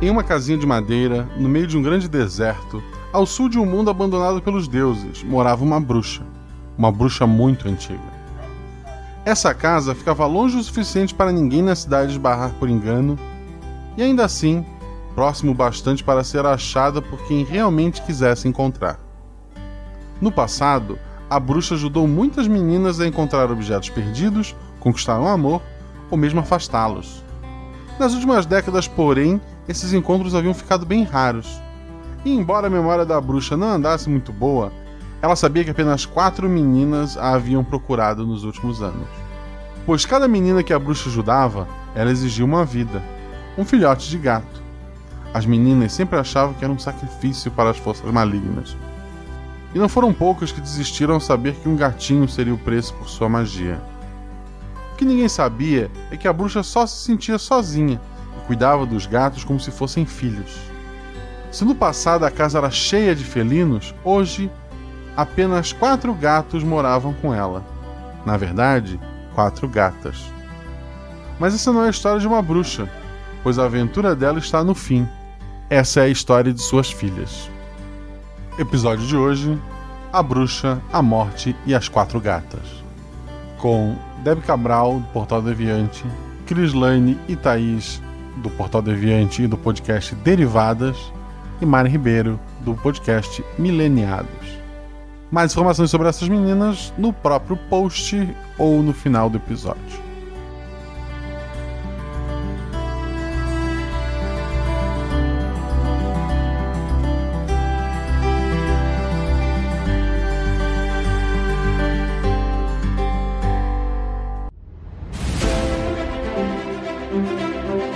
em uma casinha de madeira, no meio de um grande deserto, ao sul de um mundo abandonado pelos deuses, morava uma bruxa. Uma bruxa muito antiga. Essa casa ficava longe o suficiente para ninguém na cidade esbarrar por engano, e ainda assim, próximo o bastante para ser achada por quem realmente quisesse encontrar. No passado, a bruxa ajudou muitas meninas a encontrar objetos perdidos, conquistar um amor ou mesmo afastá-los. Nas últimas décadas, porém, esses encontros haviam ficado bem raros. E embora a memória da bruxa não andasse muito boa, ela sabia que apenas quatro meninas a haviam procurado nos últimos anos. Pois cada menina que a bruxa ajudava, ela exigia uma vida, um filhote de gato. As meninas sempre achavam que era um sacrifício para as forças malignas. E não foram poucas que desistiram ao saber que um gatinho seria o preço por sua magia. O que ninguém sabia é que a bruxa só se sentia sozinha e cuidava dos gatos como se fossem filhos. Se no passado a casa era cheia de felinos, hoje apenas quatro gatos moravam com ela. Na verdade, quatro gatas. Mas essa não é a história de uma bruxa, pois a aventura dela está no fim. Essa é a história de suas filhas. Episódio de hoje: A Bruxa, a Morte e as Quatro Gatas. Com Deb Cabral, do Portal Deviante, Cris Lane e Thaís, do Portal Deviante e do podcast Derivadas, e Mari Ribeiro, do podcast Mileniados. Mais informações sobre essas meninas no próprio post ou no final do episódio.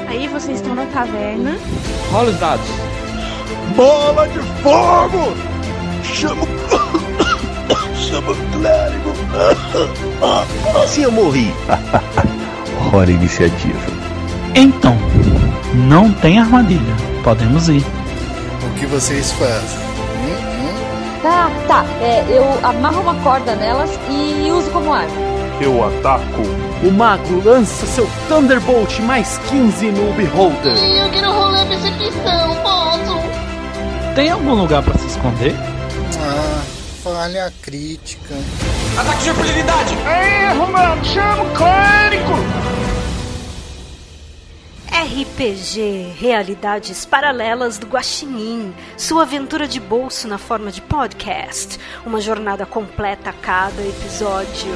Aí vocês estão na taverna. Rola os dados. Bola de fogo! Chama Chama o clérigo! Se eu morri. Hora iniciativa. Então, não tem armadilha. Podemos ir. O que vocês fazem? Hum, hum. Tá, tá. É, eu amarro uma corda nelas e uso como arma. Eu ataco. O mago lança seu Thunderbolt mais 15 no Beholder. Eu quero rolar percepção, posso? Tem algum lugar pra se esconder? Ah, falha crítica. Ataque de impunidade! RPG Realidades Paralelas do Guaxinim, sua aventura de bolso na forma de podcast, uma jornada completa a cada episódio.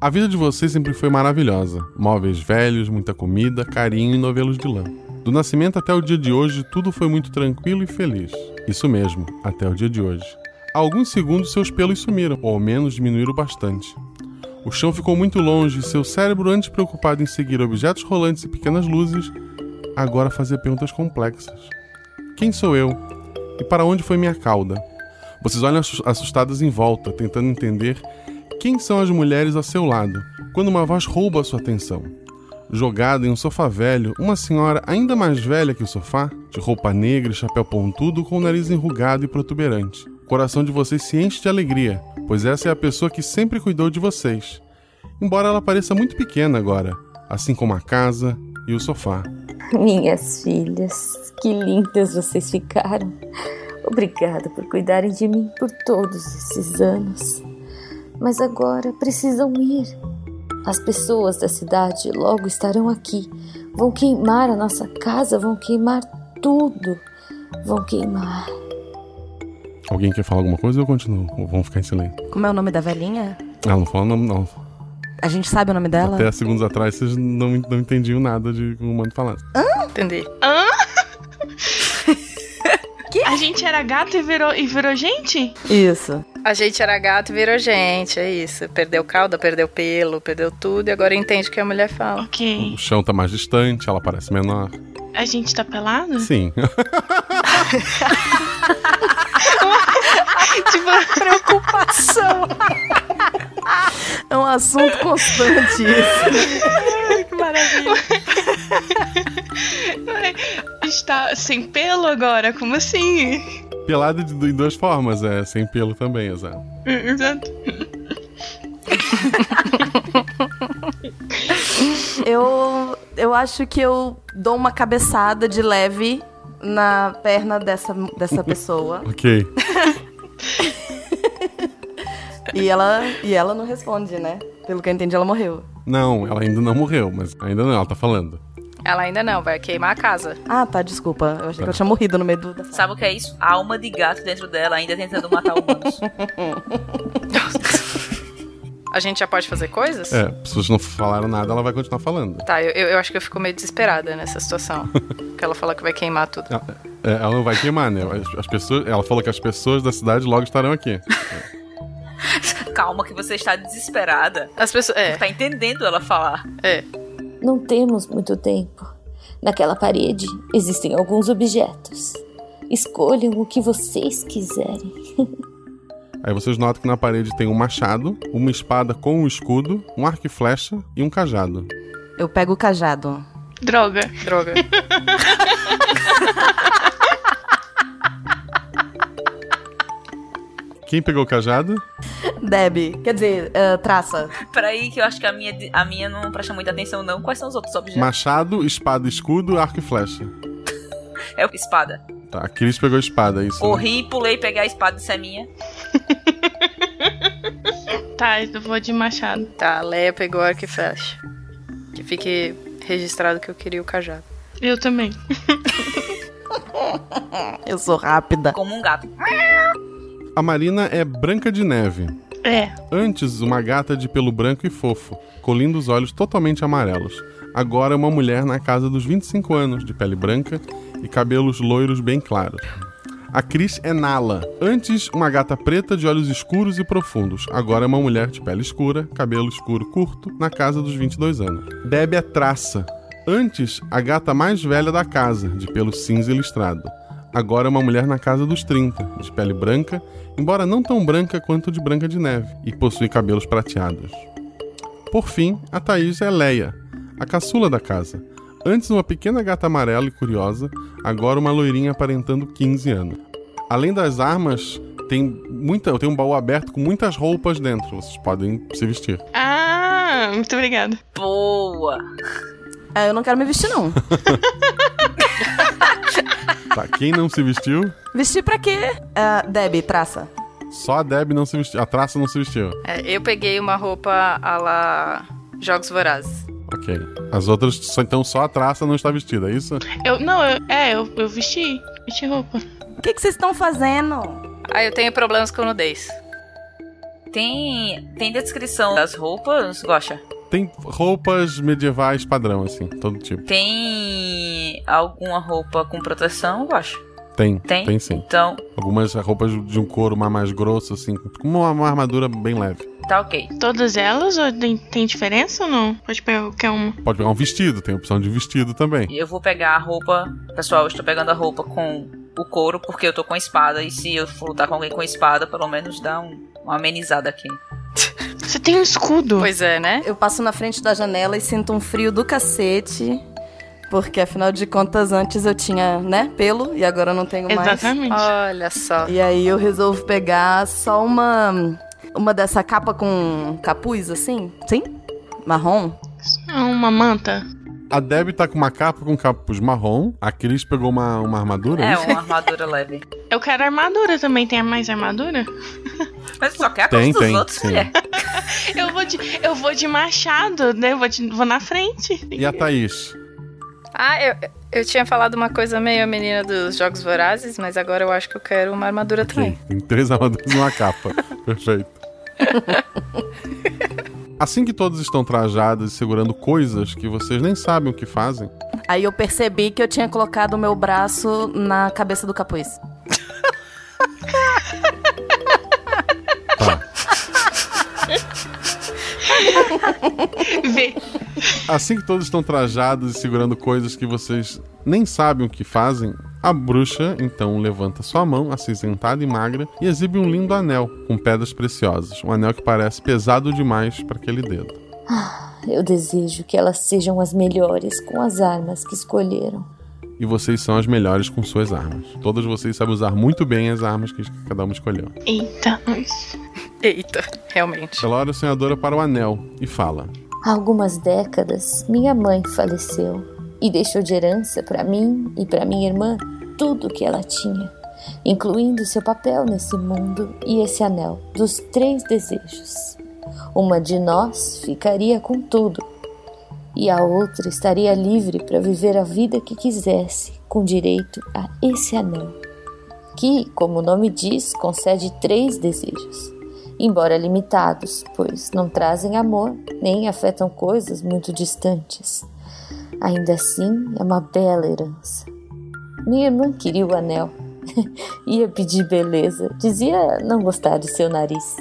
A vida de vocês sempre foi maravilhosa. Móveis velhos, muita comida, carinho e novelos de lã. Do nascimento até o dia de hoje, tudo foi muito tranquilo e feliz. Isso mesmo, até o dia de hoje. Há alguns segundos seus pelos sumiram, ou ao menos diminuíram bastante. O chão ficou muito longe e seu cérebro, antes preocupado em seguir objetos rolantes e pequenas luzes, agora fazia perguntas complexas. Quem sou eu? E para onde foi minha cauda? Vocês olham assus- assustadas em volta, tentando entender quem são as mulheres a seu lado, quando uma voz rouba a sua atenção. Jogada em um sofá velho, uma senhora ainda mais velha que o sofá, de roupa negra e chapéu pontudo, com o nariz enrugado e protuberante. O coração de vocês se enche de alegria, pois essa é a pessoa que sempre cuidou de vocês. Embora ela pareça muito pequena agora, assim como a casa e o sofá. Minhas filhas, que lindas vocês ficaram. Obrigada por cuidarem de mim por todos esses anos. Mas agora precisam ir. As pessoas da cidade logo estarão aqui. Vão queimar a nossa casa, vão queimar tudo. Vão queimar. Alguém quer falar alguma coisa ou eu continuo? Ou vamos ficar em silêncio? Como é o nome da velhinha? Ela não fala, não, não. A gente sabe o nome dela? Até segundos atrás vocês não, não entendiam nada de como o humano falasse. Entendi. Hã? A gente era gato e virou, e virou gente? Isso. A gente era gato e virou gente, é isso. Perdeu cauda, perdeu pelo, perdeu tudo e agora entende o que a mulher fala. Ok. O chão tá mais distante, ela parece menor. A gente tá pelado? Sim. tipo, Preocupação. é um assunto constante isso. que maravilha. Está tá sem pelo agora? Como assim? Pelado de, em duas formas, é. Sem pelo também, exato. Hum, Exato. Eu, eu acho que eu dou uma cabeçada de leve na perna dessa, dessa pessoa. Ok. e, ela, e ela não responde, né? Pelo que eu entendi, ela morreu. Não, ela ainda não morreu, mas ainda não, ela tá falando. Ela ainda não, vai queimar a casa. Ah, tá, desculpa. Eu achei que ela tinha morrido no meio do. da- Sabe o que é isso? A alma de gato dentro dela ainda tentando matar humanos. A gente já pode fazer coisas? É, se vocês não falaram nada, ela vai continuar falando. Tá, eu, eu eu acho que eu fico meio desesperada nessa situação. Porque ela fala que vai queimar tudo. Ela, é, ela não vai queimar, né? As, as pessoas, ela falou que as pessoas da cidade logo estarão aqui. Calma, que você está desesperada. As pessoas. É. Não tá entendendo ela falar. É. Não temos muito tempo. Naquela parede existem alguns objetos. Escolham o que vocês quiserem. Aí vocês notam que na parede tem um machado, uma espada com um escudo, um arco e flecha e um cajado. Eu pego o cajado. Droga. Droga. Quem pegou o cajado? Deb, quer dizer, ah, traça. Peraí, que eu acho que a minha, a minha não presta muita atenção, não. Quais são os outros objetos? Machado, espada, escudo, arco e flecha. É o espada. Tá, a Cris pegou a espada, é isso. né? Corri, pulei, peguei a espada, isso é minha. Tá, eu vou de machado. Tá, a Leia pegou a arco e flecha. Que fique registrado que eu queria o cajado. Eu também. Eu sou rápida. Como um gato. A Marina é Branca de Neve. É. Antes, uma gata de pelo branco e fofo, com lindos olhos totalmente amarelos. Agora, uma mulher na casa dos 25 anos, de pele branca e cabelos loiros bem claros. A Cris é Nala. Antes, uma gata preta de olhos escuros e profundos. Agora, uma mulher de pele escura, cabelo escuro curto, na casa dos 22 anos. Deb é Traça. Antes, a gata mais velha da casa, de pelo cinza e listrado. Agora é uma mulher na casa dos 30, de pele branca, embora não tão branca quanto de Branca de Neve, e possui cabelos prateados. Por fim, a Thaís é Leia, a caçula da casa. Antes uma pequena gata amarela e curiosa, agora uma loirinha aparentando 15 anos. Além das armas, tem muita, tem um baú aberto com muitas roupas dentro, vocês podem se vestir. Ah, muito obrigada. Boa. É, eu não quero me vestir, não. Tá, quem não se vestiu? vestir pra quê? Ah, Deb, traça. Só a Deb não se vestiu, a Traça não se vestiu. É, eu peguei uma roupa a la Jogos Vorazes. Ok. As outras, só- então só a Traça não está vestida, é isso? Eu, não, eu, é, eu, eu vesti. Vesti roupa. O que vocês estão fazendo? Ah, eu tenho problemas com nudez. Tem, tem descrição das roupas, Gosta? Tem roupas medievais padrão, assim, todo tipo. Tem alguma roupa com proteção, Gosta? Tem, Tem? tem, sim. Então, Algumas roupas de um couro ma- mais grosso, assim, com uma, uma armadura bem leve. tá ok. Todas elas ou tem, tem diferença ou não? Pode pegar qualquer uma. Pode pegar um vestido, tem opção de vestido também. Eu vou pegar a roupa. Pessoal, eu estou pegando a roupa com o couro, porque eu tô com espada. E se eu for lutar com alguém com espada, pelo menos dá um- uma amenizada aqui. Você tem um escudo. Pois é, né? Eu passo na frente da janela e sinto um frio do cacete. Porque afinal de contas, antes eu tinha, né, pelo e agora eu não tenho mais. Olha só. E aí eu resolvo pegar só uma. Uma dessa capa com capuz, assim? Sim? Marrom? É Uma manta. A Deb tá com uma capa com capuz marrom. A Cris pegou uma, uma armadura. né? É, isso? uma armadura leve. Eu quero armadura também. Tem mais armadura? Mas só quer a Tem, costa dos tem, outros, sim. mulher. Eu vou de, eu vou de machado, né? Eu vou, de- vou na frente. E a Thaís? Ah, eu, eu tinha falado uma coisa meio a menina dos Jogos Vorazes, mas agora eu acho que eu quero uma armadura também. Tem três armaduras e uma capa. Perfeito. Assim que todos estão trajados e segurando coisas que vocês nem sabem o que fazem, Aí eu percebi que eu tinha colocado o meu braço na cabeça do capuz. Vê. Assim que todos estão trajados e segurando coisas que vocês nem sabem o que fazem, a bruxa então levanta sua mão, acinzentada e magra, e exibe um lindo anel com pedras preciosas. Um anel que parece pesado demais para aquele dedo. Ah, Eu desejo que elas sejam as melhores com as armas que escolheram. E vocês são as melhores com suas armas. Todas vocês sabem usar muito bem as armas que cada uma escolheu. Eita. Eita, realmente. Ela olha o sonhadora para o anel e fala: Há algumas décadas, minha mãe faleceu e deixou de herança para mim e para minha irmã tudo o que ela tinha, incluindo seu papel nesse mundo e esse anel dos três desejos. Uma de nós ficaria com tudo e a outra estaria livre para viver a vida que quisesse, com direito a esse anel, que, como o nome diz, concede três desejos embora limitados, pois não trazem amor nem afetam coisas muito distantes. Ainda assim, é uma bela herança. Minha irmã queria o anel, ia pedir beleza, dizia não gostar de seu nariz.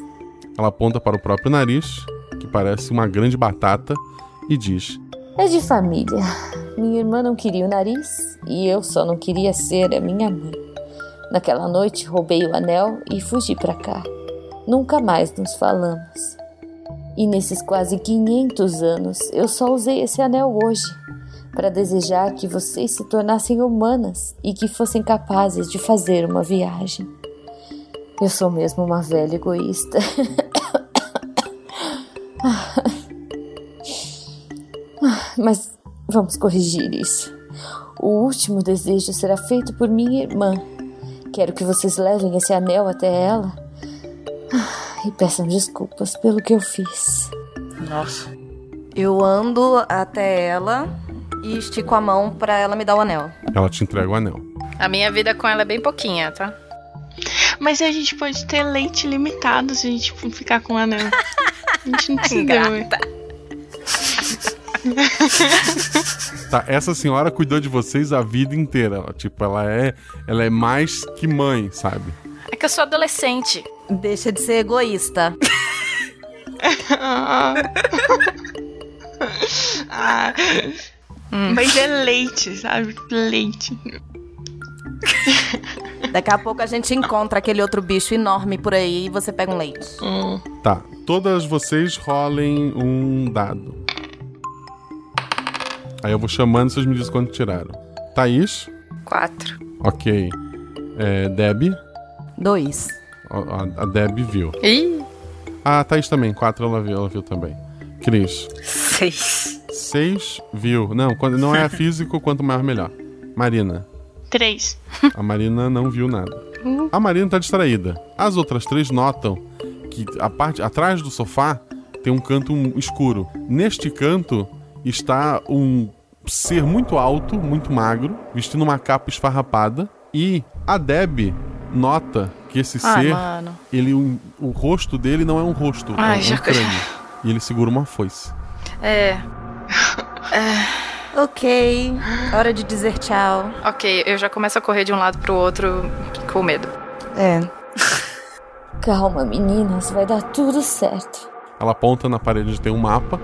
Ela aponta para o próprio nariz, que parece uma grande batata, e diz: É de família. Minha irmã não queria o nariz e eu só não queria ser a minha mãe. Naquela noite roubei o anel e fugi para cá nunca mais nos falamos. E nesses quase 500 anos, eu só usei esse anel hoje para desejar que vocês se tornassem humanas e que fossem capazes de fazer uma viagem. Eu sou mesmo uma velha egoísta. Ah. Mas vamos corrigir isso. O último desejo será feito por minha irmã. Quero que vocês levem esse anel até ela Ah, e peçam desculpas pelo que eu fiz. Nossa. Eu ando até ela e estico a mão para ela me dar o anel. Ela te entrega o anel. A minha vida com ela é bem pouquinha, tá? Mas a gente pode ter leite limitado se a gente ficar com o anel. A gente não precisa. Gata. Tá, essa senhora cuidou de vocês a vida inteira. Ela, tipo, ela é, ela é mais que mãe, sabe? É que eu sou adolescente. Deixa de ser egoísta. Ah, Hum. Mas é leite, sabe? Leite. Daqui a pouco a gente encontra aquele outro bicho enorme por aí e você pega um leite. Hum. Tá, todas vocês rolem um dado. Aí eu vou chamando e vocês me dizem quanto tiraram. Thaís, Quatro. ok. É, Deb, Dois. a, a Deb viu. Ih. Ah, a Thaís também, quatro ela viu, ela viu também. Cris, Seis. seis viu. Não, quando não é físico, quanto maior melhor. Marina, Três. a Marina não viu nada. A Marina tá distraída. As outras três notam que a parte atrás do sofá tem um canto escuro. Neste canto está um ser muito alto, muito magro, vestindo uma capa esfarrapada e a Deb nota que esse Ai, ser, mano. ele um- o rosto dele não é um rosto, Ai, é um já- crânio. E ele segura uma foice. É. Ok, hora de dizer tchau. Ok, eu já começo a correr de um lado pro outro com medo. É. Calma, meninas, vai dar tudo certo. Ela aponta na parede tem um mapa.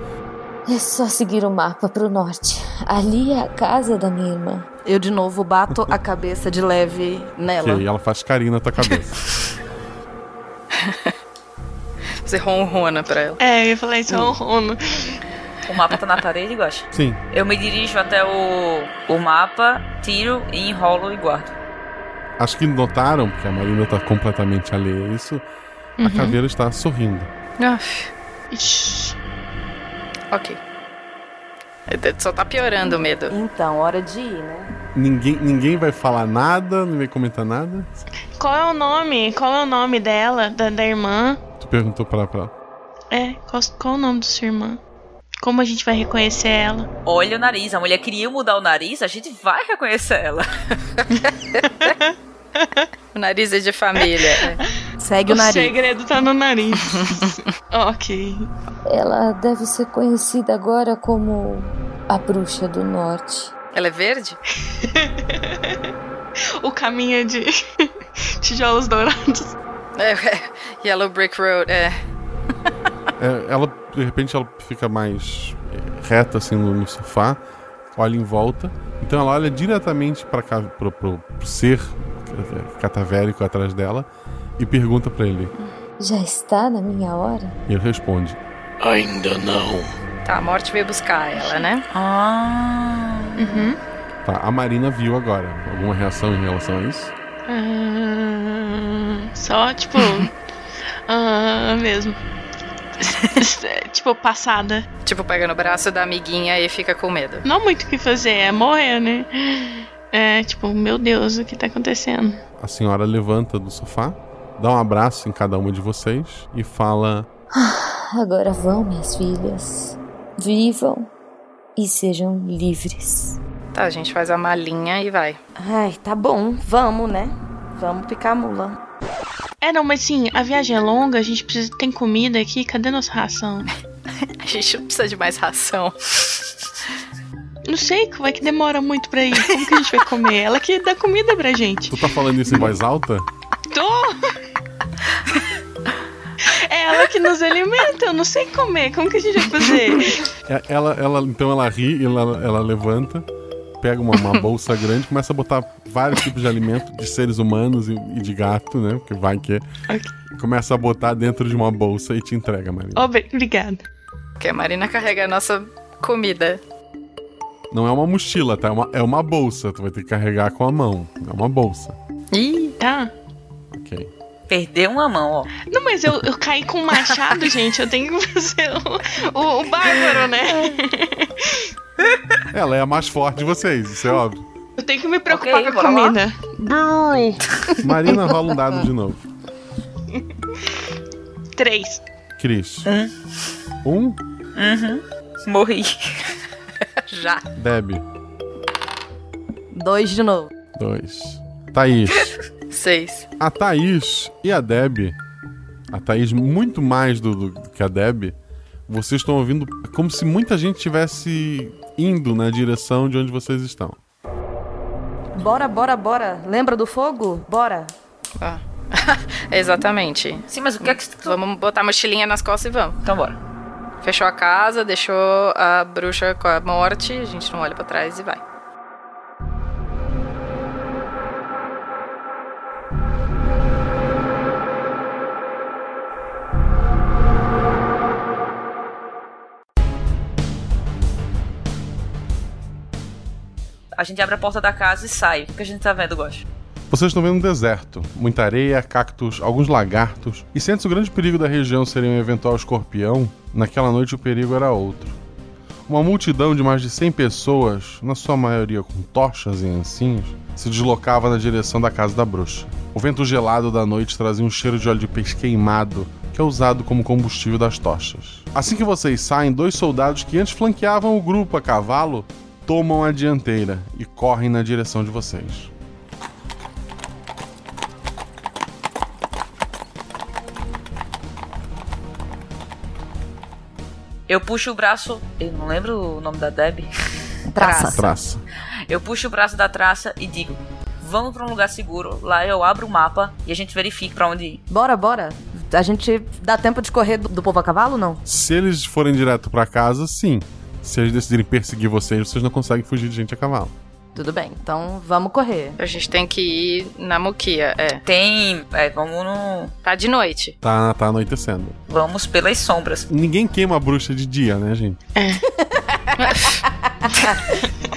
É só seguir o mapa pro norte. Ali é a casa da minha irmã. Eu de novo bato a cabeça de leve né? Que nela. aí ela faz carinho na tua cabeça. Você ronrona pra ela. É, eu ia falar isso, é ronrono. Hum. O mapa tá na parede, Guaxa? Sim. Eu me dirijo até o, o mapa, tiro e enrolo e guardo. Acho que notaram, porque a Marina tá completamente alheia a isso. A Uhum. caveira está sorrindo. Ixi. Ok. É, Só tá piorando o medo. Então, hora de ir, né? Ninguém, ninguém vai falar nada, não vai comentar nada. Qual é o nome? Qual é o nome dela, da, da irmã? Tu perguntou pra, pra ela. É, qual, qual o nome da sua irmã? Como a gente vai reconhecer ela? Olha o nariz. A mulher queria mudar o nariz, a gente vai reconhecer ela. O nariz é de família. é. Segue o segredo tá no nariz. ok. Ela deve ser conhecida agora como a Bruxa do Norte. Ela é verde? O caminho é de tijolos dourados. É, é. Yellow Brick Road, é. É, ela, de repente, ela fica mais é, reta assim no, no sofá, olha em volta. Então ela olha diretamente para pro, pro, pro ser é, catavérico atrás dela e pergunta pra ele. Já está na minha hora? E ele responde: Ainda não. Tá, a morte veio buscar ela, né? Ah. Uhum. Tá, a Marina viu agora. Alguma reação em relação a isso? Ah, só tipo. ah, mesmo. tipo, passada. Tipo, pega no braço da amiguinha e fica com medo. Não muito o que fazer, é morrer, né? É, tipo, meu Deus, o que tá acontecendo? A senhora levanta do sofá, dá um abraço em cada uma de vocês e fala: Ah, Agora vão, minhas filhas. Vivam e sejam livres. Tá, a gente faz a malinha e vai. Ai, tá bom, vamos, né? Vamos picar a mula. É, não, mas sim, a viagem é longa, a gente precisa. Tem comida aqui, cadê nossa ração? a gente não precisa de mais ração. Não sei, como é que demora muito pra ir? Como que a gente vai comer? Ela que dá comida pra gente. Tu tá falando isso em voz alta? Tô! É ela que nos alimenta, eu não sei comer, como que a gente vai fazer? É, Ela, ela, então ela ri, ela, ela levanta, pega uma, uma bolsa grande, começa a botar vários tipos de alimento de seres humanos e, e de gato, né? Porque vai que. Começa a botar dentro de uma bolsa e te entrega, Maria. Obri- Obrigada. Porque a Marina carrega a nossa comida. Não é uma mochila, tá? É uma, é uma bolsa. Tu vai ter que carregar com a mão. É uma bolsa. Ih, tá. Ok. Perdeu uma mão, ó. Não, mas eu, eu caí com um machado, gente. Eu tenho que fazer o, o, o bárbaro, né? Ela é a mais forte de vocês, isso é óbvio. Eu tenho que me preocupar com a comida. Brum. Marina rola um dado de novo. Três. Cris. Um. Uhum. Morri. Já. Deb. Dois de novo. Dois. Thaís. Seis. A Thaís e a Deb, a Thaís muito mais do, do que a Deb, vocês estão ouvindo como se muita gente estivesse indo na direção de onde vocês estão. Bora, bora, bora. Lembra do fogo? Bora. Ah. Exatamente. Sim, mas o que é que Vamos botar a mochilinha nas costas e vamos. Então bora. Fechou a casa, deixou a bruxa com a morte, a gente não olha pra trás e vai. A gente abre a porta da casa e sai. O que a gente tá vendo, Gosto? Vocês estão vendo um deserto, muita areia, cactos, alguns lagartos, e sente o grande perigo da região seria um eventual escorpião, naquela noite o perigo era outro. Uma multidão de mais de 100 pessoas, na sua maioria com tochas e ancinhos, se deslocava na direção da casa da bruxa. O vento gelado da noite trazia um cheiro de óleo de peixe queimado, que é usado como combustível das tochas. Assim que vocês saem, dois soldados que antes flanqueavam o grupo a cavalo tomam a dianteira e correm na direção de vocês. Eu puxo o braço. Eu não lembro o nome da Deb. Traça. Eu puxo o braço da traça e digo: Vamos pra um lugar seguro. Lá eu abro o mapa e a gente verifica pra onde ir. Bora, bora. A gente dá tempo de correr do, do povo a cavalo, não? Se eles forem direto pra casa, sim. Se eles decidirem perseguir vocês, vocês não conseguem fugir de gente a cavalo. Tudo bem, então vamos correr. A gente tem que ir na Muquia, é. Tem. É, vamos no. Tá de noite. Tá, tá anoitecendo. Vamos pelas sombras. Ninguém queima a bruxa de dia, né, gente?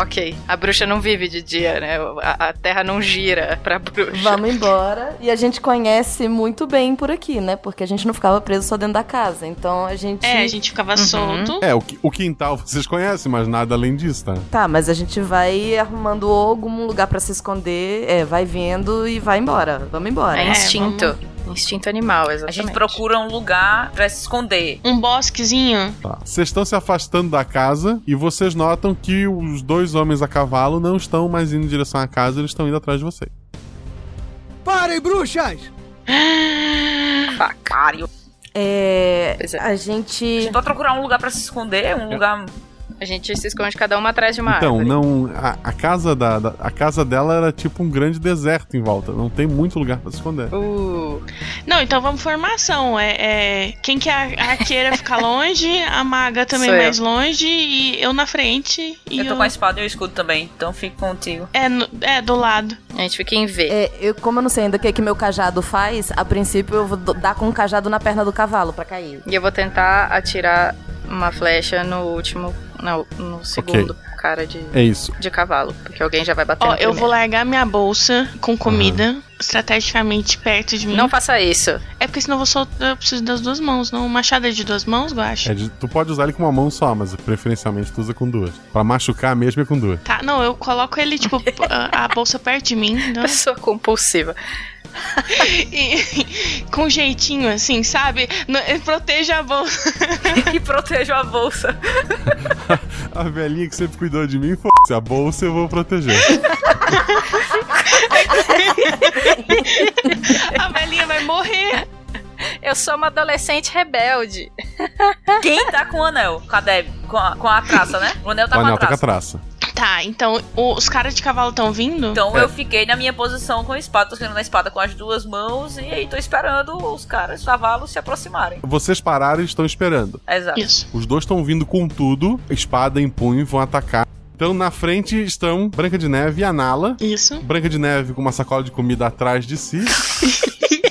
ok. A bruxa não vive de dia, né? A, a terra não gira pra bruxa. Vamos embora. E a gente conhece muito bem por aqui, né? Porque a gente não ficava preso só dentro da casa. Então a gente. É, a gente ficava Uhum. solto. É, o, qui- o quintal vocês conhecem, mas nada além disso, tá? Tá, mas a gente vai arrumando algum lugar pra se esconder, é, vai vendo e vai embora. Vamos embora. É, instinto. Instinto animal, exatamente. A gente procura um lugar pra se esconder. Um bosquezinho. Tá. Vocês estão se afastando da casa e vocês notam que os dois homens a cavalo não estão mais indo em direção à casa, eles estão indo atrás de vocês. Parem, bruxas! Facário. É, A gente. A gente pode procurar um lugar pra se esconder, um lugar. A gente se esconde cada uma atrás de uma Então, não. A, a casa da, da- a casa dela era tipo um grande deserto em volta. Não tem muito lugar pra se esconder. Uhum. Não, então vamos formação. É, é, quem que a a arqueira fica longe, a maga também Sou eu. mais longe e eu na frente. E Eu tô com a espada e o escudo também, então fico contigo. É, no- é, do lado. A gente fica em V. É, eu, como eu não sei ainda o que, que meu cajado faz, a princípio eu vou do- dar com o cajado na perna do cavalo pra cair. E eu vou tentar atirar uma flecha no último. Não, no segundo cara de, É isso. de cavalo, porque alguém já vai bater Ó, no eu primeiro. vou largar minha bolsa com comida estrategicamente perto de mim. Não faça isso. É porque senão eu vou soltar. Eu preciso das duas mãos, não? O machado é de duas mãos, Guacha? É de- tu pode usar ele com uma mão só, mas preferencialmente tu usa com duas. Pra machucar mesmo é com duas. Tá, não, eu coloco ele, tipo, a, a bolsa perto de mim. Não. Pessoa compulsiva. com jeitinho, assim, sabe? No- Proteja a bolsa. e proteja a bolsa. A velhinha que sempre cuidou de mim, f***, a bolsa eu vou proteger. A velhinha vai morrer. Eu sou uma adolescente rebelde. Quem tá com o anel? Com a Deb? Com a, com a traça, né? O anel tá Ah, com não, a tá com a traça. traça. Tá, então o- os caras de cavalo estão vindo? Então É. eu fiquei na minha posição com a espada, tô segurando a espada com as duas mãos e aí tô esperando os caras, os cavalos, se aproximarem. Vocês pararam e estão esperando. Exato. Os dois estão vindo com tudo, espada em punho, e vão atacar. Então, na frente estão Branca de Neve e a Nala. Isso. Branca de Neve com uma sacola de comida atrás de si.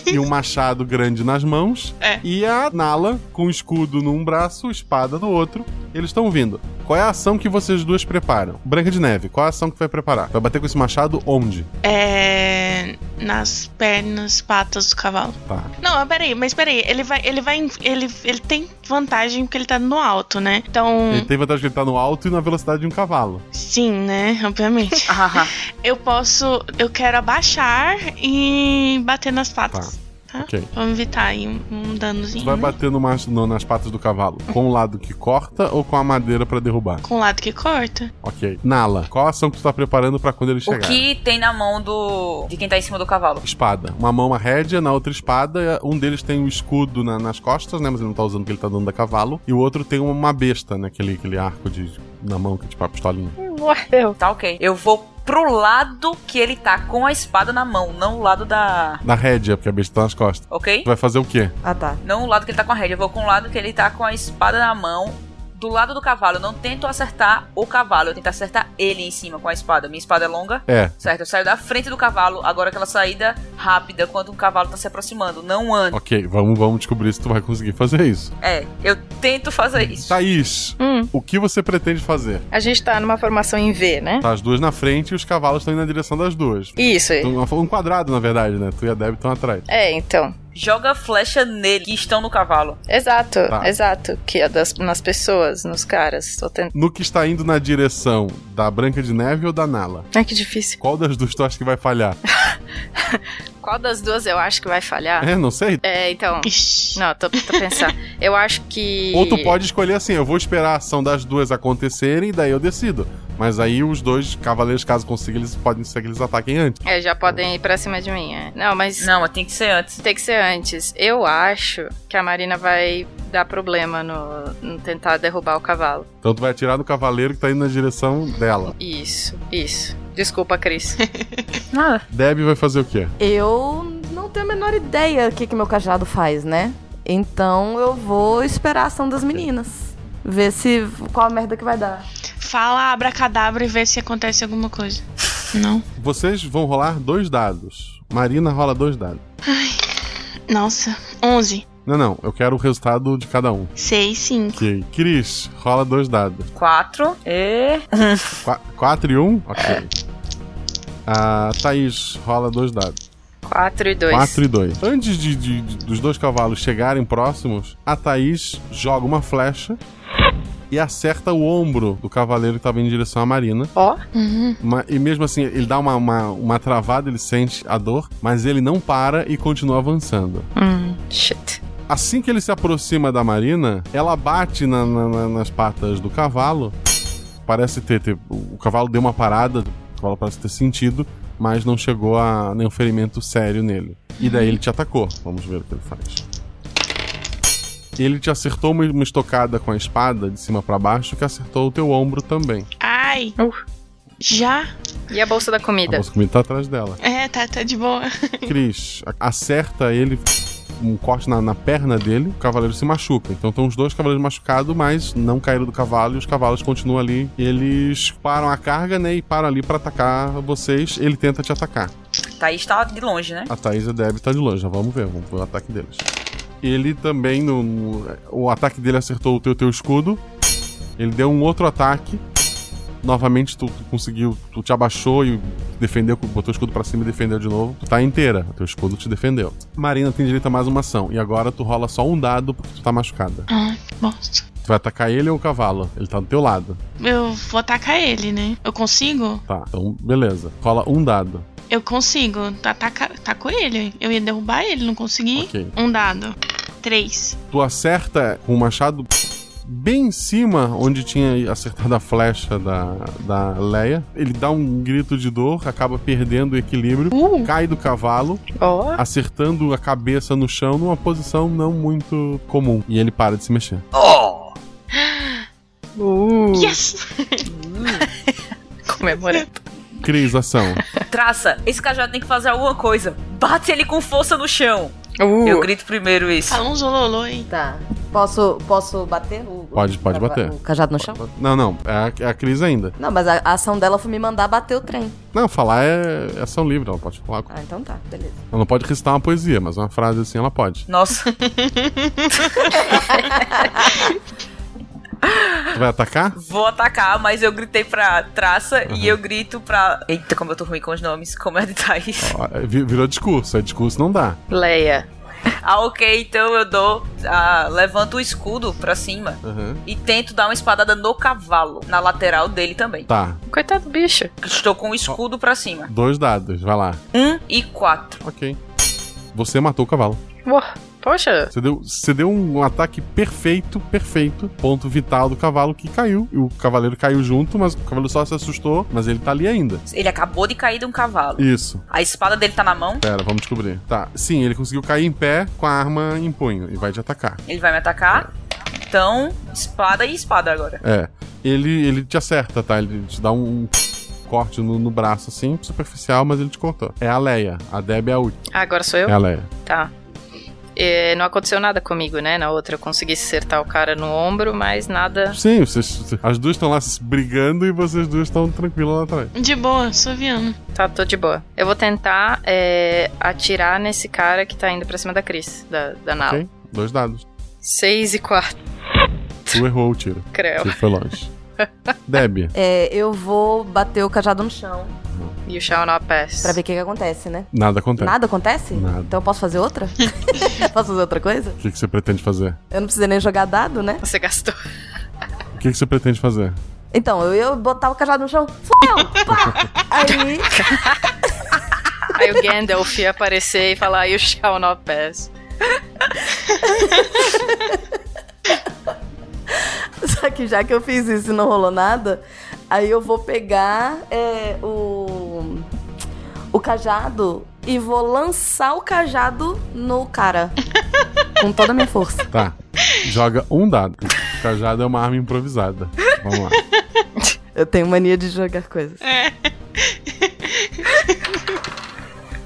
e um machado grande nas mãos. E a Nala com o escudo num braço, espada no outro. Eles estão vindo. Qual é a ação que vocês duas preparam? Branca de Neve, qual é a ação que vai preparar? Vai bater com esse machado onde? É. Nas pernas, patas do cavalo. Tá. Não, mas peraí, mas peraí, ele vai. Ele vai. em- Ele, ele tem vantagem porque ele tá no alto, né? Hum. Então. Ele tem vantagem que ele tá no alto e na velocidade de um cavalo. Sim, né? Obviamente. Ah, eu posso. Eu quero abaixar e bater nas patas. Ah. Tá. Ok. Vamos evitar aí um, um danozinho. Tu vai né? bater no macho- no- nas patas do cavalo com o lado que corta ou com a madeira pra derrubar? Com o lado que corta. Ok. Nala, qual a ação que tu tá preparando pra quando ele O chegar? que tem na mão do. de quem tá em cima do cavalo? Espada. Uma mão uma rédea, na outra espada. Um deles tem um escudo na- nas costas, né? Mas ele não tá usando porque ele tá dando da cavalo. E o outro tem uma besta, né? Aquele, aquele arco de, na mão, que é tipo a pistolinha. Morreu. Tá ok. Eu vou pro lado que ele tá com a espada na mão, não o lado da. Na rédea, porque a besta tá nas costas. Ok? Tu vai fazer o quê? Ah, tá. Não o lado que ele tá com a rédea, eu vou com o lado que ele tá com a espada na mão, do lado do cavalo. Eu não tento acertar o cavalo, eu tento acertar ele em cima com a espada. Minha espada é longa. É. Certo, eu saio da frente do cavalo, agora aquela saída rápida, quando um cavalo tá se aproximando, não anda. Ok, vamos, vamos descobrir se tu vai conseguir fazer isso. É, eu tento fazer isso. Thaís, Hum. o que você pretende fazer? A gente tá numa formação em V, né? Tá as duas na frente e os cavalos estão indo na direção das duas. Isso. Um, um quadrado, na verdade, né? Tu e a Deb estão atrás. É, então. Joga flecha nele, que estão no cavalo. Exato, Tá. exato. Que é das, nas pessoas, nos caras. Tô tentando. No que está indo na direção da Branca de Neve ou da Nala? Ai, que difícil. Qual das duas tu acha que vai falhar? Qual das duas eu acho que vai falhar? É, não sei. É, então. Não, tô, tô pensando. eu acho que. Ou tu pode escolher assim, eu vou esperar a ação das duas acontecerem e daí eu decido. Mas aí os dois cavaleiros, caso consiga, eles podem ser que eles ataquem antes. É, já podem ir pra cima de mim. é. Não, mas. Não, tem que ser antes. Tem que ser antes. Eu acho que a Marina vai dar problema no, no tentar derrubar o cavalo. Então tu vai atirar no cavaleiro que tá indo na direção dela. Isso, isso. Desculpa, Cris. Deb vai fazer o quê? Eu não tenho a menor ideia do que, que meu cajado faz, né? Então eu vou esperar a ação das meninas. Ver se qual a merda que vai dar. Fala abracadabra e vê se acontece alguma coisa. Não. Vocês vão rolar dois dados. Marina rola dois dados. Nossa. 11. Não, não, eu quero o resultado de cada um. 6, 5. Ok. Cris, rola dois dados. Quatro e. Qua- quatro e um? Ok. A Thaís rola dois dados. 4 e 2. 4 e 2. Antes de, de- de- dos dois cavalos chegarem próximos, a Thaís joga uma flecha e acerta o ombro do cavaleiro que tava indo em direção à Marina. Ó. Ma- e mesmo assim, ele dá uma, uma, uma travada, ele sente a dor, mas ele não para e continua avançando. Hum, shit. Assim que ele se aproxima da Marina, ela bate na- na- na- nas patas do cavalo. Parece ter, ter- O cavalo deu uma parada, o cavalo parece ter sentido, mas não chegou a nenhum ferimento sério nele. E daí ele te atacou. Vamos ver o que ele faz. Ele te acertou uma, uma estocada com a espada de cima pra baixo que acertou o teu ombro também. Ai. Já? E a bolsa da A comida? moça comigo tá atrás dela. É, tá, tá de boa. Cris a- acerta ele um corte na, na perna dele, o cavaleiro se machuca. Então estão os dois cavaleiros machucados, mas não caíram do cavalo e os cavalos continuam ali. Eles param a carga, né? E param ali pra atacar vocês. Ele tenta te atacar. Thaís tá de longe, né? A Thaís e a Deb tá de longe, já vamos ver, vamos ver o ataque deles. Ele também, no, no- o ataque dele acertou o teu, teu escudo. Ele deu um outro ataque. novamente tu conseguiu, tu te abaixou e defendeu, botou o escudo pra cima e defendeu de novo. Tu tá inteira, teu escudo te defendeu. Marina tem direito a mais uma ação, e agora tu rola só um dado porque tu tá machucada. Ah, que bosta. Tu vai atacar ele ou o cavalo? Ele tá do teu lado. Eu vou atacar ele, né? Eu consigo? Tá, então beleza. Rola um dado. Eu consigo. tá, Ataca, ataco ele. Eu ia derrubar ele, não consegui. Ok. Um dado. Três. Tu acerta com o machado bem em cima onde tinha acertado a flecha da, da Leia. Ele dá um grito de dor, acaba perdendo o equilíbrio, Uhum. cai do cavalo, acertando a cabeça no chão numa posição não muito comum. E ele para de se mexer. Oh! Yes! Comemorando. Cris, ação. Traça, esse cajado tem que fazer alguma coisa. Bate ele com força no chão. Uh. Eu grito primeiro isso. Fala um zololô, hein? Tá. Posso, posso bater o. Pode, pode Pra- bater. Tá O cajado no chão? Não, não. É a, é a Cris ainda. Não, mas a, a ação dela foi me mandar bater o trem. Não, falar é é ação livre, ela pode falar. Ah, então tá, beleza. Ela não pode recitar uma poesia, mas uma frase assim ela pode. Nossa. Tu vai atacar? Vou atacar, mas eu gritei pra traça Uhum. e eu grito pra. Eita, como eu tô ruim com os nomes, como é de Thaís. Ó, vi- Virou discurso, é discurso não dá. Leia. Ah, ok, então eu dou. Ah, levanto o escudo pra cima Uhum. e tento dar uma espadada no cavalo, na lateral dele também. Tá, Coitado do bicho. Estou com o escudo pra cima. dois dados, vai lá. Um e quatro. Ok. Você matou o cavalo. Poxa. Você deu, você deu um ataque perfeito, perfeito. Ponto vital do cavalo que caiu. E o cavaleiro caiu junto, mas o cavaleiro só se assustou, mas ele tá ali ainda. Ele acabou de cair de um cavalo. Isso. A espada dele tá na mão. Pera, vamos descobrir. Tá, sim, ele conseguiu cair em pé com a arma em punho e vai te atacar. Ele vai me atacar. Então, espada e espada agora. É. Ele, ele te acerta, tá? Ele te dá um corte no, no braço, assim, superficial, mas ele te cortou. É a Leia. A Deb é a última. Ah, agora sou eu? É a Leia. Tá. É, não aconteceu nada comigo, né? Na outra eu consegui acertar o cara no ombro, mas nada. Sim, vocês, as duas estão lá se brigando e vocês duas estão tranquilas lá atrás. De boa, suaviano. Tá, tô de boa. Eu vou tentar é, atirar nesse cara que tá indo pra cima da Cris, da, da Nala. Ok? Dois dados. Seis e quatro. Tu errou o tiro. Creu. Você foi longe. Deb, É, eu vou bater o cajado no chão E o chão na pass. pra ver o que, que acontece, né? nada acontece. Nada acontece? Nada. Então eu posso fazer outra? posso fazer outra coisa? O que, que você pretende fazer? Eu não precisei nem jogar dado, né? Você gastou. O que, que você pretende fazer? Então, eu ia botar o cajado no chão. Fudeu! Pá! Aí. Aí o Gandalf ia aparecer e falar, "Ah, you shall not pass. Só que já que eu fiz isso e não rolou nada, aí eu vou pegar é, o. o cajado e vou lançar o cajado no cara. Com toda a minha força. Tá. Joga um dado. O cajado é uma arma improvisada. Vamos lá. Eu tenho mania de jogar coisas.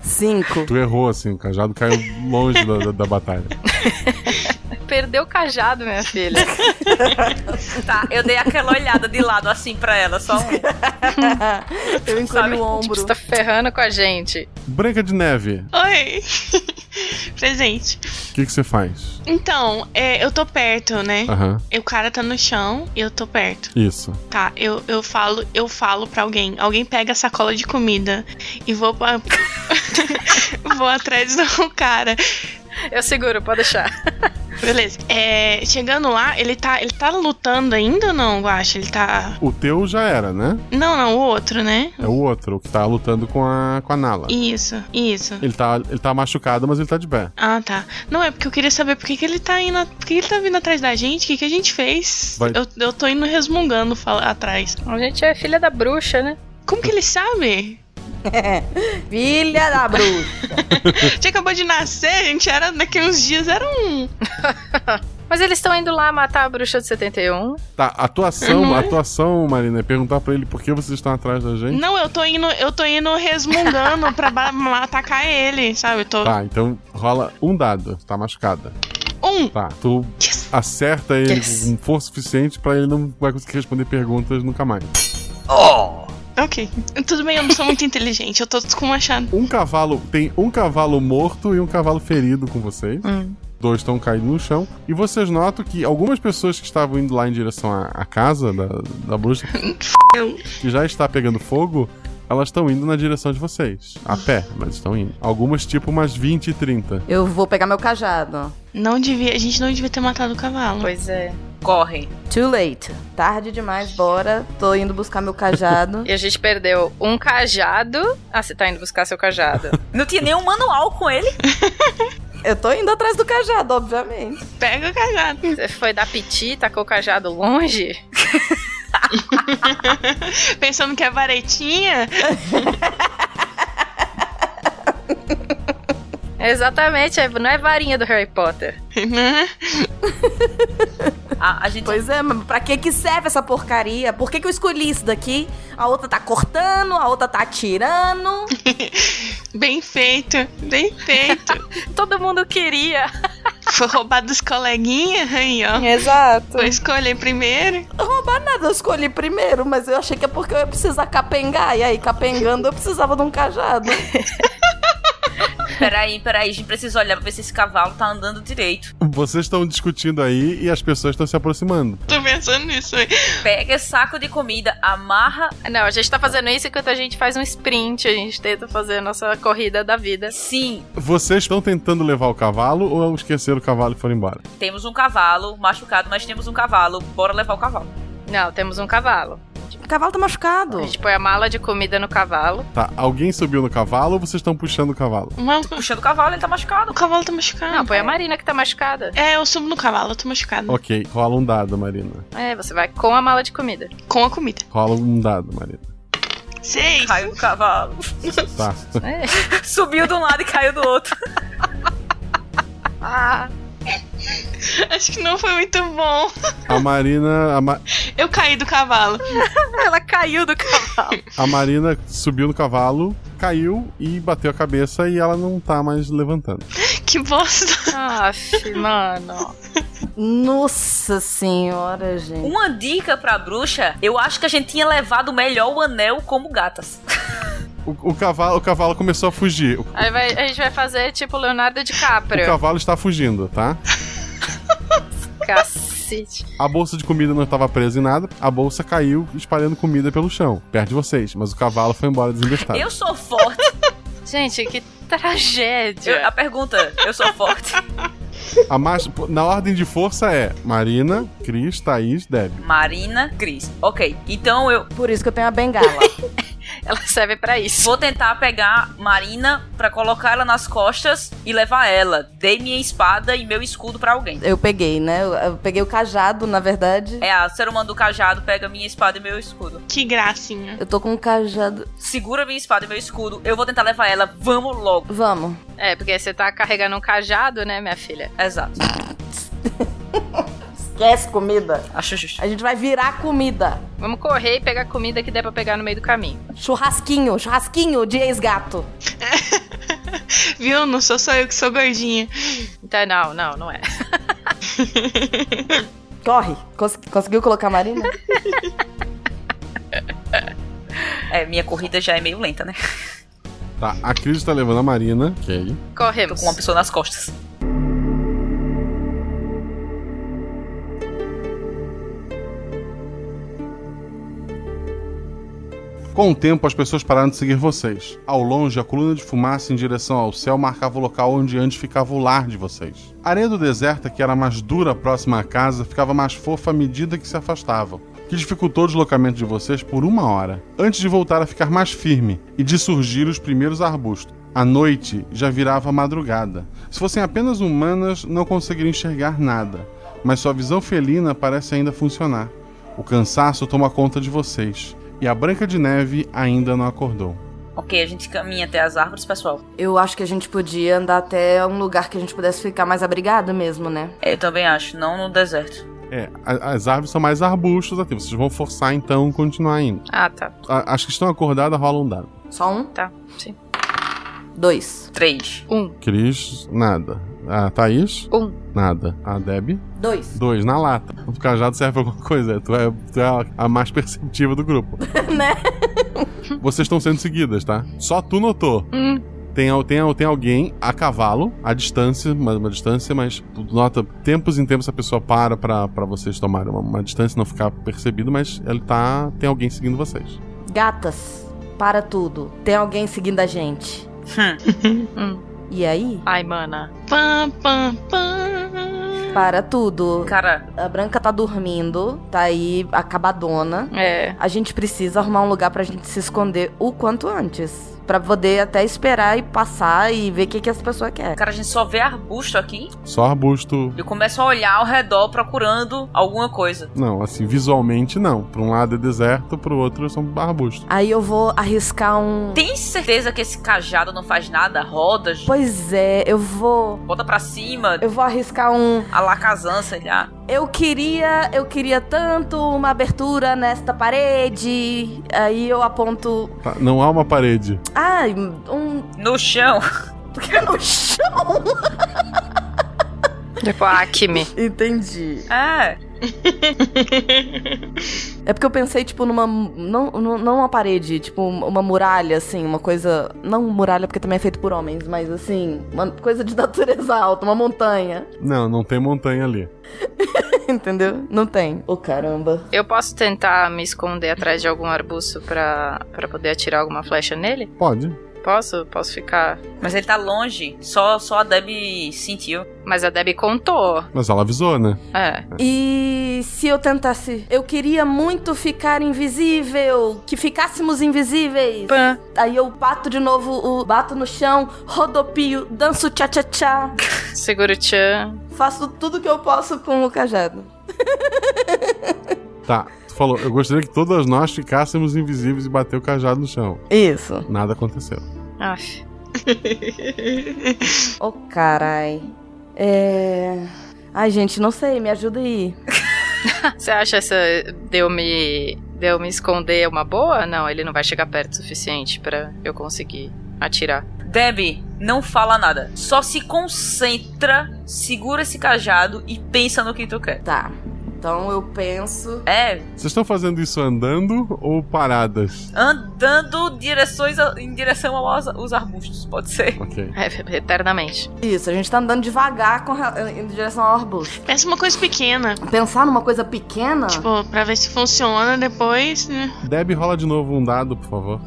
Cinco. Tu errou, assim, o cajado caiu longe da, da- da batalha. Perdeu o cajado, minha filha. Tá, eu dei aquela olhada de lado assim pra ela, só um. eu encolhi o ombro. Você tá ferrando com a gente. Branca de Neve, Oi! Presente. o que, que você faz? Então, é, eu tô perto, né? Aham. E O cara tá no chão e eu tô perto. Isso. Tá, eu, eu falo, eu falo pra alguém. Alguém pega a sacola de comida e vou pra... vou atrás do cara. Eu seguro, pode deixar. Beleza. É, chegando lá, ele tá, ele tá lutando ainda ou não, Guacha? Ele tá. O teu já era, né? Não, não, o outro, né? É o outro, o que tá lutando com a, com a Nala. Isso, isso. Ele tá, ele tá machucado, mas ele tá de pé. Ah, tá. Não, é porque eu queria saber por que, que ele tá indo. Por que, que ele tá vindo atrás da gente? O que, que a gente fez? Vai- Eu, eu tô indo resmungando fala- atrás. A gente é filha da bruxa, né? Como que ele sabe? Filha da bruxa. a gente acabou de nascer, É, a gente era daqui uns dias, era um. Mas eles estão indo lá matar a bruxa de 71. Tá, a atuação, Uhum. a atuação, Marina, é perguntar pra ele por que vocês estão atrás da gente. Não, eu tô indo, eu tô indo resmungando pra ba- atacar ele, sabe? Eu tô. Tá, então rola um dado, tá machucada. Um! Tá, tu acerta ele Yes. com força suficiente pra ele não vai conseguir responder perguntas nunca mais. Oh! Ok. Tudo bem, eu não sou muito inteligente, eu tô com um machado. Um cavalo, tem um cavalo morto e um cavalo ferido com vocês. dois estão caídos no chão. E vocês notam que algumas pessoas que estavam indo lá em direção à, à casa da, da bruxa, que já está pegando fogo, elas estão indo na direção de vocês. A pé, mas estão indo. Algumas, tipo, umas 20 e 30. Eu vou pegar meu cajado. Não devia, a gente não devia ter matado o cavalo. Pois é. Corre. Too late. Tarde demais, bora. Tô indo buscar meu cajado. E a gente perdeu um cajado. Ah, você tá indo buscar seu cajado. Não tinha nenhum manual com ele? Eu tô indo atrás do cajado, obviamente. Pega o cajado. Você foi dar piti, tacou o cajado longe? Pensando que é varetinha? Exatamente, não é varinha do Harry Potter. a, a gente... Pois é, mas pra que que serve essa porcaria? Por que que eu escolhi isso daqui? A outra tá cortando, a outra tá atirando. bem feito, bem feito. Todo mundo queria. Foi roubar dos coleguinhas, aí, ó. Exato. Foi escolher primeiro. Roubar nada, eu escolhi primeiro, mas eu achei que é porque eu ia precisar capengar. E aí, capengando, eu precisava de um cajado. peraí, peraí, a gente precisa olhar pra ver se esse cavalo tá andando direito. Vocês estão discutindo aí e as pessoas estão se aproximando. Tô pensando nisso aí. Pega esse saco de comida, amarra. Não, a gente tá fazendo isso enquanto a gente faz um sprint, a gente tenta fazer a nossa corrida da vida. Sim. Vocês estão tentando levar o cavalo ou esqueceram o cavalo e foram embora? Temos um cavalo machucado, mas temos um cavalo. Bora levar o cavalo. Não, temos um cavalo. O cavalo tá machucado. A gente põe a mala de comida no cavalo. Tá, alguém subiu no cavalo ou vocês estão puxando o cavalo? Não, puxando o cavalo, ele tá machucado. O cavalo tá machucado. Não, põe a Marina que tá machucada. É, eu subo no cavalo, eu tô machucada. Ok, rola um dado, Marina. É, você vai com a mala de comida. Com a comida. Rola um dado, Marina. Seis. Caiu o cavalo. Tá. É. Subiu de um lado e caiu do outro. ah. Acho que não foi muito bom. A Marina. A Ma... Eu caí do cavalo. Ela caiu do cavalo. A Marina subiu no cavalo, caiu e bateu a cabeça e ela não tá mais levantando. Que bosta. Aff, mano. Nossa senhora, gente. Uma dica pra bruxa: eu acho que a gente tinha levado melhor o anel como gatas. O, o, cavalo, o cavalo começou a fugir. Aí vai, a gente vai fazer tipo Leonardo DiCaprio. O cavalo está fugindo, tá? Cacete. A bolsa de comida não estava presa em nada, a bolsa caiu espalhando comida pelo chão, perto de vocês, mas o cavalo foi embora desembestado. Eu sou forte. gente, que tragédia. Eu, a pergunta, eu sou forte. A marcha, na ordem de força é Marina, Cris, Thaís, Deb. Marina, Cris. Ok, então eu. Por isso que eu tenho a bengala. ela serve para isso. Vou tentar pegar Marina para colocar ela nas costas e levar ela. Dei minha espada e meu escudo para alguém. Eu peguei, né? Eu, eu, peguei o cajado, na verdade. É, a ser humano do cajado pega minha espada e meu escudo. Que gracinha. Eu tô com o um cajado. Segura minha espada e meu escudo. Eu vou tentar levar ela. Vamos logo. Vamos. É, porque você tá carregando um cajado, né, minha filha? Exato. esquece comida. Acho justo. A gente vai virar comida. Vamos correr e pegar comida que der pra pegar no meio do caminho. Churrasquinho, churrasquinho de ex-gato. Viu? Não sou só eu que sou gordinha. Então, não, não, não é. Corre. Cons conseguiu colocar a Marina? é, minha corrida já é meio lenta, né? Tá, a Cris tá levando a Marina. Ok. Corremos. Tô com uma pessoa nas costas. Com o tempo, as pessoas pararam de seguir vocês. Ao longe, a coluna de fumaça em direção ao céu marcava o local onde antes ficava o lar de vocês. A areia do deserta, que era mais dura próxima à casa, ficava mais fofa à medida que se afastavam, que dificultou o deslocamento de vocês por uma hora, antes de voltar a ficar mais firme e de surgir os primeiros arbustos. A noite já virava madrugada. Se fossem apenas humanas, não conseguiriam enxergar nada, mas sua visão felina parece ainda funcionar. O cansaço toma conta de vocês e a Branca de Neve ainda não acordou. Ok, a gente caminha até as árvores, pessoal. Eu acho que a gente podia andar até um lugar que a gente pudesse ficar mais abrigado mesmo, né? É, eu também acho, não no deserto. É, as árvores são mais arbustos aqui. Vocês vão forçar então continuar indo. Ah, tá. A, as que estão acordadas rolam um dado. Só um? Tá, sim. Dois. Três. Um. Cris, nada. A Thaís? Um. Nada. A Deb? Dois. Dois, na lata. O cajado serve pra alguma coisa. Tu é, tu é a mais perceptiva do grupo. né? Vocês estão sendo seguidas, tá? Só tu notou. Hum. Tem, al- tem, al- tem alguém a cavalo, à distância, uma, uma distância, mas tu nota, tempos em tempos a pessoa para pra, pra vocês tomarem uma, uma distância, não ficar percebido, mas ele tá. tem alguém seguindo vocês. Gatas, para tudo. Tem alguém seguindo a gente. Hum. E aí? Ai, mana. Pam, pam, pam. Para tudo. Cara. A Branca tá dormindo, tá aí acabadona. É. A gente precisa arrumar um lugar pra gente se esconder o quanto antes. Pra poder até esperar e passar e ver o que, que as pessoas querem. Cara, a gente só vê arbusto aqui Só arbusto. e começa a olhar ao redor procurando alguma coisa. Não, assim, visualmente não. Pra um lado é deserto, pro outro são arbustos. Aí eu vou arriscar um. Tem certeza que esse cajado não faz nada? Rodas? Pois é, eu vou. Bota pra cima? Eu vou arriscar um. A lacazan, sei lá. Eu queria, eu queria tanto uma abertura nesta parede. Aí eu aponto. Tá, não há uma parede. Ai, um. No chão. no chão? Tipo, a Acme. Entendi. É. É porque eu pensei, tipo, numa. Não, não não uma parede, tipo, uma muralha, assim, uma coisa. Não muralha, porque também é feito por homens, mas assim, uma coisa de natureza alta, uma montanha. Não, não tem montanha ali. Entendeu? Não tem. Ô caramba. Eu posso tentar me esconder atrás de algum arbusto pra, pra poder atirar alguma flecha nele? Pode. Posso? Posso ficar. Mas ele tá longe. Só, só a Debbie sentiu. Mas a Debbie contou. Mas ela avisou, né? É. E se eu tentasse? Eu queria muito ficar invisível, que ficássemos invisíveis. Aí eu bato de novo, o bato no chão, rodopio, danço tchá-tchá-tchá. Seguro o tchan. Faço tudo que eu posso com o cajado. Tá, tu falou, eu gostaria que todas nós ficássemos invisíveis e bater o cajado no chão. Isso. Nada aconteceu. Aff. Ô carai. É. Ai, gente, não sei, me ajuda aí. Você acha essa deu me deu me esconder uma boa? Não, ele não vai chegar perto o suficiente pra eu conseguir atirar. Debbie, não fala nada. Só se concentra, segura esse cajado e pensa no que tu quer. Tá. Então eu penso. É, Vocês estão fazendo isso andando ou paradas? andando direções a- em direção aos aos arbustos, pode ser. Ok. É, eternamente. Isso, a gente tá andando devagar com ra- em direção ao arbusto. Pensa uma coisa pequena. Pensar numa coisa pequena? Tipo, pra ver se funciona depois, né? Deb, rola de novo um dado, por favor.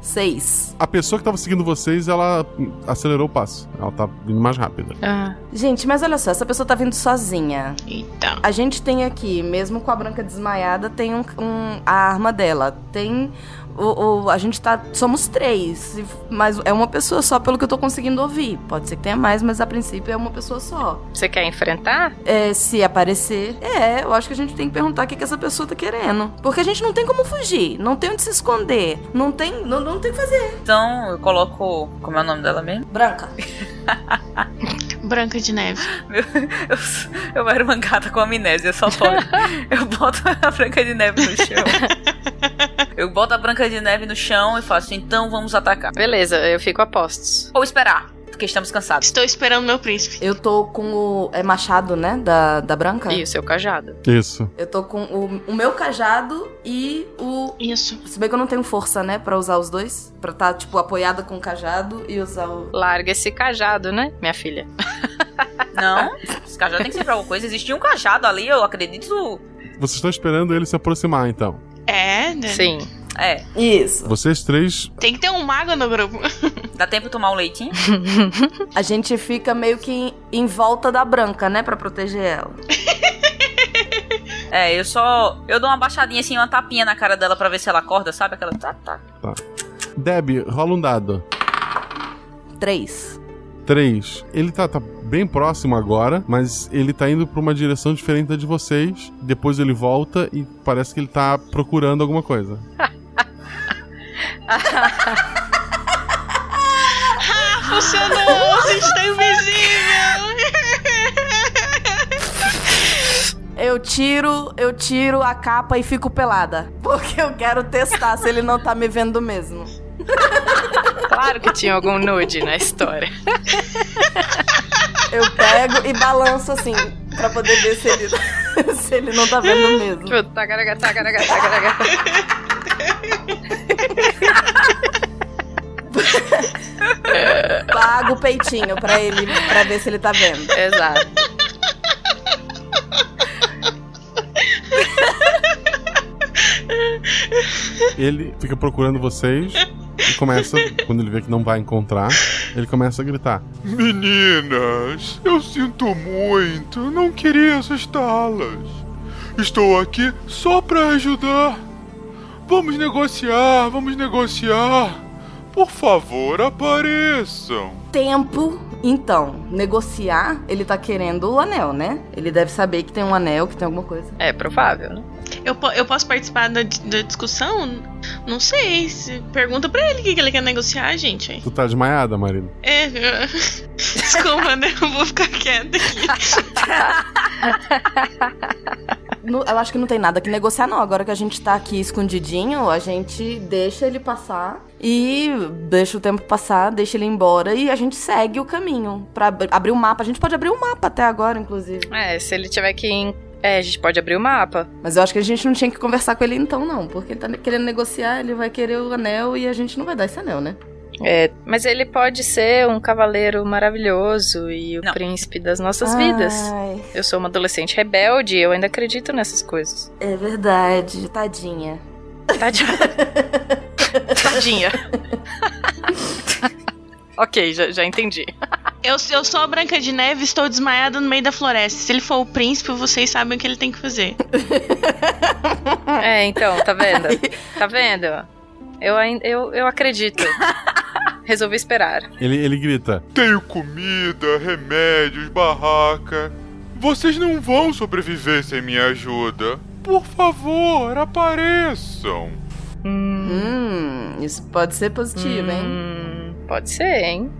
Seis. A pessoa que tava seguindo vocês, ela acelerou o passo. Ela tá vindo mais rápida. Ah. Gente, mas olha só, essa pessoa tá vindo sozinha. Eita. A gente tem aqui, mesmo com a branca desmaiada, tem um, um- a arma dela. Tem. O, o- a gente tá. Somos três. e- Mas é uma pessoa só, pelo que eu tô conseguindo ouvir. Pode ser que tenha mais, mas a princípio é uma pessoa só. Você quer enfrentar? É, se aparecer. É, eu acho que a gente tem que perguntar o que, que essa pessoa tá querendo. Porque a gente não tem como fugir, não tem onde se esconder, não tem, não, não tem o que fazer. Então eu coloco. Como é o nome dela mesmo? Branca. Branca de neve. Eu, eu era uma gata com amnésia, só pode. eu boto a Branca de Neve no chão. Eu boto a Branca de Neve no chão e faço, então vamos atacar. Beleza, eu fico a postos. Ou esperar, porque estamos cansados. Estou esperando meu príncipe. Eu tô com o. É machado, né? Da, da branca? E é o seu cajado. Isso. Eu tô com o, o meu cajado e o. Isso. Se bem que eu não tenho força, né? Pra usar os dois. Pra tá, tipo, apoiada com o cajado e usar o. Larga esse cajado, né, minha filha? Não, esse cajado tem que ser pra alguma coisa. Existia um cajado ali, eu acredito. Vocês estão esperando ele se aproximar, então. É, né? Sim. É. Isso. Vocês três. Tem que ter um mago no grupo. Dá tempo de tomar um leitinho? A gente fica meio que em, em volta da branca, né? Pra proteger ela. É, eu só. Eu dou uma baixadinha assim, uma tapinha na cara dela pra ver se ela acorda, sabe? Aquela. Tá, tá. Tá. Deb, rola um dado. Três. Três. Ele tá, tá bem próximo agora, mas ele tá indo pra uma direção diferente da de vocês. Depois ele volta e parece que ele tá procurando alguma coisa. Tá Ah, funcionou! Você está invisível! Eu tiro, eu tiro a capa e fico pelada. Porque eu quero testar se ele não tá me vendo mesmo. Claro que tinha algum nude na história. Eu pego e balanço assim, pra poder ver se ele, se ele não tá vendo mesmo. Tipo, tagaraga, tagaraga, tagaraga. Paga o peitinho pra ele, pra ver se ele tá vendo. Exato. Ele fica procurando vocês e começa, quando ele vê que não vai encontrar, ele começa a gritar. Meninas, eu sinto muito, eu não queria assustá-las. Estou aqui só para ajudar. Vamos negociar, vamos negociar. Por favor, apareçam. Tempo, então, negociar, ele tá querendo o anel, né? Ele deve saber que tem um anel, que tem alguma coisa. É provável, né? Eu, po- eu posso participar da, di- da discussão? Não sei. se- Pergunta pra ele o que que ele quer negociar, gente. Tu tá desmaiada, Marina? É. eu- Desculpa, né? Eu vou ficar quieta Não- eu acho que não tem nada que negociar, não. Agora que a gente tá aqui escondidinho, a gente deixa ele passar e deixa o tempo passar, deixa ele embora e a gente segue o caminho pra ab- abrir o mapa. A gente pode abrir o mapa até agora, inclusive. É, se ele tiver que. en- É, a gente pode abrir o mapa. Mas eu acho que a gente não tinha que conversar com ele então, não. Porque ele tá ne- querendo negociar, ele vai querer o anel e a gente não vai dar esse anel, né? É, mas ele pode ser um cavaleiro maravilhoso e o príncipe das nossas vidas. Ai. Eu sou uma adolescente rebelde e eu ainda acredito nessas coisas. É verdade, tadinha. Tadinha. Tadinha. ok, já, já entendi. Eu, eu sou a Branca de Neve e estou desmaiada no meio da floresta. Se ele for o príncipe, vocês sabem o que ele tem que fazer. É, então, tá vendo? Tá vendo? Eu, ain- eu, eu acredito. Resolvi esperar. Ele, ele grita. Tenho comida, remédios, barraca. Vocês não vão sobreviver sem minha ajuda. Por favor, apareçam. Hum, isso pode ser positivo, hein? Hum, Pode ser, hein?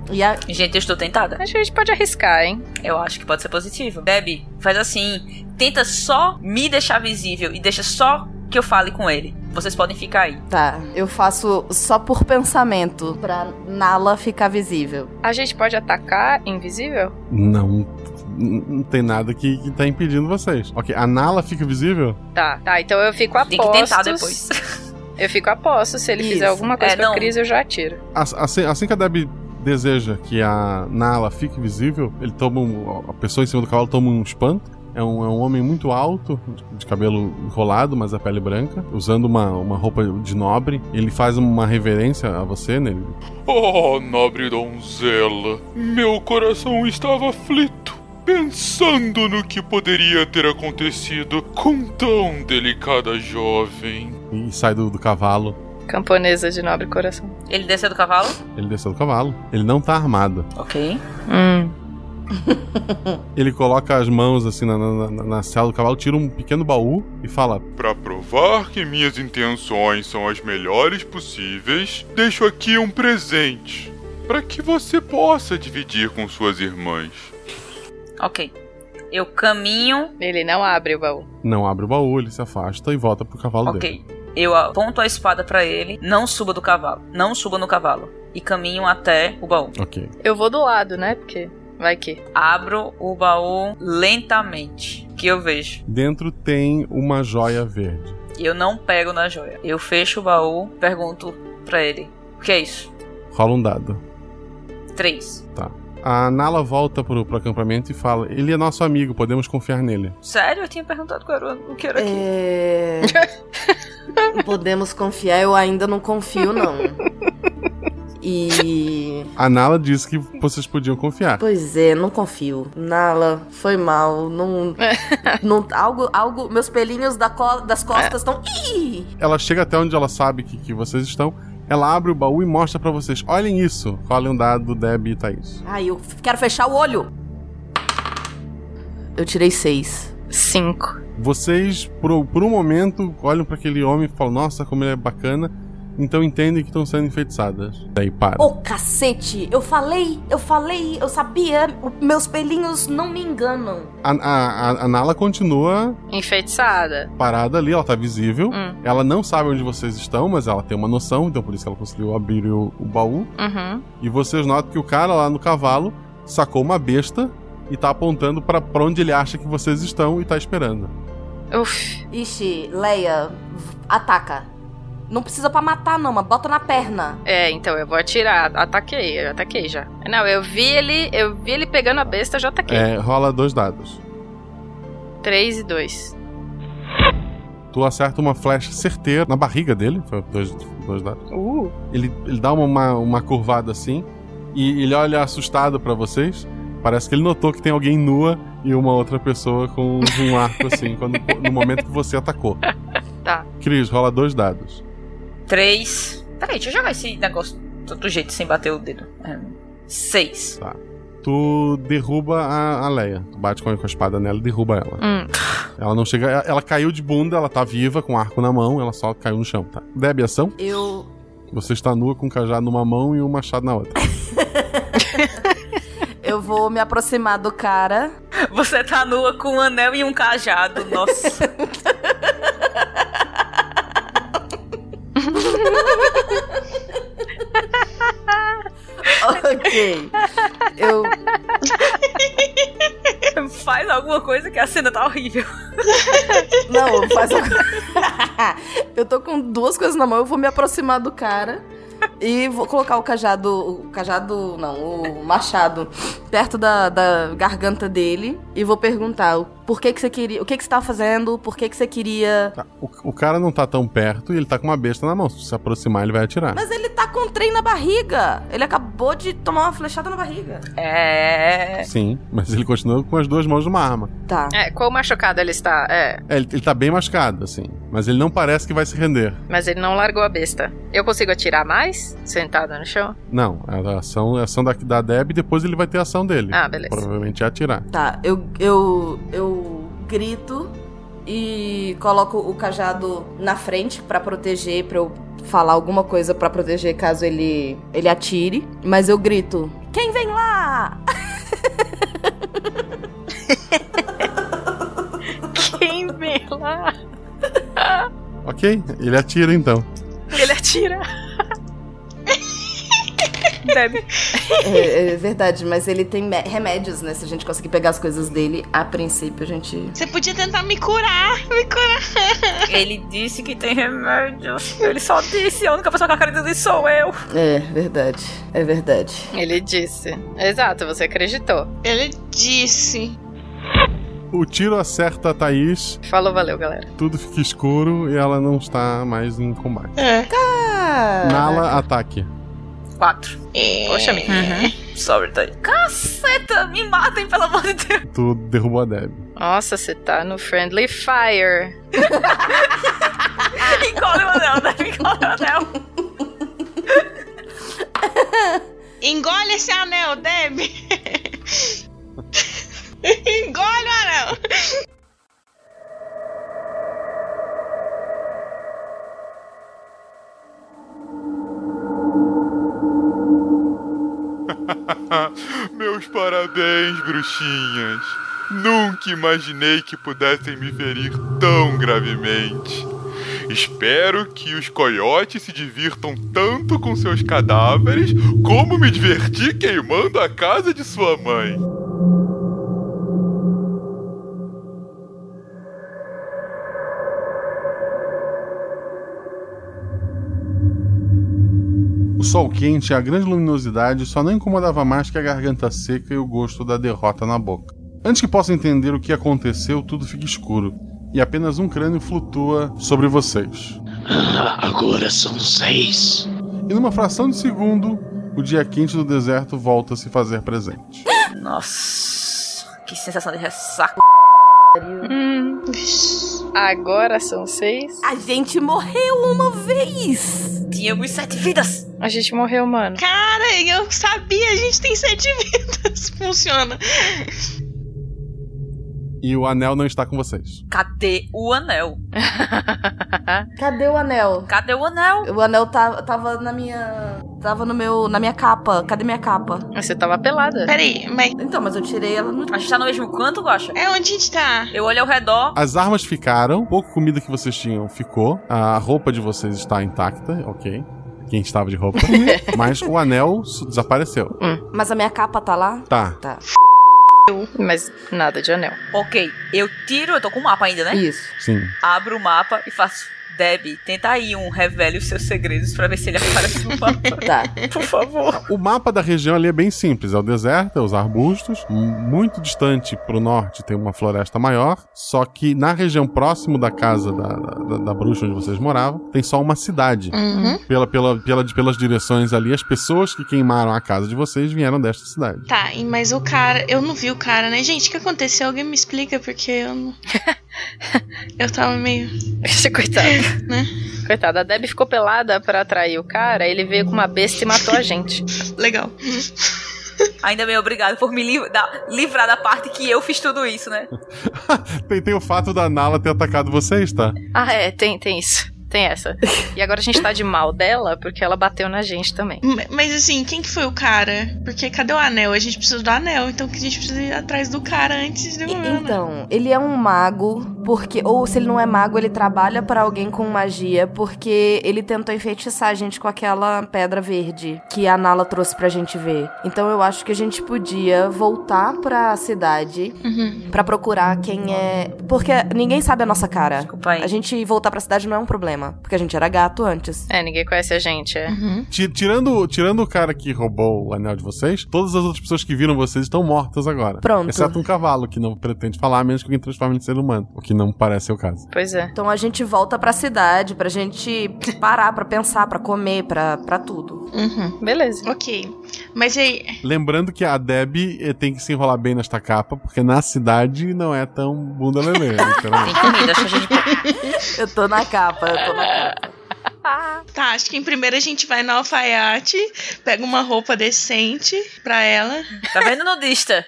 Gente, eu estou tentada. A gente pode arriscar, hein? Eu acho que pode ser positivo. Bebe, faz assim. Tenta só me deixar visível e deixa só que eu fale com ele. Vocês podem ficar aí. Tá, eu faço só por pensamento, pra Nala ficar visível. A gente pode atacar invisível? Não, n- não tem nada que, que tá impedindo vocês. Ok, a Nala fica visível? Tá, tá. Então eu fico a Tem que tentar depois. Eu fico a postos. Se ele fizer alguma coisa É, pra não. Cris, eu já atiro. As- Assim, assim que a Deb deseja que a Nala fique visível, ele toma um, a pessoa em cima do cavalo toma um espanto. É um, é um homem muito alto, de- de cabelo enrolado, mas a pele branca, usando uma, uma roupa de nobre. Ele faz uma reverência a você, né? Ele- Oh, nobre donzela, meu coração estava aflito, pensando no que poderia ter acontecido com tão delicada jovem. E sai do, do cavalo. Camponesa de nobre coração. Ele desceu do cavalo? Ele desceu do cavalo. Ele não tá armado. Ok. Ele coloca as mãos assim na, na, na- na sela do cavalo, tira um pequeno baú e fala: Para provar que minhas intenções são as melhores possíveis, deixo aqui um presente para que você possa dividir com suas irmãs. Ok. Eu caminho. Ele não abre o baú. Não abre o baú, ele se afasta e volta pro cavalo dele. Ok. Eu aponto a espada pra ele. Não suba do cavalo. Não suba no cavalo. E caminho até o baú. Ok. Eu vou do lado, né? Porque vai que. Abro o baú lentamente. Que eu vejo. Dentro tem uma joia verde. Eu não pego na joia. Eu fecho o baú, pergunto pra ele: O que é isso? Rola um dado. Três. Tá. A Nala volta pro, pro acampamento e fala: Ele é nosso amigo, podemos confiar nele. Sério? Eu tinha perguntado qual era o o que era aqui. É... Podemos confiar, eu ainda não confio, não. E. A Nala disse que vocês podiam confiar. Pois é, não confio. Nala, foi mal. Não. não algo, algo. Meus pelinhos da co- das costas estão. Ela chega até onde ela sabe que, que vocês estão. Ela abre o baú e mostra pra vocês: Olhem isso. Rolem um dado, Deb e Thaís. Ai, eu f- quero fechar o olho. Eu tirei seis. Cinco. Vocês, por, por um momento, olham pra aquele homem e falam: Nossa, como ele é bacana. Então entendem que estão sendo enfeitiçadas. Daí para. Ô, cacete! Eu falei, eu falei, eu sabia. o- Meus pelinhos não me enganam. A, a- a- a Nala continua Enfeitiçada. parada ali, ela tá visível. Hum. Ela não sabe onde vocês estão, mas ela tem uma noção, então por isso ela conseguiu abrir o, o baú. Hum. Uhum. E vocês notam que o cara lá no cavalo sacou uma besta e tá apontando pra pra onde ele acha que vocês estão e tá esperando. Uf. Ixi, Leia, v- ataca. Não precisa pra matar, não, mas bota na perna. É, então eu vou atirar. Ataquei, eu ataquei já. Não, eu vi ele, eu vi ele pegando a besta, eu já ataquei. É, rola dois dados. 3 e 2. Tu acerta uma flecha certeira na barriga dele. Foi dois, dois dados. Uh. Uhum. Ele, ele dá uma, uma, uma curvada assim. E ele olha assustado pra vocês. Parece que ele notou que tem alguém nua e uma outra pessoa com um arco assim, quando, no momento que você atacou. Tá. Cris, rola dois dados. Três. Peraí, deixa eu jogar esse negócio de outro jeito sem bater o dedo. É, Seis. Tá. Tu derruba a, a Leia. Tu bate com a, com a espada nela e derruba ela. Hum. Ela não chega. Ela, ela caiu de bunda, ela tá viva, com o arco na mão, ela só caiu no chão, tá? Debe ação? Eu. Você está nua com o cajado numa mão e o machado na outra. Eu vou me aproximar do cara. Você tá nua com um anel e um cajado. Nossa. ok. Eu. Faz alguma coisa que a cena tá horrível. Não, faz alguma Eu tô com duas coisas na mão, eu vou me aproximar do cara. E vou colocar o cajado. O cajado. Não, o machado perto da, da garganta dele. E vou perguntar o por que, que você queria. O que, que você tava fazendo? Por que, que você queria. O, o cara não tá tão perto e ele tá com uma besta na mão. Se se aproximar, ele vai atirar. Mas ele tá com um trem na barriga. Ele acabou de tomar uma flechada na barriga. É. Sim, mas ele continua com as duas mãos numa arma. Tá. É, qual machucado ele está? É. É, ele, ele tá bem machucado, assim. Mas ele não parece que vai se render. Mas ele não largou a besta. Eu consigo atirar mais? Sentado no chão? Não, a ação, a ação da, da Deb e depois ele vai ter a ação dele. Ah, beleza. Provavelmente é atirar. Tá, eu. Eu. Eu grito e coloco o cajado na frente pra proteger, pra eu falar alguma coisa pra proteger caso ele ele atire, mas eu grito: "Quem vem lá?" Quem vê lá? Ok, ele atira então. Ele atira. Deve. É, é verdade, mas ele tem me- remédios, né? Se a gente conseguir pegar as coisas dele, a princípio a gente Você podia tentar me curar, me curar. Ele disse que tem remédio. Ele só disse. A única pessoa com a cara dele sou eu. É, verdade. É verdade. Ele disse. Exato, você acreditou. Ele disse. O tiro acerta a Thaís, Falou, valeu, galera. tudo fica escuro e ela não está mais em combate. É. Tá. Nala, ataque. Quatro. Ah. É. Poxa, minha. Sorry, tá aí. Caceta, me matem, pelo amor de Deus. Tu derrubou a Deb. Nossa, você tá no Friendly Fire. Encolhe o anel, tá? né? Encolhe o anel. Engole esse anel, Deb. Engole o anel. Meus parabéns, bruxinhas. Nunca imaginei que pudessem me ferir tão gravemente. Espero que os coiotes se divirtam tanto com seus cadáveres como me diverti queimando a casa de sua mãe. O sol quente e a grande luminosidade só não incomodava mais que a garganta seca e o gosto da derrota na boca. Antes que possa entender o que aconteceu, tudo fica escuro. E apenas um crânio flutua sobre vocês. Agora são seis. E numa fração de segundo, o dia quente do deserto volta a se fazer presente. Nossa, que sensação de ressaca. Hum. Agora são seis. A gente morreu uma vez! Tínhamos sete vidas! A gente morreu, mano. Cara, eu sabia, a gente tem sete vidas. Funciona. E o anel não está com vocês. Cadê o anel? Cadê o anel? Cadê o anel? O anel tá, tava na minha. Tava no meu. na minha capa. Cadê minha capa? Você tava pelada. Peraí, mas. Então, mas eu tirei ela no. A gente tá no mesmo canto, Guacha? É onde a gente tá. Eu olho ao redor. As armas ficaram, pouca comida que vocês tinham ficou, a roupa de vocês está intacta, ok. Quem estava de roupa. Mas o anel su- desapareceu. Hum. Mas a minha capa tá lá? Tá. Tá. Mas nada de anel. Ok, eu tiro, eu tô com o mapa ainda, né? Isso. Sim. Abro o mapa e faço Debbie, tenta aí um revele os seus segredos pra ver se ele aparece no mapa. Tá. Por favor. O mapa da região ali é bem simples. É o deserto, é os arbustos. Muito distante pro norte tem uma floresta maior. Só que na região próximo da casa da, da, da bruxa onde vocês moravam, tem só uma cidade. Uhum. Pela, pela, pela, pelas direções ali, as pessoas que queimaram a casa de vocês vieram desta cidade. Tá, e- mas o cara. Eu não vi o cara, né? Gente, o que aconteceu? Alguém me explica porque eu não. eu tava meio. Coitada. Né? Coitada, a Debbie ficou pelada pra atrair o cara, ele veio com uma besta e matou a gente. Legal. Ainda bem, obrigado por me liv- da- livrar da parte que eu fiz tudo isso, né? Tem, tem o fato da Nala ter atacado vocês, tá? Ah, é, tem, tem isso. Tem essa. E agora a gente tá de mal dela porque ela bateu na gente também. Ma- Mas assim, quem que foi o cara? Porque cadê o anel? A gente precisa do anel, então que a gente precisa ir atrás do cara antes do anel. Então, ele é um mago, porque. Ou se ele não é mago, ele trabalha pra alguém com magia, porque ele tentou enfeitiçar a gente com aquela pedra verde que a Nala trouxe pra gente ver. Então eu acho que a gente podia voltar pra cidade Uhum. pra procurar quem é. Porque ninguém sabe a nossa cara. Desculpa aí. A gente voltar pra cidade não é um problema, porque a gente era gato antes. É, ninguém conhece a gente, é. Ti- Tirando, tirando o cara que roubou o anel de vocês, todas as outras pessoas que viram vocês estão mortas agora. Pronto. Exceto um cavalo, que não pretende falar, a menos que alguém transforme em ser humano. O que não parece ser o caso. Pois é. Então a gente volta pra cidade, pra gente parar, pra pensar, pra comer, pra, pra tudo. Beleza. Uhum. Ok. Mas e aí. Lembrando que a Deb eh, tem que se enrolar bem nesta capa, porque na cidade não é tão bunda lelê. Então, literalmente. Eu tô na capa, eu tô na capa. Tá, acho que em primeiro a gente vai na alfaiate, pega uma roupa decente pra ela. Tá vendo, nudista?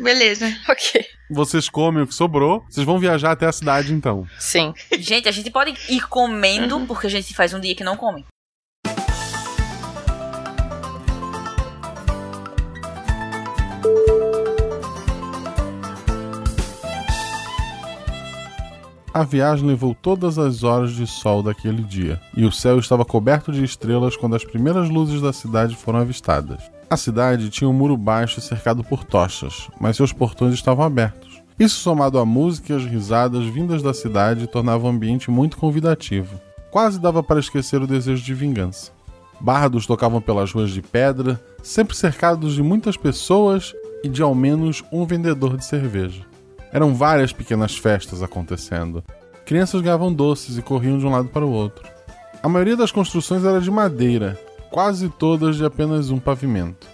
Beleza. ok. vocês comem o que sobrou, vocês vão viajar até a cidade então. Sim. Gente, a gente pode ir comendo Uhum. porque a gente faz um dia que não come. A viagem levou todas as horas de sol daquele dia, e o céu estava coberto de estrelas quando as primeiras luzes da cidade foram avistadas. A cidade tinha um muro baixo cercado por tochas, mas seus portões estavam abertos. Isso, somado à música e às risadas vindas da cidade, tornava o ambiente muito convidativo. Quase dava para esquecer o desejo de vingança. Bardos tocavam pelas ruas de pedra, sempre cercados de muitas pessoas e de ao menos um vendedor de cerveja. Eram várias pequenas festas acontecendo. Crianças ganhavam doces e corriam de um lado para o outro. A maioria das construções era de madeira, quase todas de apenas um pavimento.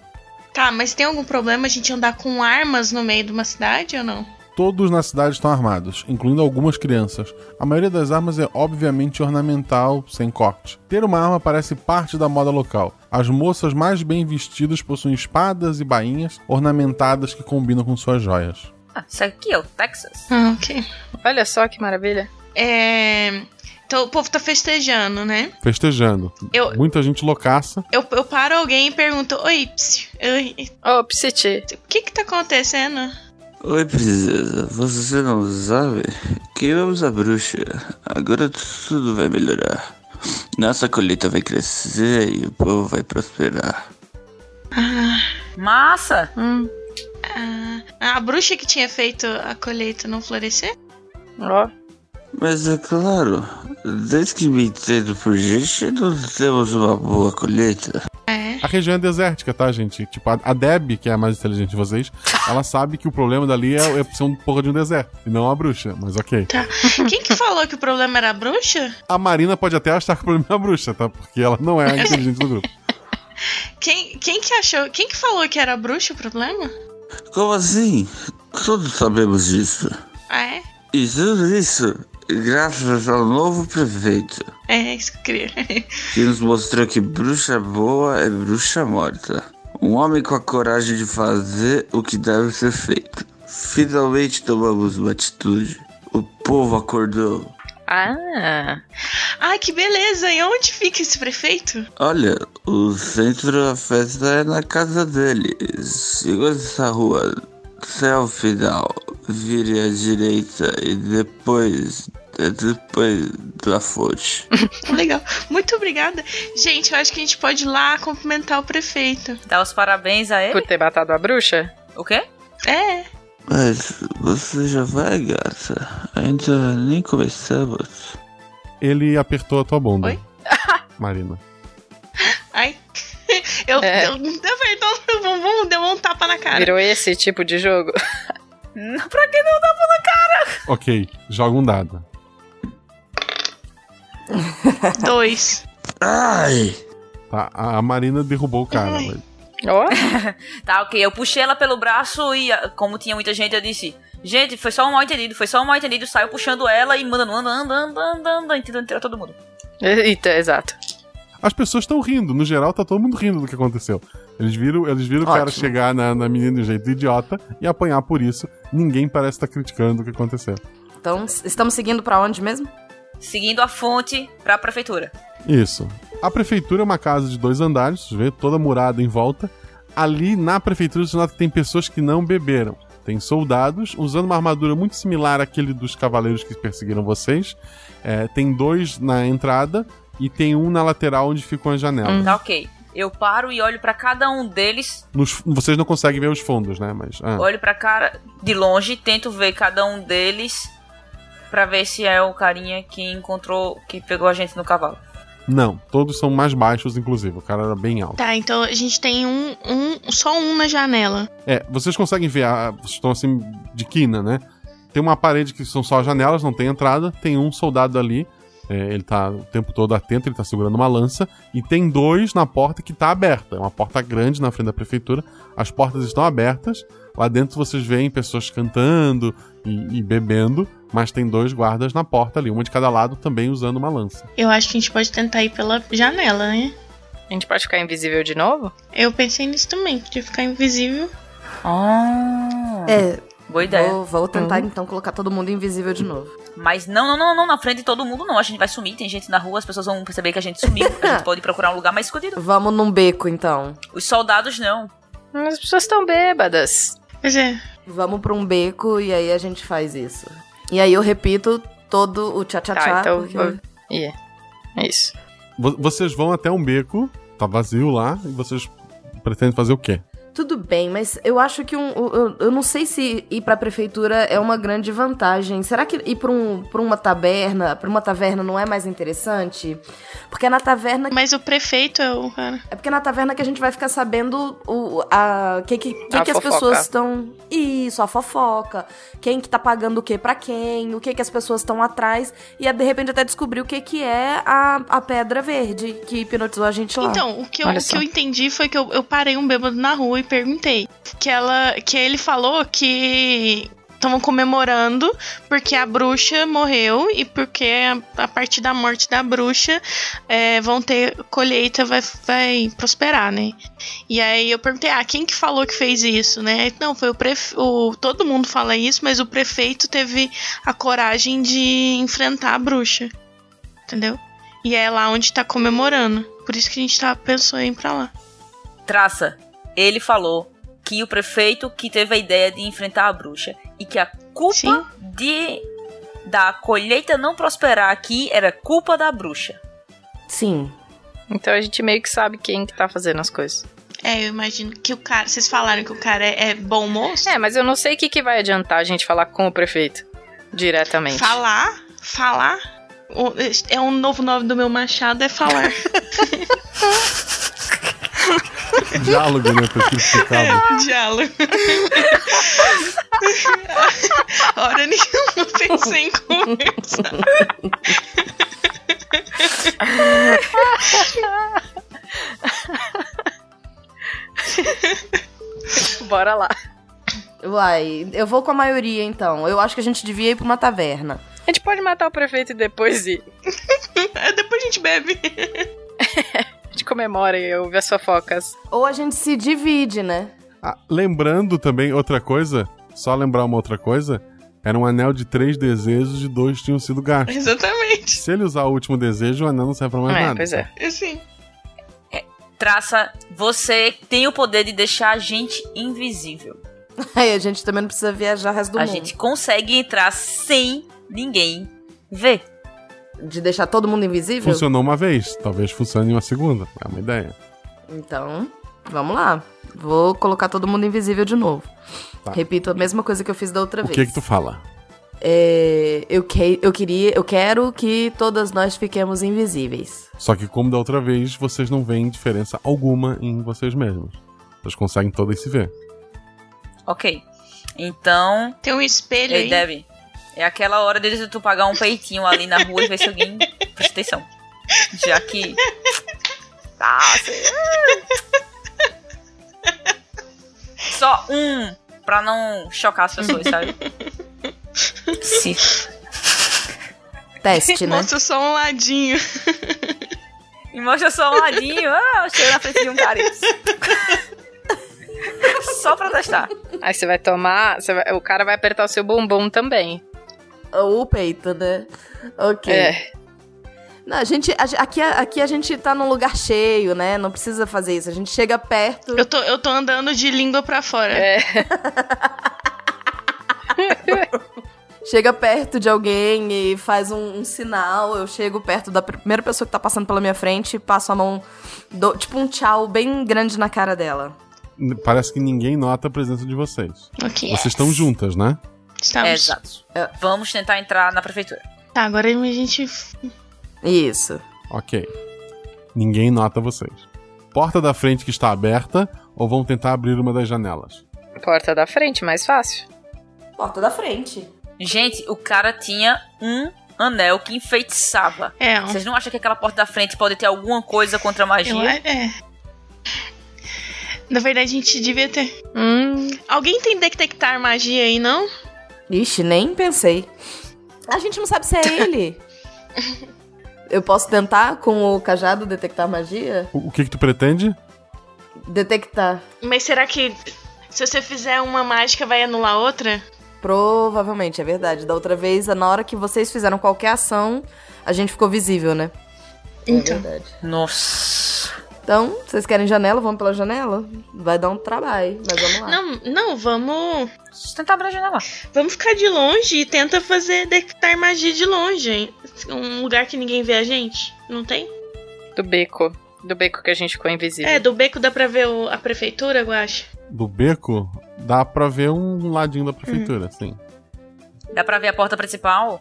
Tá, mas tem algum problema a gente andar com armas no meio de uma cidade ou não? Todos na cidade estão armados, incluindo algumas crianças. A maioria das armas é obviamente ornamental, sem corte. Ter uma arma parece parte da moda local. As moças mais bem vestidas possuem espadas e bainhas ornamentadas que combinam com suas joias. Ah, isso aqui é o Texas. Ah, ok. Olha só que maravilha. É. Então o povo tá festejando, né? Festejando. Eu- Muita gente loucaça. Eu, eu paro alguém e pergunto: Oi, psi. Oi. Ô, psiti. O que que tá acontecendo? Oi, princesa. Você não sabe? Queimamos a bruxa. Agora tudo vai melhorar. Nossa colheita vai crescer e o povo vai prosperar. Massa! Hum. Ah, a bruxa que tinha feito a colheita não florescer? Ó. Mas é claro, desde que me entendo por gente, não temos uma boa colheita. A região é desértica, tá, gente? Tipo, a, a Deb, que é a mais inteligente de vocês, ela sabe que o problema dali é, é ser um porra de um deserto, e não a bruxa, mas ok. Tá. Quem que falou que o problema era a bruxa? A Marina pode até achar que o problema é a bruxa, tá? Porque ela não é a inteligente do grupo. Quem, quem que achou? Quem que falou que era a bruxa o problema? Como assim? Todos sabemos disso. Ah, é? E tudo isso graças ao novo prefeito, É isso que eu queria. que nos mostrou que bruxa boa é bruxa morta. Um homem com a coragem de fazer o que deve ser feito. Finalmente tomamos uma atitude. O povo acordou. Ah. Ai, que beleza! E onde fica esse prefeito? Olha, o centro da festa é na casa dele. Siga essa rua até o final. Vire à direita e depois. é depois da fonte. Legal. Muito obrigada. Gente, eu acho que a gente pode ir lá cumprimentar o prefeito. Dá os parabéns a ele. Por ter matado a bruxa? O quê? É. Mas você já vai, gata? Ainda nem começamos. Ele apertou a tua bunda. Oi? Marina. Ai. Eu, eu "Então, apertou meu bumbum, deu um tapa na cara. É. Virou esse tipo de jogo? Não, pra que não tapa na cara? Ok, joga um dado. Dois. Ah, Ai! Tá, a a Marina derrubou o cara. mas- tá, ok. Eu puxei ela pelo braço e, ah, como tinha muita gente, eu disse: Gente, foi só um mal entendido, foi só um mal entendido. Saiu puxando ela e mandando, anda, anda, anda, anda, anda, e tentando tirar todo mundo. É, Eita, exato. As pessoas estão rindo, no geral tá todo mundo rindo do que aconteceu. Eles viram, eles viram o cara Ótimo. chegar na, na menina de um jeito idiota e apanhar por isso. Ninguém parece estar criticando o que aconteceu. Então, s- estamos seguindo pra onde mesmo? Seguindo a fonte pra prefeitura. Isso. A prefeitura é uma casa de dois andares, você vê toda murada em volta. Ali na prefeitura você nota que tem pessoas que não beberam. Tem soldados usando uma armadura muito similar àquele dos cavaleiros que perseguiram vocês. É, tem dois na entrada e tem um na lateral onde ficam as janelas. Tá, ok. Eu paro e olho pra cada um deles Nos- vocês não conseguem ver os fundos, né? Mas. ah. Olho pra cara de longe, tento ver cada um deles pra ver se é o carinha que encontrou, que pegou a gente no cavalo. Não, todos são mais baixos, inclusive. O cara era bem alto. Tá, então a gente tem um, um só um na janela. É, vocês conseguem ver, a- vocês estão assim de quina, né? Tem uma parede que são só janelas, não tem entrada. Tem um soldado ali, é, ele tá o tempo todo atento, ele tá segurando uma lança. E tem dois na porta que tá aberta. É uma porta grande na frente da prefeitura. As portas estão abertas. Lá dentro vocês veem pessoas cantando e, e bebendo, mas tem dois guardas na porta ali, uma de cada lado também usando uma lança. Eu acho que a gente pode tentar ir pela janela, né? A gente pode ficar invisível de novo? Eu pensei nisso também, de ficar invisível. Ah. É. Boa ideia. Vou, vou tentar Uhum. então colocar todo mundo invisível de novo. Mas não, não, não, não, na frente de todo mundo não. A gente vai sumir, tem gente na rua, as pessoas vão perceber que a gente sumiu. a gente pode procurar um lugar mais escondido. Vamos num beco então. Os soldados não. As pessoas estão bêbadas. Pois é. Vamos pra um beco e aí a gente faz isso. E aí eu repito todo o tchá-tchá-tchá. Tá, então porque- eu- Ih, É isso. Vo- Vocês vão até um beco, tá vazio lá, e vocês pretendem fazer o quê? Tudo bem, mas eu acho que um, eu, eu não sei se ir pra prefeitura é uma grande vantagem. Será que ir pra, um, pra uma taberna, pra uma taverna não é mais interessante? Porque é na taverna. Mas o prefeito é o cara. É porque na taverna que a gente vai ficar sabendo o a que que, que, A que as fofoca. pessoas estão isso, a fofoca, quem que tá pagando o que pra quem, o que que as pessoas estão atrás e é, de repente até descobrir o que que é a, a pedra verde que hipnotizou a gente lá. Então, o que eu, o que eu entendi foi que eu, eu parei um bêbado na rua e perguntei. Que ela. Que ele falou que estavam comemorando porque a bruxa morreu e porque a, a partir da morte da bruxa é, vão ter colheita, vai, vai prosperar, né? E aí eu perguntei, ah, quem que falou que fez isso, né? Não, foi o prefeito. Todo mundo fala isso, mas o prefeito teve a coragem de enfrentar a bruxa. Entendeu? E é lá onde tá comemorando. Por isso que a gente tá, pensou em ir pra lá. Traça, ele falou que o prefeito que teve a ideia de enfrentar a bruxa e que a culpa de da colheita não prosperar aqui era culpa da bruxa. Sim. Então a gente meio que sabe quem que tá fazendo as coisas. É, eu imagino que o cara. Vocês falaram que o cara é, é bom moço? É, mas eu não sei o que, que vai adiantar a gente falar com o prefeito diretamente. Falar? Falar? O- É um novo nome do meu machado, é falar. Diálogo, né? Pesquisado. É, Diálogo. Hora nenhuma pensei em conversar. Bora lá. Uai, eu vou com a maioria então. Eu acho que a gente devia ir pra uma taverna. A gente pode matar o prefeito e depois ir. depois a gente bebe. a gente comemora e ouve as fofocas. Ou a gente se divide, né? Ah, lembrando também outra coisa, só lembrar uma outra coisa, era um anel de três desejos e dois tinham sido gastos. Exatamente. Se ele usar o último desejo, o anel não serve pra É, É, mais nada. Sim. É, Traça, você tem o poder de deixar a gente invisível. Aí a gente também não precisa viajar o resto do a mundo. gente consegue entrar sem ninguém ver. De deixar todo mundo invisível? Funcionou uma vez, talvez funcione uma segunda. É uma ideia. Então, vamos lá. Vou colocar todo mundo invisível de novo. Tá. Repito a mesma coisa que eu fiz da outra O vez. que que tu fala? é, eu, que, eu queria, eu quero que todas nós fiquemos invisíveis. Só que, como da outra vez, vocês não veem diferença alguma em vocês mesmos. Vocês conseguem todas se ver. Ok. Então. Tem um espelho Ei, aí. Debbie, é aquela hora de tu pagar um peitinho ali na rua e ver se alguém presta atenção. Já que. tá, assim, Nossa. ah. Só um, pra não chocar as pessoas, sabe? Sim. Teste, né? Mostra só um ladinho. E mostra só um ladinho. Ah, eu chego na frente de um cara. Só pra testar. Aí você vai tomar. você vai- o cara vai apertar o seu bumbum também. Ou o peito, né? Ok. É. Não, a gente, a ge- aqui, a- aqui a gente tá num lugar cheio, né? Não precisa fazer isso. A gente chega perto. Eu tô, eu tô andando de língua pra fora. É. Chega perto de alguém e faz um, um sinal. Eu chego perto da primeira pessoa que tá passando pela minha frente, e passo a mão, dou, tipo um tchau bem grande na cara dela. N- Parece que ninguém nota a presença de vocês. Ok. Vocês estão juntas, né? Estamos. É, exato. Vamos tentar entrar na prefeitura. Tá, agora a gente. Isso. Ok. Ninguém nota vocês. Porta da frente que está aberta ou vão tentar abrir uma das janelas? Porta da frente, mais fácil. Porta da frente. Gente, o cara tinha um anel que enfeitiçava. É. Vocês não acham que aquela porta da frente pode ter alguma coisa contra a magia? Eu, é. Na verdade, a gente devia ter. Hum. Alguém tem detectar magia aí, não? Ixi, nem pensei. A gente não sabe se é ele. Eu posso tentar com o cajado detectar magia? O, o que que tu pretende? Detectar. Mas será que se você fizer uma mágica vai anular outra? Provavelmente, é verdade. Da outra vez, na hora que vocês fizeram qualquer ação, a gente ficou visível, né? Então. Nossa. Então, vocês querem janela? Vamos pela janela? Vai dar um trabalho, mas vamos lá. Não, não, vamos. Tentar abrir a janela. Vamos ficar de longe e tenta fazer detectar magia de longe, hein? Um lugar que ninguém vê a gente. Não tem? Do beco. Do beco que a gente ficou invisível. É, do beco dá pra ver o- a prefeitura, eu acho. Do beco, dá pra ver um ladinho da prefeitura, sim. Dá pra ver a porta principal?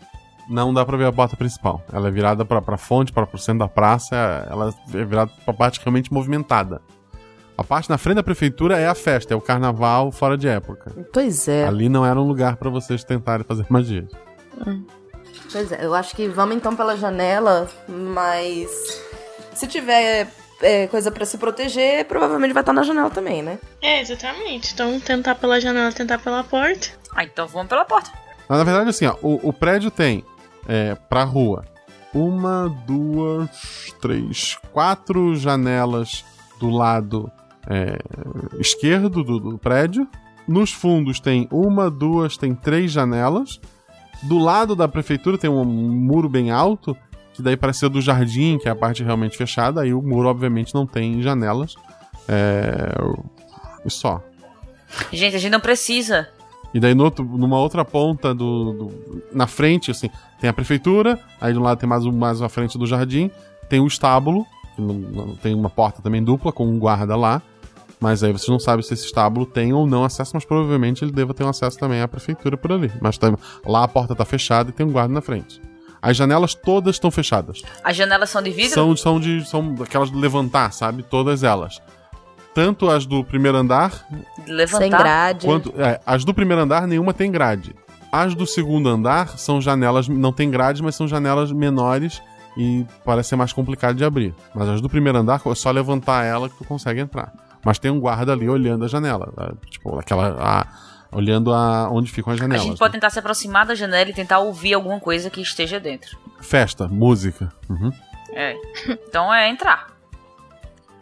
Não dá pra ver a porta principal. Ela é virada pra, pra fonte, pra, pro centro da praça, ela é virada pra parte realmente movimentada. A parte na frente da prefeitura é a festa, é o carnaval fora de época. Pois é. Ali não era um lugar pra vocês tentarem fazer magia. Pois é, eu acho que vamos então pela janela, mas se tiver é, coisa pra se proteger, provavelmente vai estar na janela também, né? É, exatamente. Então tentar pela janela, tentar pela porta. Ah, então vamos pela porta. Mas, na verdade, assim, ó, o, o prédio tem é, pra rua uma, duas, três, quatro janelas do lado é, esquerdo do, do prédio. Nos fundos tem uma, duas, tem três janelas. Do lado da prefeitura tem um muro bem alto, que daí parece ser do jardim, que é a parte realmente fechada. Aí o muro, obviamente, não tem janelas. É. e Só. Gente, a gente não precisa. E daí no outro- numa outra ponta do, do- Na frente, assim, tem a prefeitura, aí de um lado tem mais, um, mais à frente do jardim, tem o estábulo, que não- não- tem uma porta também dupla com um guarda lá. Mas aí vocês não sabem se esse estábulo tem ou não acesso, mas provavelmente ele deva ter um acesso também à prefeitura por ali. Mas tá- lá a porta tá fechada e tem um guarda na frente. As janelas todas estão fechadas. As janelas são de vidro? São, são, de, são aquelas de levantar, sabe? Todas elas. Tanto as do primeiro andar, De levantar. Quanto- é, as do primeiro andar, nenhuma tem grade. As do segundo andar são janelas, não tem grade, mas são janelas menores e parece ser mais complicado de abrir. Mas as do primeiro andar, é só levantar ela que tu consegue entrar. Mas tem um guarda ali olhando a janela. tá? Tipo, aquela. a- olhando a, onde ficam as A janelas. né? gente pode tentar se aproximar da janela e tentar ouvir alguma coisa que esteja dentro. Festa, música. Uhum. É. Então é entrar.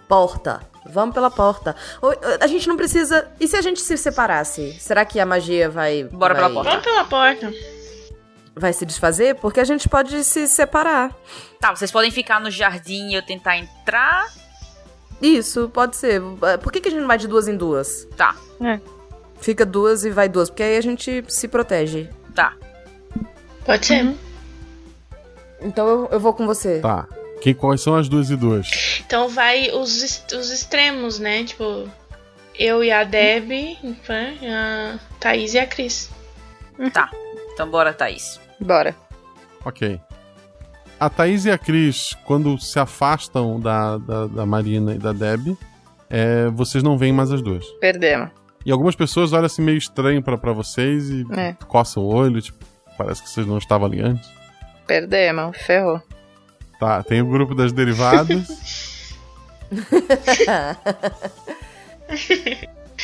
Porta. Vamos pela porta. Ou- a gente não precisa. E se a gente se separasse? Será que a magia vai. Bora vai- pela porta. Vamos pela porta. Vai se desfazer? Porque a gente pode se separar. Tá, vocês podem ficar no jardim e eu tentar entrar. Isso, pode ser. Eh, Por que, que a gente não vai de duas em duas? Tá. Fica duas e vai duas, porque aí a gente se protege. Tá. Pode ser. Então eu, eu vou com você. Tá. Que, quais são as duas e duas? Então vai os, es- os extremos, né? Tipo, eu e a Deb, a Thaís e a Cris. Tá. Então bora, Thaís. Bora. Ok. A Thaís e a Cris, quando se afastam da, da, da Marina e da Deb, é, vocês não veem mais as duas. Perdemos. E algumas pessoas olham assim meio estranho pra pra vocês e É. coçam o olho, tipo, parece que vocês não estavam ali antes. Perdemos. Ferrou. Tá, tem o grupo das derivadas.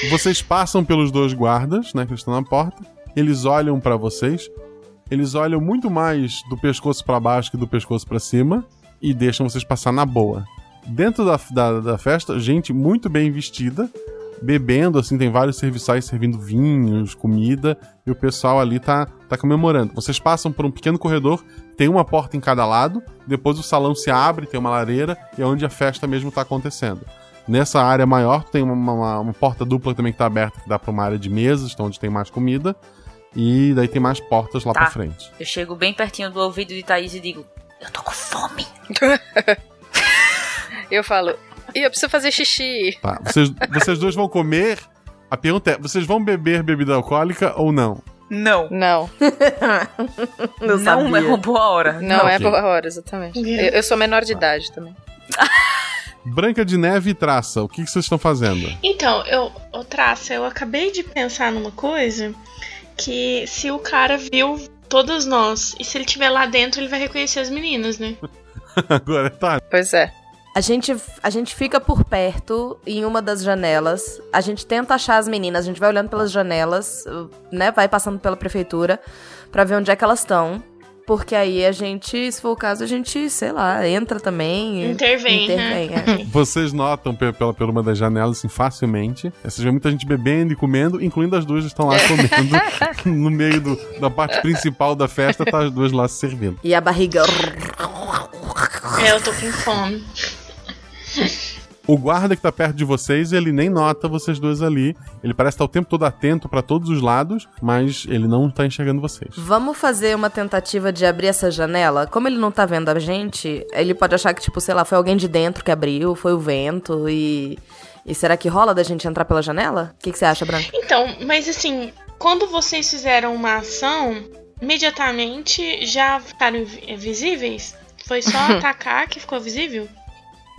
vocês passam pelos dois guardas, né, que estão na porta. Eles olham pra vocês. Eles olham muito mais do pescoço pra baixo que do pescoço pra cima e deixam vocês passar na boa. Dentro da, da, da festa, gente muito bem vestida, bebendo, assim, tem vários serviçais servindo vinhos, comida, e o pessoal ali tá, tá comemorando. Vocês passam por um pequeno corredor, tem uma porta em cada lado, depois o salão se abre, tem uma lareira, e é onde a festa mesmo tá acontecendo. Nessa área maior tem uma, uma- uma porta dupla também que tá aberta, que dá pra uma área de mesas, então onde tem mais comida. E daí tem mais portas lá Tá. pra frente. Eu chego bem pertinho do ouvido de Thaís e digo: Eu tô com fome. Eu falo, e eu preciso fazer xixi. Tá. Vocês, vocês dois vão comer. A pergunta é: vocês vão beber bebida alcoólica ou não? Não. Não. Não sabia. é uma boa hora. Não, Não. é Ok. boa hora, exatamente. Eu, eu sou menor de idade também. Branca de Neve e traça, o que, que vocês estão fazendo? Então, eu, ô Traça, eu acabei de pensar numa coisa que se o cara viu todas nós e se ele tiver lá dentro, ele vai reconhecer as meninas, né? Agora tá. Pois é. A gente, a gente fica por perto em uma das janelas. A gente tenta achar as meninas. A gente vai olhando pelas janelas, né? Vai passando pela prefeitura pra ver onde é que elas estão. Porque aí a gente, se for o caso, a gente, sei lá, entra também. e- Intervém, né? intervém, é. Vocês notam pe- pela, pela uma das janelas, assim, facilmente. Vocês veem muita gente bebendo e comendo, incluindo as duas que estão lá comendo. no meio do- da parte principal da festa, tá as duas lá se servindo. E a barriga. É, eu tô com fome. O guarda que tá perto de vocês, ele nem nota vocês dois ali. Ele parece estar o tempo todo atento pra todos os lados, mas ele não tá enxergando vocês. Vamos fazer uma tentativa de abrir essa janela? Como ele não tá vendo a gente, ele pode achar que, tipo, sei lá, foi alguém de dentro que abriu, foi o vento e. E será que rola da gente entrar pela janela? O que, que você acha, Branca? Então, mas assim, quando vocês fizeram uma ação, imediatamente já ficaram invi- eh, visíveis? Foi só atacar que ficou visível?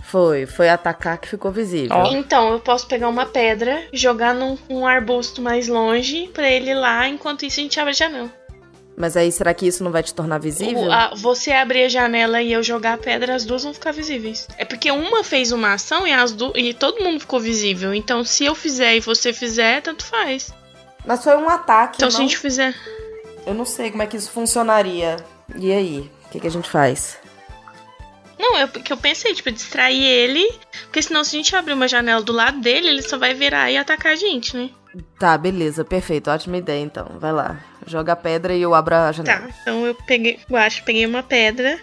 Foi, foi atacar que ficou visível. Então, eu posso pegar uma pedra, jogar num um arbusto mais longe pra ele ir lá, enquanto isso a gente abre a janela. Mas aí, será que isso não vai te tornar visível? O- a- você abrir a janela e eu jogar a pedra, as duas vão ficar visíveis. É porque uma fez uma ação e, as du e todo mundo ficou visível. Então, se eu fizer e você fizer, tanto faz. Mas foi um ataque, Então, se a não- gente fizer. Eu não sei como é que isso funcionaria. E aí? O que, que a gente faz? Não, é porque eu pensei, tipo, distrair ele. Porque senão, se a gente abrir uma janela do lado dele, ele só vai virar e atacar a gente, né? Tá, beleza, perfeito. Ótima ideia, então. Vai lá. Joga a pedra e eu abro a Tá, janela. então eu peguei, eu acho, peguei uma pedra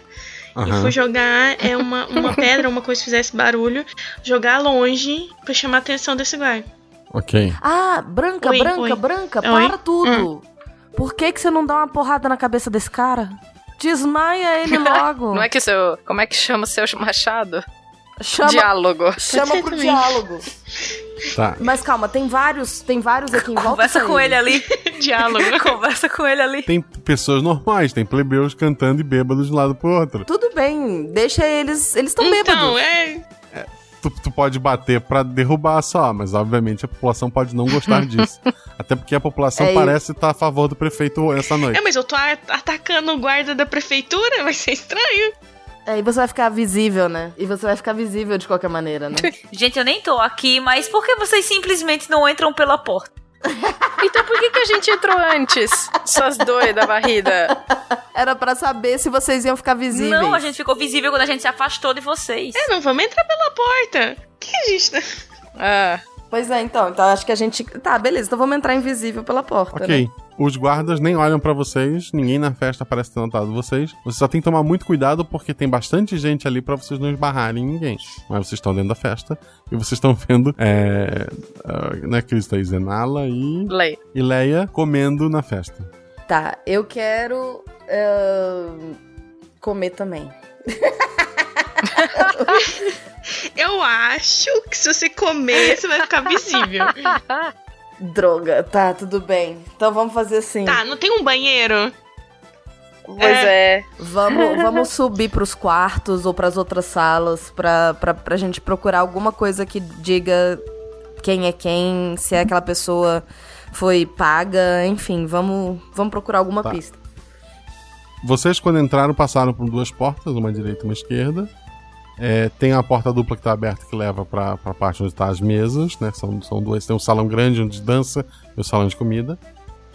e Aham. fui jogar é uma, uma pedra, uma coisa que fizesse barulho, jogar longe pra chamar a atenção desse guarda. Ok. Tá. Ah, branca, Oi, branca, oi. branca, Oi. Hum. para tudo. Por que, que você não dá uma porrada na cabeça desse cara? Desmaia ele logo. Não é que seu. Como é que chama seu machado? Chama- Diálogo. Chama Uhum. pro diálogo. Tá. Mas calma, tem vários, tem vários aqui em volta. Conversa com ele ali. Diálogo. Conversa com ele ali. Tem pessoas normais, tem plebeus cantando e bêbados de um lado pro outro. Tudo bem, deixa eles. Eles estão bêbados. Não, é. Tu, tu pode bater pra derrubar só, mas obviamente a população pode não gostar disso. Até porque a população É, e- parece estar a favor do prefeito essa noite. É, mas eu tô a- atacando o guarda da prefeitura, vai ser estranho. Aí É, você vai ficar visível, né? E você vai ficar visível de qualquer maneira, né? Gente, eu nem tô aqui, mas por que vocês simplesmente não entram pela porta? Então por que, que a gente entrou antes? Suas doidas, barrida. Era pra saber se vocês iam ficar visíveis. Não, a gente ficou visível quando a gente se afastou de vocês. É, não vamos entrar pela porta. Que a gente. tá- Pois é, então. Então acho que a gente. Tá, beleza. Então vamos entrar invisível pela porta. Ok. né? Os guardas nem olham pra vocês, ninguém na festa parece ter notado vocês. Você só tem que tomar muito cuidado porque tem bastante gente ali pra vocês não esbarrarem em ninguém. Mas vocês estão dentro da festa e vocês estão vendo, é, ah, né, Cris, Thaís, Zenala e Leia. e Leia comendo na festa. Tá, eu quero. ahn, comer também. Eu acho que se você comer, você vai ficar visível. Droga, tá, tudo bem. Então vamos fazer assim. Tá, não tem Ah, um banheiro? Pois é. Vamos, vamos subir pros quartos ou pras outras salas pra, pra, pra gente procurar alguma coisa que diga quem é quem, se é aquela pessoa foi paga, enfim, vamos, vamos procurar alguma Tá. pista. Vocês, quando entraram, passaram por duas portas, uma direita e uma esquerda. É, tem a porta dupla que tá aberta que leva pra, pra parte onde tá as mesas, né? São, são duas. Tem um salão grande onde dança e o salão de comida.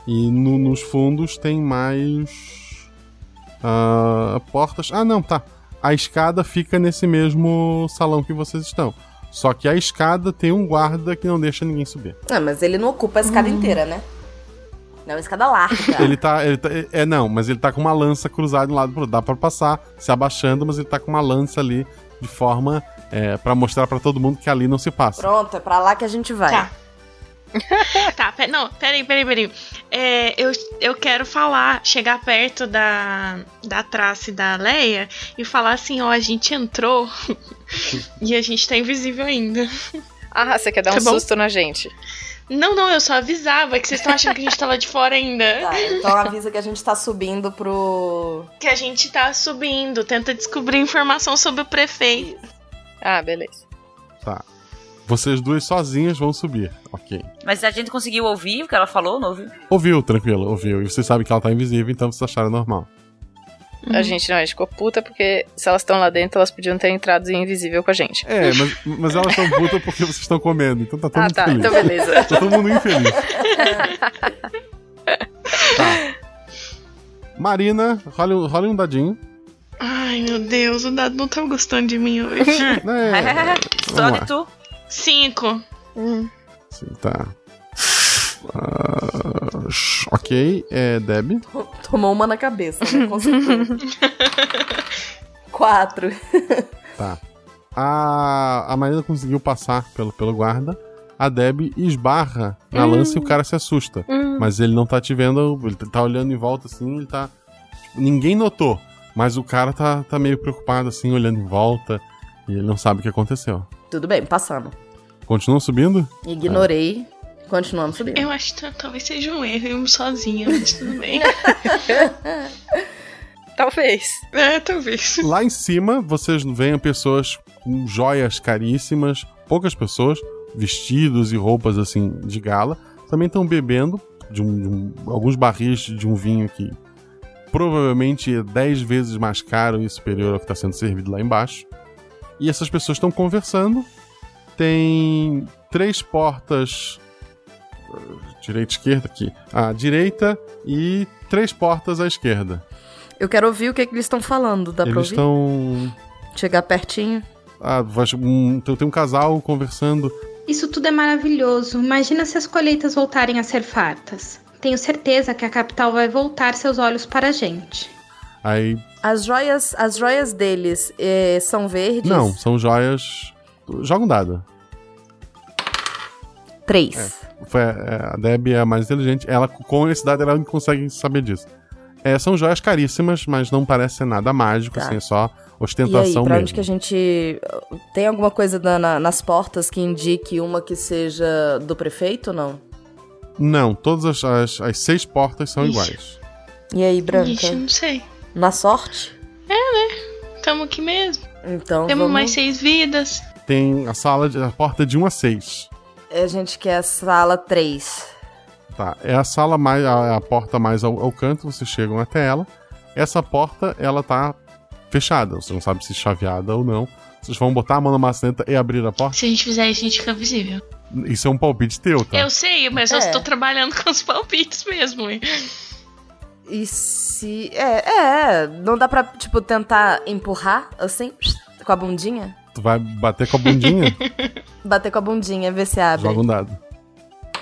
E no- nos fundos tem mais. ah, portas. Ah, não, tá. A escada fica nesse mesmo salão que vocês estão. Só que a escada tem um guarda que não deixa ninguém subir. Ah, mas ele não ocupa a escada Hum. inteira, né? Não, é uma escada larga. Ele tá, ele tá- É, não, mas ele tá com uma lança cruzada de um lado pro outro. Dá pra passar se abaixando, mas ele tá com uma lança ali de forma é, para mostrar pra todo mundo que ali não se passa. Pronto, é pra lá que a gente vai. Tá. tá, pe- não, peraí, peraí, peraí. É, eu, eu quero falar, chegar perto da, da Trace e da Leia e falar assim: ó, a gente entrou e a gente tá invisível ainda. Ah, você quer dar um Tá bom. susto na gente. Não, não, eu só avisava que vocês estão achando que a gente tá lá de fora ainda. Tá, então avisa que a gente tá subindo pro. Que a gente tá subindo, tenta descobrir informação sobre o prefeito. Ah, beleza. Tá. Vocês duas sozinhas vão subir. Ok. Mas a gente conseguiu ouvir o que ela falou, não ouviu? Ouviu, tranquilo, ouviu. E vocês sabem que ela tá invisível, então vocês acharam normal. A gente não, a gente ficou puta porque se elas estão lá dentro, elas podiam ter entrado invisível com a gente. É, mas, mas elas estão putas porque vocês estão comendo, então tá todo Ah, mundo tá, feliz. então beleza. tá todo mundo infeliz. Tá. Marina, role, um- role um dadinho. Ai, meu Deus, o dado não tá gostando de mim hoje. É, Só vamos de lá. tu? Cinco. Sim, tá. Ah, sh- ok, é Deb. Tomou uma na cabeça, né? Com certeza. Quatro. Tá. A, a Marina conseguiu passar pelo, pelo guarda. A Deb esbarra na Hum. lança e o cara se assusta. Hum. Mas ele não tá te vendo, ele tá olhando em volta assim, ele tá. tipo, ninguém notou. Mas o cara tá, tá meio preocupado assim, olhando em volta. E ele não sabe o que aconteceu. Tudo bem, passamos. Continuam subindo? Ignorei. Continuamos subindo. Eu acho que talvez seja um erro, eu sozinha, mas tudo bem. talvez. É, talvez. Lá em cima, vocês veem pessoas com joias caríssimas, poucas pessoas, vestidos e roupas assim de gala. Também estão bebendo de um- de um- alguns barris de um vinho que provavelmente é 10 vezes mais caro e superior ao que está sendo servido lá embaixo. E essas pessoas estão conversando. Tem três portas eh, direita esquerda aqui, à direita e três portas à esquerda. Eu quero ouvir o que, que eles estão falando. Dá pra Eles ouvir? estão Chegar pertinho. Ah, vai- um, tem tem um casal conversando. Isso tudo é maravilhoso. Imagina se as colheitas voltarem a ser fartas. Tenho certeza que a capital vai voltar seus olhos para a gente. Aí. As joias, as joias deles eh, são verdes? Não, são joias. Joga um dado. Três. Foi, é, a Deb é a mais inteligente. Ela, com honestidade, ela não consegue saber disso. É, são joias caríssimas, mas não parece ser nada mágico, Tá. assim, é só E aí, ostentação pra mesmo. onde que a gente. Tem alguma coisa na- na- nas portas que indique uma que seja do prefeito ou não? Não, todas as, as- as seis portas são Ixi. iguais. E aí, Branca? Ixi, não sei. Na sorte? É, né? Tamo aqui mesmo. Então. Temos vamos... mais seis vidas. Tem a sala, de, a porta de 1 a 6. A gente quer a sala 3. Tá, é a sala mais. a, a porta mais ao, ao canto, vocês chegam até ela. Essa porta, ela tá fechada, você não sabe se chaveada ou não. Vocês vão botar a mão na maçaneta e abrir a porta? Se a gente fizer isso, a gente fica visível. Isso é um palpite teu, tá? Eu sei, mas eu É. estou trabalhando com os palpites mesmo. hein? E se. É, é. Não dá pra, tipo, tentar empurrar assim? Com a bundinha? Tu vai bater com a bundinha? Bater com a bundinha, ver se abre. Joga um dado.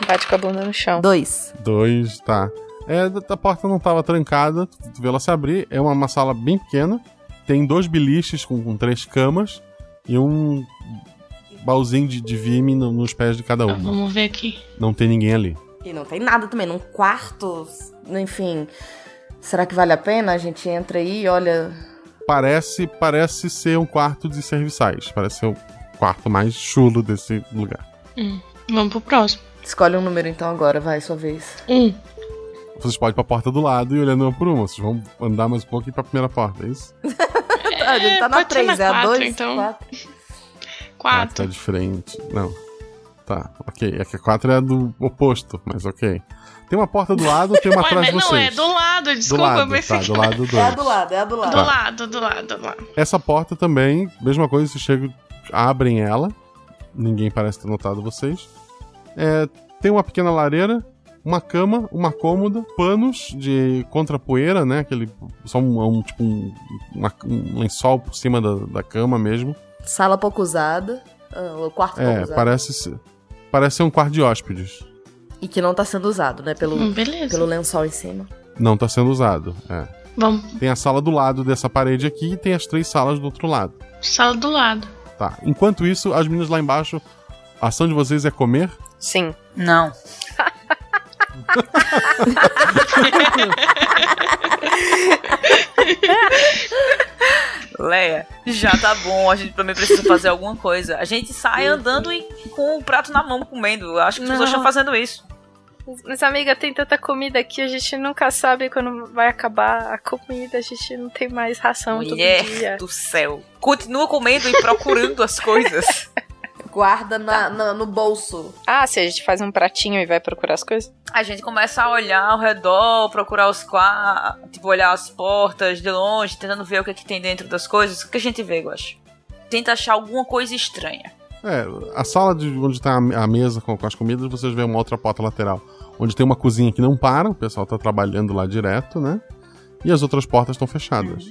Bate com a bunda no chão. Dois. Dois, tá. É, a porta não tava trancada, tu tu vê ela se abrir. É uma, uma sala bem pequena. Tem dois biliches com, com três camas e um baúzinho de, de vime no- nos pés de cada uma. Vamos ver aqui. Não tem ninguém ali. E não tem nada também, num quarto. Enfim. Será que vale a pena? A gente entra aí e olha. Parece, parece ser um quarto de serviçais. Parece ser o quarto mais chulo desse lugar. Hum, Vamos pro próximo. Escolhe um número então agora, vai, sua vez. Um. Vocês podem ir pra porta do lado e olhando uma por uma. Vocês vão andar mais um pouco e ir pra primeira porta, é isso? a gente tá na pode ser 3, é na a quatro, 2. então. Ah, tá de frente. Não. Tá, ok. É que a 4 é a do oposto, mas ok. Tem uma porta Tá do lado, tem uma Ué, atrás de mas não, é vocês. do lado, desculpa, lado, mas tá, do lado dois. É a do lado, é a do lado. Do Tá. lado, do lado, do lado. Essa porta também, mesma coisa, vocês chegam, abrem ela. Ninguém parece ter notado vocês. É, tem uma pequena lareira, uma cama, uma cômoda, panos de contrapoeira, né? Aquele. Só um, um- tipo um, uma- um lençol por cima da, da cama mesmo. Sala pouco usada. ah, o quarto pouco É, usado. parece ser, parece ser um quarto de hóspedes. E que não tá sendo usado, né? Pelo, Hum, beleza. pelo lençol em cima. Não tá sendo usado. É. Vamos. Tem a sala do lado dessa parede aqui e tem as três salas do outro lado. Sala do lado. Tá. Enquanto isso, as meninas lá embaixo, a ação de vocês é comer? Sim. Não. Leia, já tá bom, a gente também precisa fazer alguma coisa. A gente sai andando e com o prato na mão comendo. Eu acho que as pessoas Não. estão fazendo isso. Mas, amiga, tem tanta comida aqui, a gente nunca sabe quando vai acabar a comida, a gente não tem mais ração todo dia. Mulher do céu. Continua comendo e procurando as coisas. Guarda na, na- no bolso. Tá. Ah, se a gente faz um pratinho e vai procurar as coisas? A gente começa a olhar ao redor, procurar os quartos, tipo, olhar as portas de longe, tentando ver o que, é que tem dentro das coisas. O que a gente vê, eu acho? Tenta achar alguma coisa estranha. É, a sala de onde tá a a mesa com, com as comidas, vocês vêem uma outra porta lateral. Onde tem uma cozinha que não para, o pessoal tá trabalhando lá direto, né? E as outras portas estão fechadas.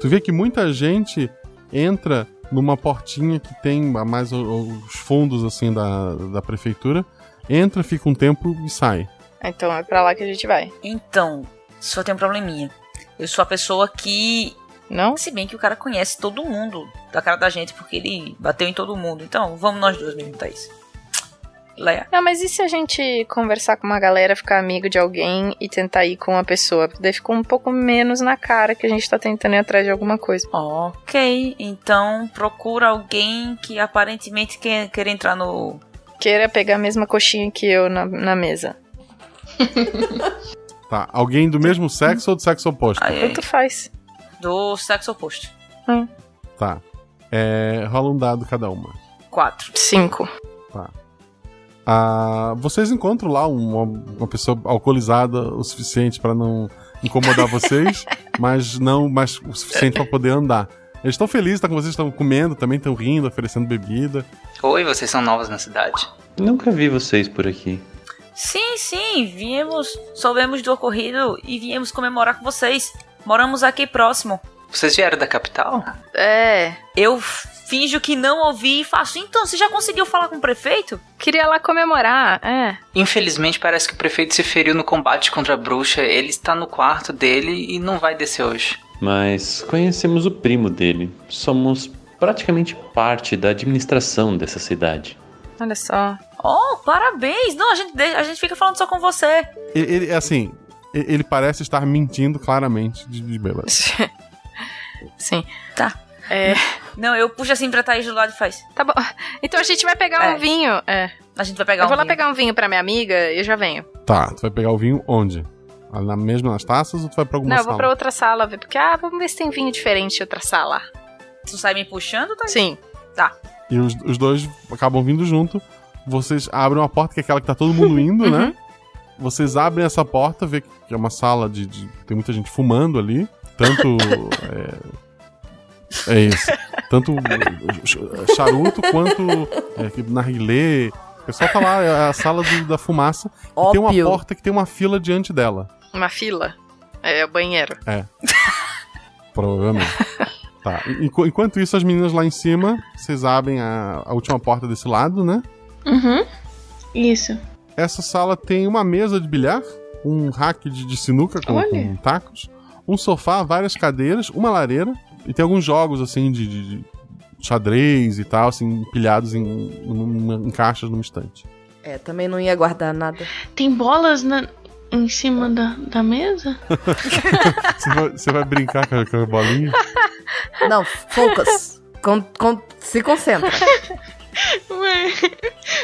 Tu vê que muita gente entra numa portinha que tem a mais o- os fundos, assim, da, da prefeitura. Entra, fica um tempo e sai. Então é pra lá que a gente vai. Então, só tem um probleminha. Eu sou a pessoa que. Não? Se bem que o cara conhece todo mundo da cara da gente, porque ele bateu em todo mundo. Então, vamos nós duas mesmo, Thaís. Leia. Não, mas e se a gente conversar com uma galera, ficar amigo de alguém e tentar ir com uma pessoa? Daí ficou um pouco menos na cara que a gente tá tentando ir atrás de alguma coisa. Ok, então procura alguém que aparentemente quer, quer entrar no. Queira pegar a mesma coxinha que eu na, na mesa. Tá, alguém do mesmo sexo ou do sexo oposto? Tanto faz. Do sexo oposto. Tá. É, rola um dado cada uma. Quatro. Cinco. Tá. Ah, vocês encontram lá uma, uma pessoa alcoolizada o suficiente pra não incomodar vocês, mas não mas o suficiente pra poder andar. Eles estão felizes, tá com vocês, estão comendo, também estão rindo, oferecendo bebida. Oi, vocês são novas na cidade? Nunca vi vocês por aqui. Sim, sim, viemos, soubemos do ocorrido e viemos comemorar com vocês. Moramos aqui próximo. Vocês vieram da capital? É. Eu finjo que não ouvi e faço. Então, você já conseguiu falar com o prefeito? Queria lá comemorar, é. Infelizmente, parece que o prefeito se feriu no combate contra a bruxa. Ele está no quarto dele e não vai descer hoje. Mas conhecemos o primo dele. Somos praticamente parte da administração dessa cidade. Olha só. Oh, parabéns! Não, a gente, de- a gente fica falando só com você. Ele, ele- é assim, e- ele parece estar mentindo claramente de, de bêbado. Sim. Tá. É. Não, eu puxo assim pra Thaís do lado e faz. Tá bom. Então a gente vai pegar É. um vinho. É. A gente vai pegar Eu um vou lá vinho. pegar um vinho pra minha amiga e eu já venho. Tá, tu vai pegar o vinho onde? Ah, Na mesma nas taças ou tu vai pra alguma não, eu sala? vou pra outra sala ver, porque, ah, vamos ver se tem vinho diferente em outra sala. Tu sai me puxando, Thaís? Sim. Tá. E os, os dois acabam vindo junto. Vocês abrem uma porta, que é aquela que tá todo mundo indo, Uhum. né? Vocês abrem essa porta, vê que é uma sala de. de- tem muita gente fumando ali. Tanto. é, é isso. Tanto ch- charuto quanto é, que narguilé. O pessoal tá lá, é a sala do- da fumaça. E tem uma Ópio. porta que tem uma fila diante dela. Uma fila. É, o banheiro. É. Provavelmente. Tá. enqu- enquanto isso, as meninas lá em cima, vocês abrem a, a última porta desse lado, né? Uhum. Isso. Essa sala tem uma mesa de bilhar, um rack de, de sinuca com, Olha. com tacos, um sofá, várias cadeiras, uma lareira e tem alguns jogos assim de, de- de xadrez e tal, assim, empilhados em, numa- em caixas numa estante. É, também não ia guardar nada. Tem bolas na- em cima da, da mesa? Você vai, você vai brincar com a, com a bolinha? Não, focus. Con- con- se concentra. Ué,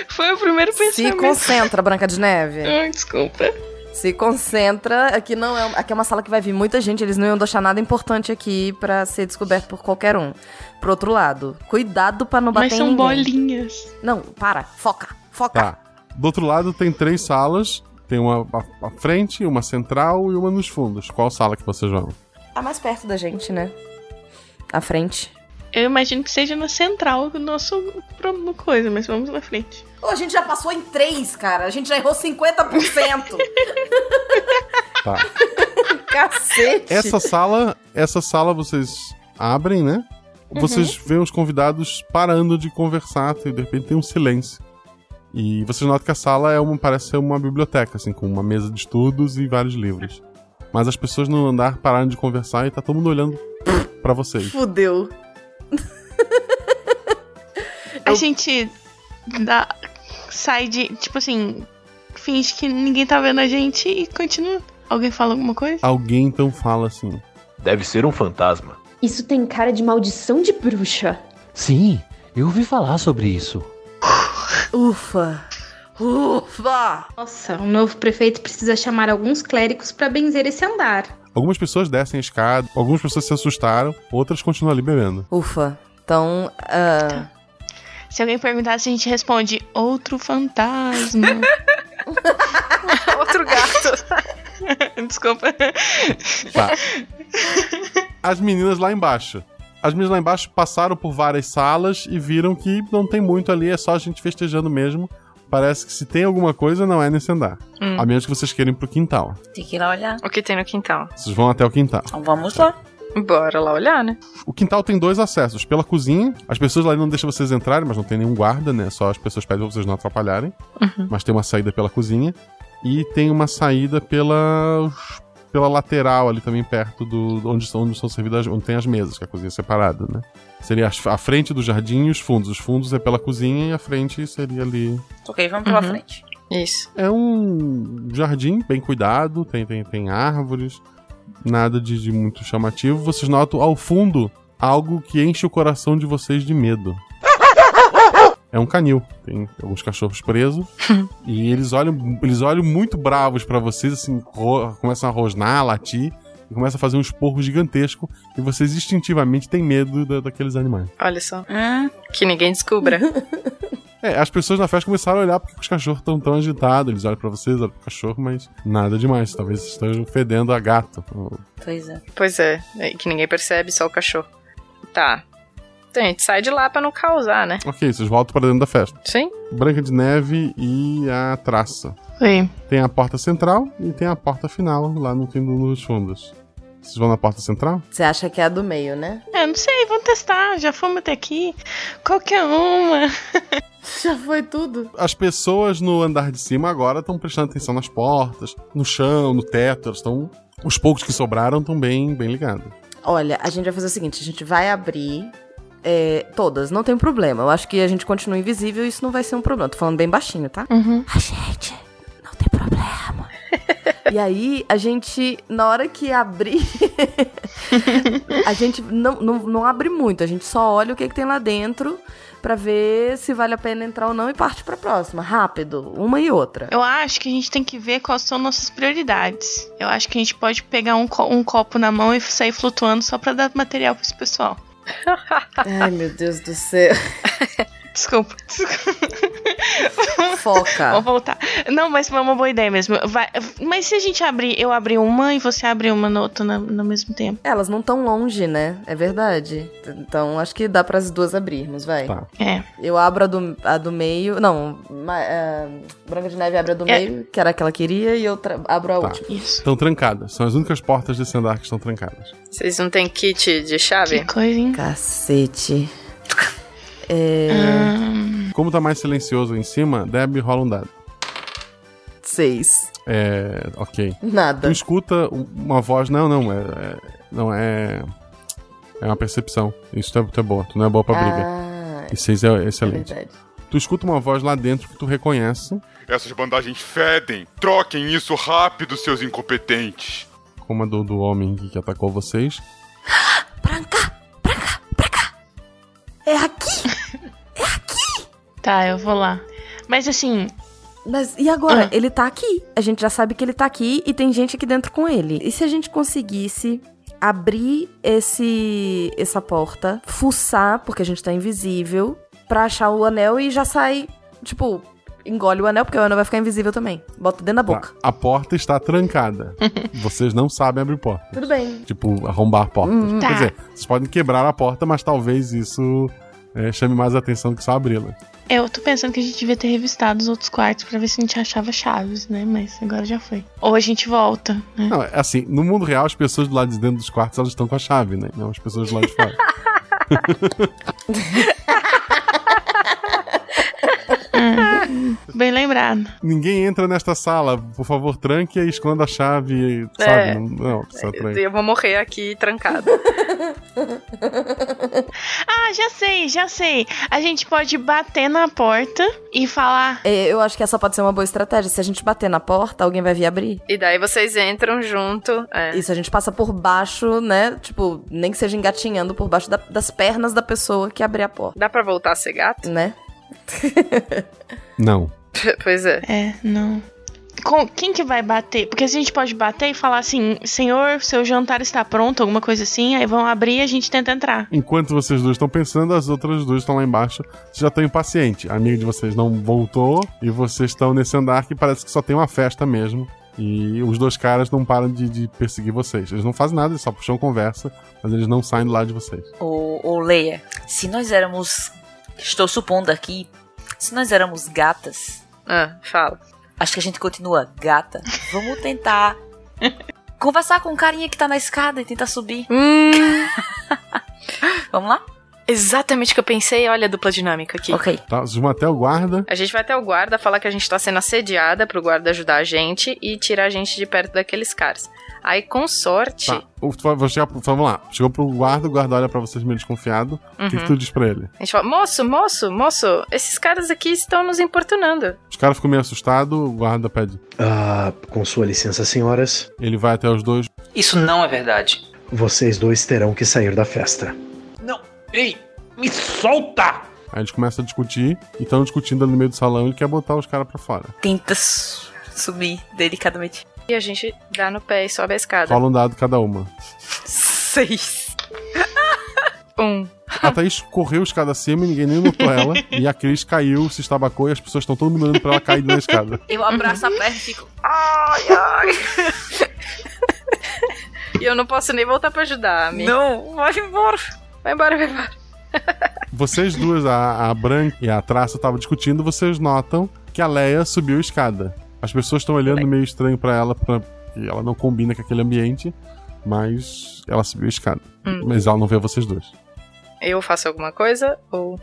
foi o primeiro Se pensamento. concentra, Branca de Neve. Ai, desculpa. Se concentra. Aqui não é, aqui é uma sala que vai vir muita gente, eles não iam deixar nada importante aqui pra ser descoberto por qualquer um. Pro outro lado, cuidado pra não bater Mas em são ninguém. bolinhas. Não, para, foca, foca. Tá. Do outro lado tem três salas. Tem uma à à frente, uma central e uma nos fundos. Qual sala que você joga? Tá mais perto da gente, né? À frente. Eu imagino que seja na central do nosso pro- coisa, mas vamos na frente. Ô, a gente já passou em três, cara. A gente já errou 50%. Tá. Cacete. Essa sala, essa sala vocês abrem, né? Uhum. Vocês veem os convidados parando de conversar e de repente tem um silêncio. E vocês notam que a sala é uma, parece ser uma biblioteca, assim, com uma mesa de estudos e vários livros. Mas as pessoas no andar pararam de conversar e tá todo mundo olhando pra vocês. Fudeu. A gente dá, sai de. Tipo assim, finge que ninguém tá vendo a gente e continua. Alguém fala alguma coisa? Alguém então fala assim: Deve ser um fantasma. Isso tem cara de maldição de bruxa. Sim, eu ouvi falar sobre isso. Ufa. Ufa! Nossa, o novo prefeito precisa chamar alguns clérigos pra benzer esse andar. Algumas pessoas descem a escada, algumas pessoas se assustaram, outras continuam ali bebendo. Ufa. Então. ah, Tá. Se alguém perguntar, a gente responde: outro fantasma. Outro gato. Desculpa. Tá. As meninas lá embaixo. As meninas lá embaixo passaram por várias salas e viram que não tem muito ali, é só a gente festejando mesmo. Parece que se tem alguma coisa, não é nesse andar. Hum. A menos que vocês queiram ir pro quintal. Tem que ir lá olhar. O que tem no quintal? Vocês vão até o quintal. Então vamos lá. Bora lá olhar, né? O quintal tem dois acessos. Pela cozinha, as pessoas lá não deixam vocês entrarem, mas não tem nenhum guarda, né? Só as pessoas pedem pra vocês não atrapalharem. Mas tem uma saída pela cozinha. E tem uma saída pela, pela lateral ali também, perto do onde, são- onde são servidas, onde tem as mesas, que a cozinha é separada, né? Seria as- a frente do jardim e os fundos. Os fundos é pela cozinha e a frente seria ali. Ok, vamos pela Uhum. frente. Isso. É um jardim bem cuidado, tem, tem, tem árvores, nada de, de muito chamativo. Vocês notam ao fundo algo que enche o coração de vocês de medo. É um canil. Tem alguns cachorros presos. e eles olham, eles olham muito bravos pra vocês, assim, ro- começam a rosnar, latir, e começam a fazer um esporro gigantesco. E vocês instintivamente têm medo da- daqueles animais. Olha só. Que ninguém descubra. É, as pessoas na festa começaram a olhar porque os cachorros estão tão agitados. Eles olham pra vocês, olham pro cachorro, mas nada demais. Talvez vocês estejam fedendo a gato. Pois é. Pois é. é que ninguém percebe, só o cachorro. Tá. Então a gente sai de lá pra não causar, né? Ok, vocês voltam pra dentro da festa. Sim. Branca de Neve e a Traça. Sim. Tem a porta central e tem a porta final lá no fim do- dos fundos. Vocês vão na porta central? Você acha que é a do meio, né? É, não sei, vamos testar. Já fomos até aqui. Qualquer uma. Já foi tudo. As pessoas no andar de cima agora estão prestando atenção nas portas, no chão, no teto. Elas estão. Os poucos que sobraram estão bem, bem ligados. Olha, a gente vai fazer o seguinte: a gente vai abrir é, todas, não tem problema. Eu acho que a gente continua invisível e isso não vai ser um problema. Tô falando bem baixinho, tá? Uhum. A gente não tem problema. e aí, a gente, na hora que abrir, a gente não, não, não abre muito, a gente só olha o que, que tem lá dentro pra ver se vale a pena entrar ou não e parte pra próxima. Rápido, uma e outra. Eu acho que a gente tem que ver quais são nossas prioridades. Eu acho que a gente pode pegar um, co- um copo na mão e sair flutuando só pra dar material pra esse pessoal. Ai, meu Deus do céu. Desculpa. Foca. Vou voltar. Não, mas foi uma boa ideia mesmo. Vai- mas se a gente abrir, eu abrir uma e você abrir uma na outra na- no mesmo tempo. Elas não tão longe, né? É verdade. Então acho que dá para as duas abrirmos, vai. Tá. É. Eu abro a do, a do meio. Não, ma- é, Branca de Neve abre a do É. meio, que era a que ela queria, e eu tra- abro a Tá. última. Estão trancadas. São as únicas portas desse andar que estão trancadas. Vocês não têm kit de chave? Que coisa, hein? Cacete. É. Como tá mais silencioso em cima, Deb rola um dado. Seis. É. Ok. Nada. Tu escuta um- uma voz. Não, não, é. é- não, é. É uma percepção. Isso tu é, tu é boa. Tu não é boa Ah, pra briga. E seis é excelente. tu escuta uma voz lá dentro que tu reconhece Essas bandagens fedem. Troquem isso rápido, seus incompetentes. como a do, do homem que, que atacou vocês. É aqui? Tá, eu vou lá. Mas assim, Mas e agora? Ele tá aqui. A gente já sabe que ele tá aqui e tem gente aqui dentro com ele. E se a gente conseguisse abrir esse essa porta, fuçar, porque a gente tá invisível, pra achar o anel e já sai, tipo, engole o anel, porque o anel vai ficar invisível também. Bota dentro da boca. A porta está trancada. Vocês não sabem abrir porta. Tudo bem. Tipo, arrombar portas. Hum, Quer tá. dizer, vocês podem quebrar a porta, mas talvez isso é, chame mais atenção que só abri-la. É, Eu tô pensando que a gente devia ter revistado os outros quartos pra ver se a gente achava chaves, né? Mas agora já foi. Ou a gente volta, né? Não, é assim, no mundo real, as pessoas do lado de dentro dos quartos, elas estão com a chave, né? Não as pessoas do lado de fora. Hum, bem lembrado. Ninguém entra nesta sala. Por favor, tranque e esconda a chave, sabe? É. Não, não, só tranque. Eu vou morrer aqui trancada. Ah, já sei, já sei. A gente pode bater na porta e falar. É, Eu acho que essa pode ser uma boa estratégia. Se a gente bater na porta, alguém vai vir abrir. E daí vocês entram junto. É. Isso, a gente passa por baixo, né? Tipo, nem que seja engatinhando por baixo da- das pernas da pessoa que abrir a porta, Dá pra voltar a ser gato? né? Não. pois é. É, não. Com, quem que vai bater? Porque a gente pode bater e falar assim: Senhor, seu jantar está pronto, alguma coisa assim. Aí vão abrir e a gente tenta entrar. Enquanto vocês dois estão pensando, as outras duas estão lá embaixo. Vocês já estão impacientes. A amiga de vocês não voltou e vocês estão nesse andar que parece que só tem uma festa mesmo. E os dois caras não param de, de perseguir vocês. Eles não fazem nada, eles só puxam conversa, mas eles não saem do lado de vocês. Ou, ou Leia, se nós éramos. Estou supondo aqui. Se nós éramos gatas. Ah, fala. Acho que a gente continua gata. Vamos tentar. conversar com o carinha que tá na escada e tentar subir. Hum. Vamos lá? Exatamente o que eu pensei. Olha a dupla dinâmica aqui. Ok. Tá? Vocês vão até o guarda. A gente vai até o guarda falar que a gente tá sendo assediada pro guarda ajudar a gente e tirar a gente de perto daqueles caras. Aí, com sorte, Tá. O- tu vai chegar pro- Vamos lá. Chegou pro guarda, o guarda olha pra vocês meio desconfiado. O que, que Uhum. tu diz pra ele? a gente fala: Moço, moço, moço, esses caras aqui estão nos importunando. Os caras ficam meio assustados, o guarda pede. Ah, com sua licença, senhoras, Ele vai até os dois. Isso não é verdade. vocês dois terão que sair da festa. Ei, me solta! Tá. Aí eles começam a discutir e estão discutindo ali no meio do salão. Ele quer botar os caras pra fora. Tenta su- subir delicadamente. E a gente dá no pé e sobe a escada. Rola um dado cada uma. Seis. um. A Thaís correu escada acima e ninguém nem notou ela. E a Cris caiu, se estabacou e as pessoas estão todo mundo olhando pra ela cair na escada. Eu abraço a perna e fico. Uhum. Ai, ai. E eu não posso nem voltar pra ajudar, amigo. Não, vai embora. Vai embora, vai embora. Vocês duas, a, a Branca e a Traça, estavam discutindo, vocês notam que a Leia subiu a escada. As pessoas estão olhando meio estranho pra ela, pra, porque ela não combina com aquele ambiente, mas ela subiu a escada. Hum. Mas ela não vê vocês dois. Eu faço alguma coisa ou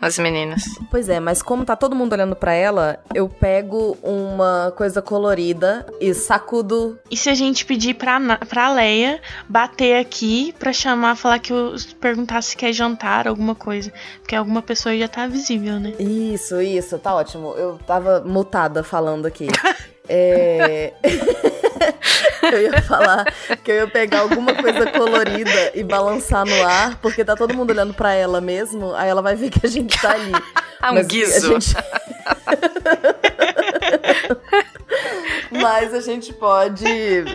as meninas? Pois é, mas como tá todo mundo olhando pra ela, eu pego uma coisa colorida e sacudo. E se a gente pedir pra, Na- pra Leia bater aqui pra chamar, falar que eu perguntar se quer jantar, alguma coisa. Porque alguma pessoa já tá visível, né? Isso, isso, tá ótimo. Eu tava mutada falando aqui. É. eu ia falar que eu ia pegar alguma coisa colorida e balançar no ar, porque tá todo mundo olhando pra ela mesmo, aí ela vai ver que a gente tá ali. Ah, um Mas guiso. A gente... Mas a gente pode,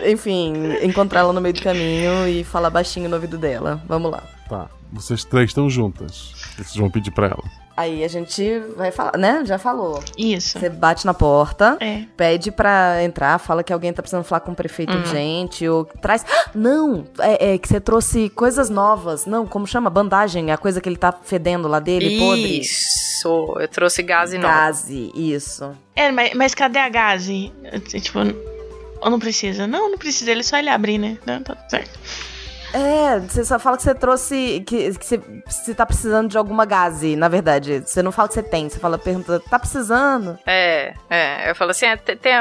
enfim, encontrar ela no meio do caminho e falar baixinho no ouvido dela. Vamos lá. Tá. Vocês três estão juntas. Vocês vão pedir pra ela. Aí a gente vai falar, né? Já falou. Isso. Você bate na porta, É. pede pra entrar, fala que alguém tá precisando falar com o prefeito Uhum. urgente, ou que traz. Ah, Não! É, é que você trouxe coisas novas. Não, como chama? Bandagem, a coisa que ele tá fedendo lá dele, podre. Isso, eu trouxe gás e não. Gaze, isso. É, mas, mas cadê a Gazi? É, Tipo, ou não precisa? Não, não precisa, ele só ele abrir, né? Não, tá tudo certo. É, você só fala que você trouxe. que, que você, você tá precisando de alguma gaze, na verdade. Você não fala que você tem, você fala, pergunta, tá precisando? É, é. Eu falo assim: é, te- tem,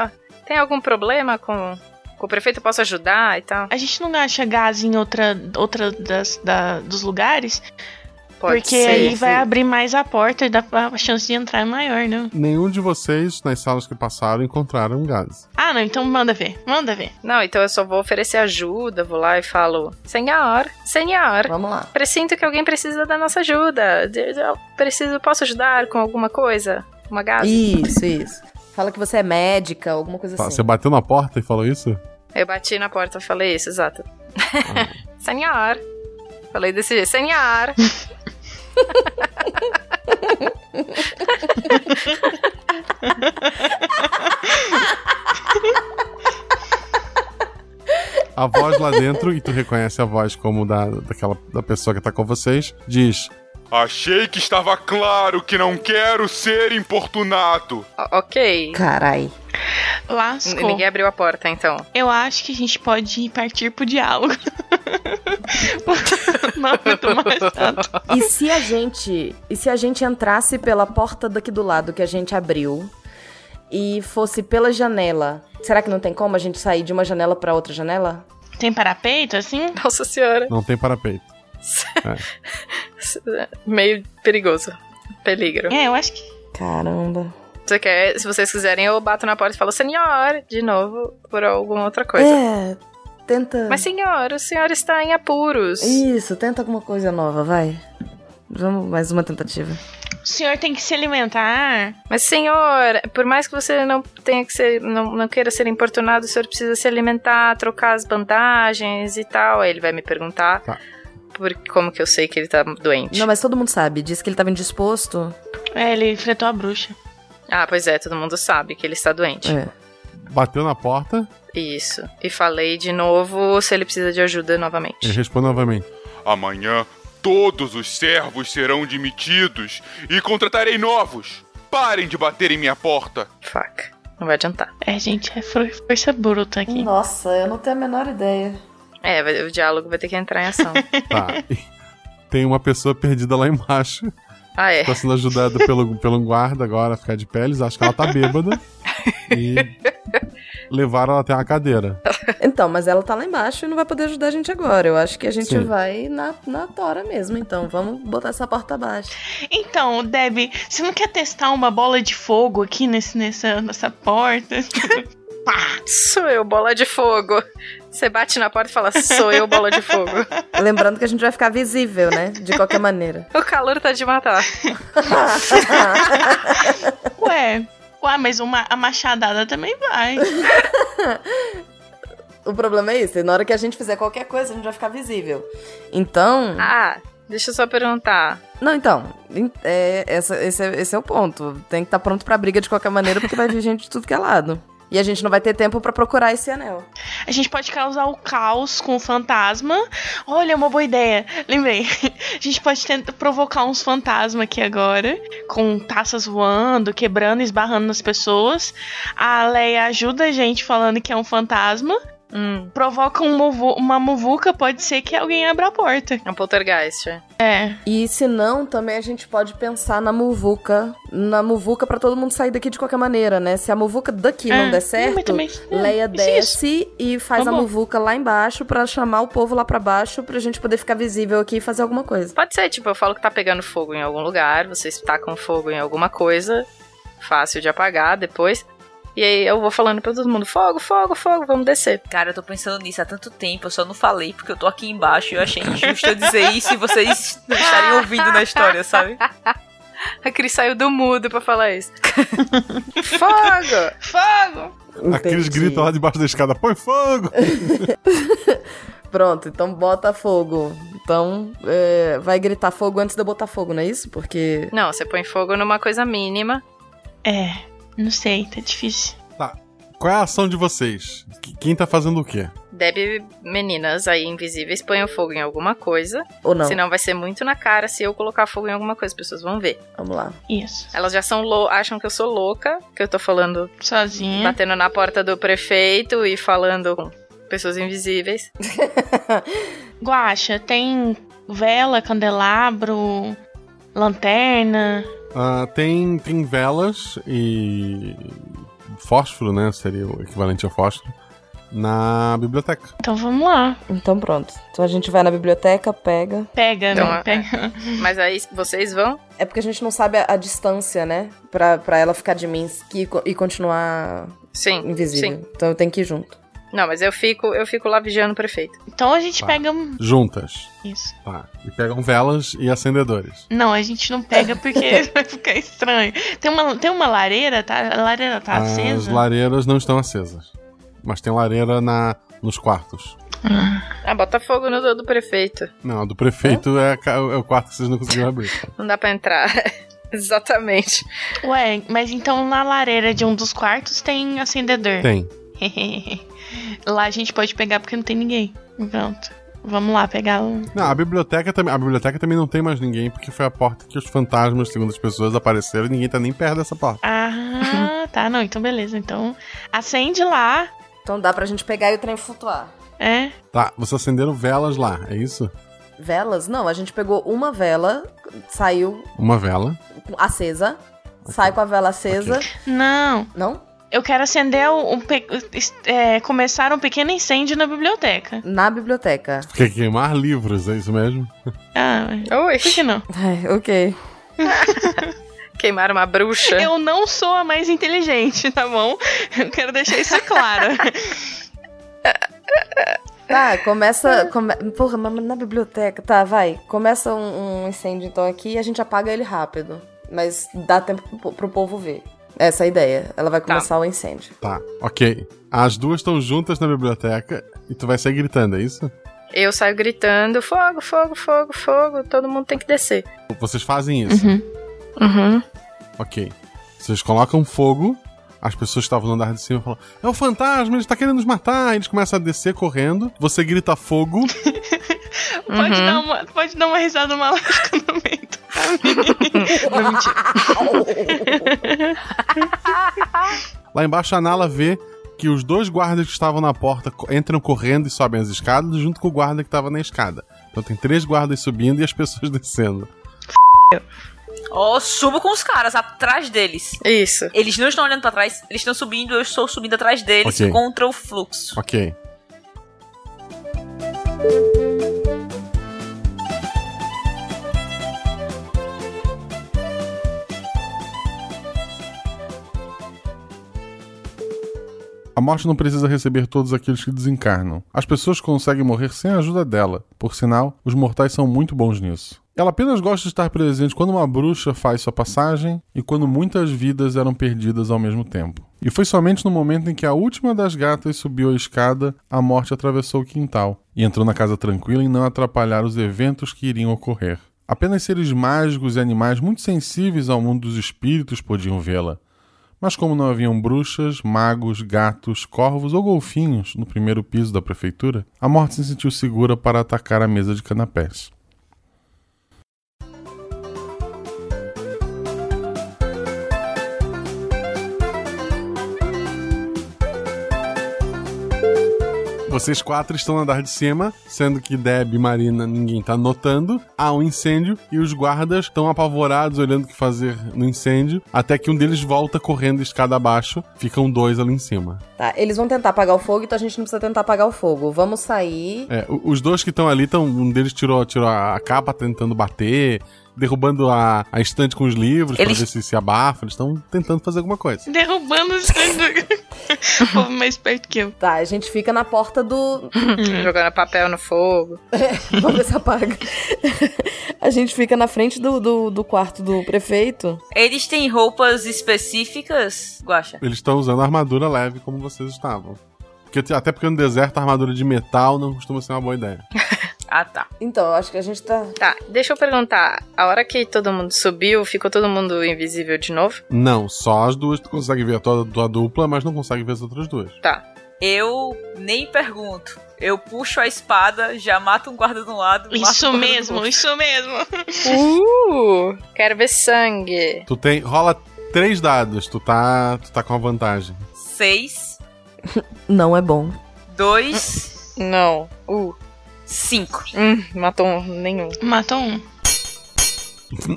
tem algum problema com, com o prefeito? Eu posso ajudar e tal? A gente não acha Gazi em outra, outra das, da- dos lugares? Pode porque ser, aí sim. vai abrir mais a porta e dá, a chance de entrar é maior, né? Nenhum de vocês, nas salas que passaram, encontraram gás. Ah, não, então manda ver, manda ver. Não, então eu só vou oferecer ajuda, vou lá e falo: Senhor, senhor. Vamos lá. Presinto que alguém precisa da nossa ajuda. De- de- Eu preciso, posso ajudar com alguma coisa? Uma gás? Isso, isso. Fala que você é médica, alguma coisa Tá, assim. Você bateu na porta e falou isso? Eu bati na porta e falei isso, exato. Senhor! Falei desse jeito, senhor! A voz lá dentro, e tu reconhece a voz como da, daquela da pessoa que tá com vocês, diz: Achei que estava claro que não quero ser importunado. ok. Carai. Lascou. Ninguém abriu a porta, então. Eu acho que a gente pode partir pro diálogo. Não, muito mais chato. E se a gente, e se a gente entrasse pela porta daqui do lado que a gente abriu e fosse pela janela? Será que não tem como a gente sair de uma janela pra outra janela? Tem parapeito assim? Nossa senhora. Não tem parapeito. É. Meio perigoso. Peligro. É, eu acho que. Caramba. Você quer, se vocês quiserem, eu bato na porta e falo, senhor, de novo, por alguma outra coisa. É, tenta. Mas senhor, o senhor está em apuros. Isso, tenta alguma coisa nova, vai. Vamos mais uma tentativa. O senhor tem que se alimentar. Mas senhor, por mais que você não tenha que ser, não, não queira ser importunado, o senhor precisa se alimentar, trocar as bandagens e tal. Aí ele vai me perguntar Tá. por como que eu sei que ele tá doente. Não, mas todo mundo sabe. Disse que ele tava indisposto. É, ele enfrentou a bruxa. Ah, pois é, todo mundo sabe que ele está doente. Bateu na porta, É. Isso. E falei de novo se ele precisa de ajuda novamente. ele responde novamente. Amanhã todos os servos serão demitidos e contratarei novos. Parem de bater em minha porta. Faca. Não vai adiantar. É, gente, é for- força bruta aqui. Nossa, eu não tenho a menor ideia. É, vai- o diálogo vai ter que entrar em ação. Tá. Tem uma pessoa perdida lá embaixo. Ah, é. Tá sendo ajudada pelo, pelo guarda agora a ficar de pé. Eles acham que ela tá bêbada. e levaram ela até uma cadeira. Então, mas ela tá lá embaixo e não vai poder ajudar a gente agora. Eu acho que a gente Sim. vai na, na tora mesmo, então. Vamos botar essa porta abaixo. Então, Deb, você não quer testar uma bola de fogo aqui nesse, nessa, nessa porta? Sou eu, bola de fogo. Você bate na porta e fala, sou eu, bola de fogo. Lembrando que a gente vai ficar visível, né? De qualquer maneira. O calor tá de matar. Ué, ué, mas uma a machadada também vai. O problema é isso. Na hora que a gente fizer qualquer coisa, a gente vai ficar visível. Então. Ah, deixa eu só perguntar. Não, então. em- é, essa- esse, é, esse é o ponto. Tem que estar pronto pra briga de qualquer maneira, porque vai vir gente de tudo que é lado. E a gente não vai ter tempo pra procurar esse anel. A gente pode causar o caos com o fantasma. Olha, é uma boa ideia. Lembrei. A gente pode tentar provocar uns fantasmas aqui agora, com taças voando, quebrando, esbarrando nas pessoas. A Leia ajuda a gente falando que é um fantasma. Hum. Provoca um movu- uma muvuca, pode ser que alguém abra a porta. É um poltergeist. É. E se não, também a gente pode pensar na muvuca. Na muvuca pra todo mundo sair daqui de qualquer maneira, né? Se a muvuca daqui É, não não, der mas certo, também- é, Leia isso, desce e faz a Vamos. muvuca lá embaixo pra chamar o povo lá pra baixo pra gente poder ficar visível aqui e fazer alguma coisa. Pode ser, tipo, eu falo que tá pegando fogo em algum lugar, vocês tacam fogo em alguma coisa, fácil de apagar depois. E aí eu vou falando pra todo mundo, fogo, fogo, fogo, vamos descer. Cara, eu tô pensando nisso há tanto tempo, eu só não falei porque eu tô aqui embaixo e eu achei injusto eu dizer isso e vocês não estarem ouvindo na história, sabe? A Cris saiu do mudo pra falar isso. fogo! Fogo! Aqueles gritam lá debaixo da escada: põe fogo! Pronto, então bota fogo. Então, é, vai gritar fogo antes de eu botar fogo, não é isso? Porque. Não, você põe fogo numa coisa mínima. É, não sei, tá difícil. Tá. Qual é a ação de vocês? Qu- Quem tá fazendo o quê? Deb, meninas aí invisíveis, põem fogo em alguma coisa. Ou não. Senão vai ser muito na cara se eu colocar fogo em alguma coisa, as pessoas vão ver. Vamos lá. Isso. Elas já são lou acham que eu sou louca, que eu tô falando sozinha, batendo na porta do prefeito e falando com pessoas invisíveis. Guaxa, tem vela, candelabro, lanterna. Ah, tem, tem velas e. fósforo, né? Seria o equivalente ao fósforo. Na biblioteca. Então vamos lá. Então pronto. Então a gente vai na biblioteca, pega. Pega, Então, né? é. Mas aí vocês vão? É porque a gente não sabe a, a distância, né? Pra, pra ela ficar de mim e, co- e continuar Sim, invisível. sim. Então eu tenho que ir junto. Não, mas eu fico, eu fico lá vigiando o prefeito. Então a gente Tá. pega um. Juntas. Isso. Tá. E pegam velas e acendedores. Não, a gente não pega porque vai ficar estranho. Tem uma, tem uma lareira, tá? A lareira tá Ah, As acesa. lareiras não estão acesas. Mas tem lareira na, nos quartos. Ah, bota fogo no do, do prefeito. Não, a do prefeito é, a ca- é o quarto que vocês não conseguiram abrir. Não dá pra entrar. Exatamente. Ué, mas então na lareira de um dos quartos tem acendedor. Tem. lá a gente pode pegar porque não tem ninguém. Pronto. Vamos lá pegar um. Não, a biblioteca também. A biblioteca também não tem mais ninguém, porque foi a porta que os fantasmas, segundo as pessoas, apareceram e ninguém tá nem perto dessa porta. Ah, tá, não, então beleza. Então acende lá. Então dá pra gente pegar e o trem flutuar. É. Tá, vocês acenderam velas lá, é isso? Velas? Não, a gente pegou uma vela, saiu Uma vela. acesa. Sai com a vela acesa. Não. Não? Eu quero acender um. pe- es- é, começar um pequeno incêndio na biblioteca. Na biblioteca. Quer queimar livros, é isso mesmo? Ah, Oi. por que não? É, ok. Queimaram uma bruxa. Eu não sou a mais inteligente, tá bom? Eu quero deixar isso claro. Tá, começa. Come... Porra, mas na biblioteca. Tá, vai. Começa um, um incêndio então aqui e a gente apaga ele rápido. Mas dá tempo pro, po- pro povo ver. Essa é a ideia. Ela vai começar o incêndio. Tá, ok. As duas estão juntas na biblioteca e tu vai sair gritando, é isso? Eu saio gritando: fogo, fogo, fogo, fogo. Todo mundo tem que descer. Vocês fazem isso. Uhum. Ok. Vocês colocam fogo, as pessoas que estavam no andar de cima falam: É o fantasma, ele tá querendo nos matar. Eles começam a descer correndo, você grita fogo. Pode, Uhum. dar uma, pode dar uma risada maluca no meio do caminho. Não, mentira. Lá embaixo a Nala vê que os dois guardas que estavam na porta co- entram correndo e sobem as escadas, junto com o guarda que estava na escada. Então tem três guardas subindo e as pessoas descendo. Ó, subo com os caras atrás deles. Isso. Eles não estão olhando pra trás, eles estão subindo, eu estou subindo atrás deles Ok. contra o fluxo. Ok. A morte não precisa receber todos aqueles que desencarnam. As pessoas conseguem morrer sem a ajuda dela. Por sinal, os mortais são muito bons nisso. Ela apenas gosta de estar presente quando uma bruxa faz sua passagem e quando muitas vidas eram perdidas ao mesmo tempo. E foi somente no momento em que a última das gatas subiu a escada, a morte atravessou o quintal e entrou na casa tranquila em não atrapalhar os eventos que iriam ocorrer. Apenas seres mágicos e animais muito sensíveis ao mundo dos espíritos podiam vê-la. Mas como não haviam bruxas, magos, gatos, corvos ou golfinhos no primeiro piso da prefeitura, a morte se sentiu segura para atacar a mesa de canapés. Vocês quatro estão no andar de cima, sendo que Deb e Marina ninguém tá notando. Há um incêndio e os guardas estão apavorados olhando o que fazer no incêndio, até que um deles volta correndo escada abaixo. Ficam dois ali em cima. Tá, eles vão tentar apagar o fogo, então a gente não precisa tentar apagar o fogo. Vamos sair. É, o- os dois que estão ali, tão, um deles tirou, tirou a capa tentando bater, derrubando a, a estante com os livros Eles- pra ver se se abafa. Eles estão tentando fazer alguma coisa. Derrubando os O povo mais perto que eu. Tá, a gente fica na porta do. Hum. Jogando papel no fogo. Vamos ver se apaga. a gente fica na frente do, do, do quarto do prefeito. Eles têm roupas específicas, Guaxa? Eles estão usando armadura leve como vocês estavam. Porque, até porque no deserto a armadura de metal não costuma ser uma boa ideia. Ah, tá. Então, eu acho que a gente tá. Tá, deixa eu perguntar. A hora que todo mundo subiu, ficou todo mundo invisível de novo? Não, só as duas. Tu consegue ver a tua, tua dupla, mas não consegue ver as outras duas. Tá. Eu nem pergunto. Eu puxo a espada, já mato um guarda de um lado. mato um Isso guarda do mesmo, outro. isso mesmo. Uh! Quero ver sangue. Tu tem. Rola três dados, tu tá, tu tá com a vantagem. Seis, Não é bom. dois. Não. um. Uh. Cinco. Hum, matou um, nenhum. Matou um.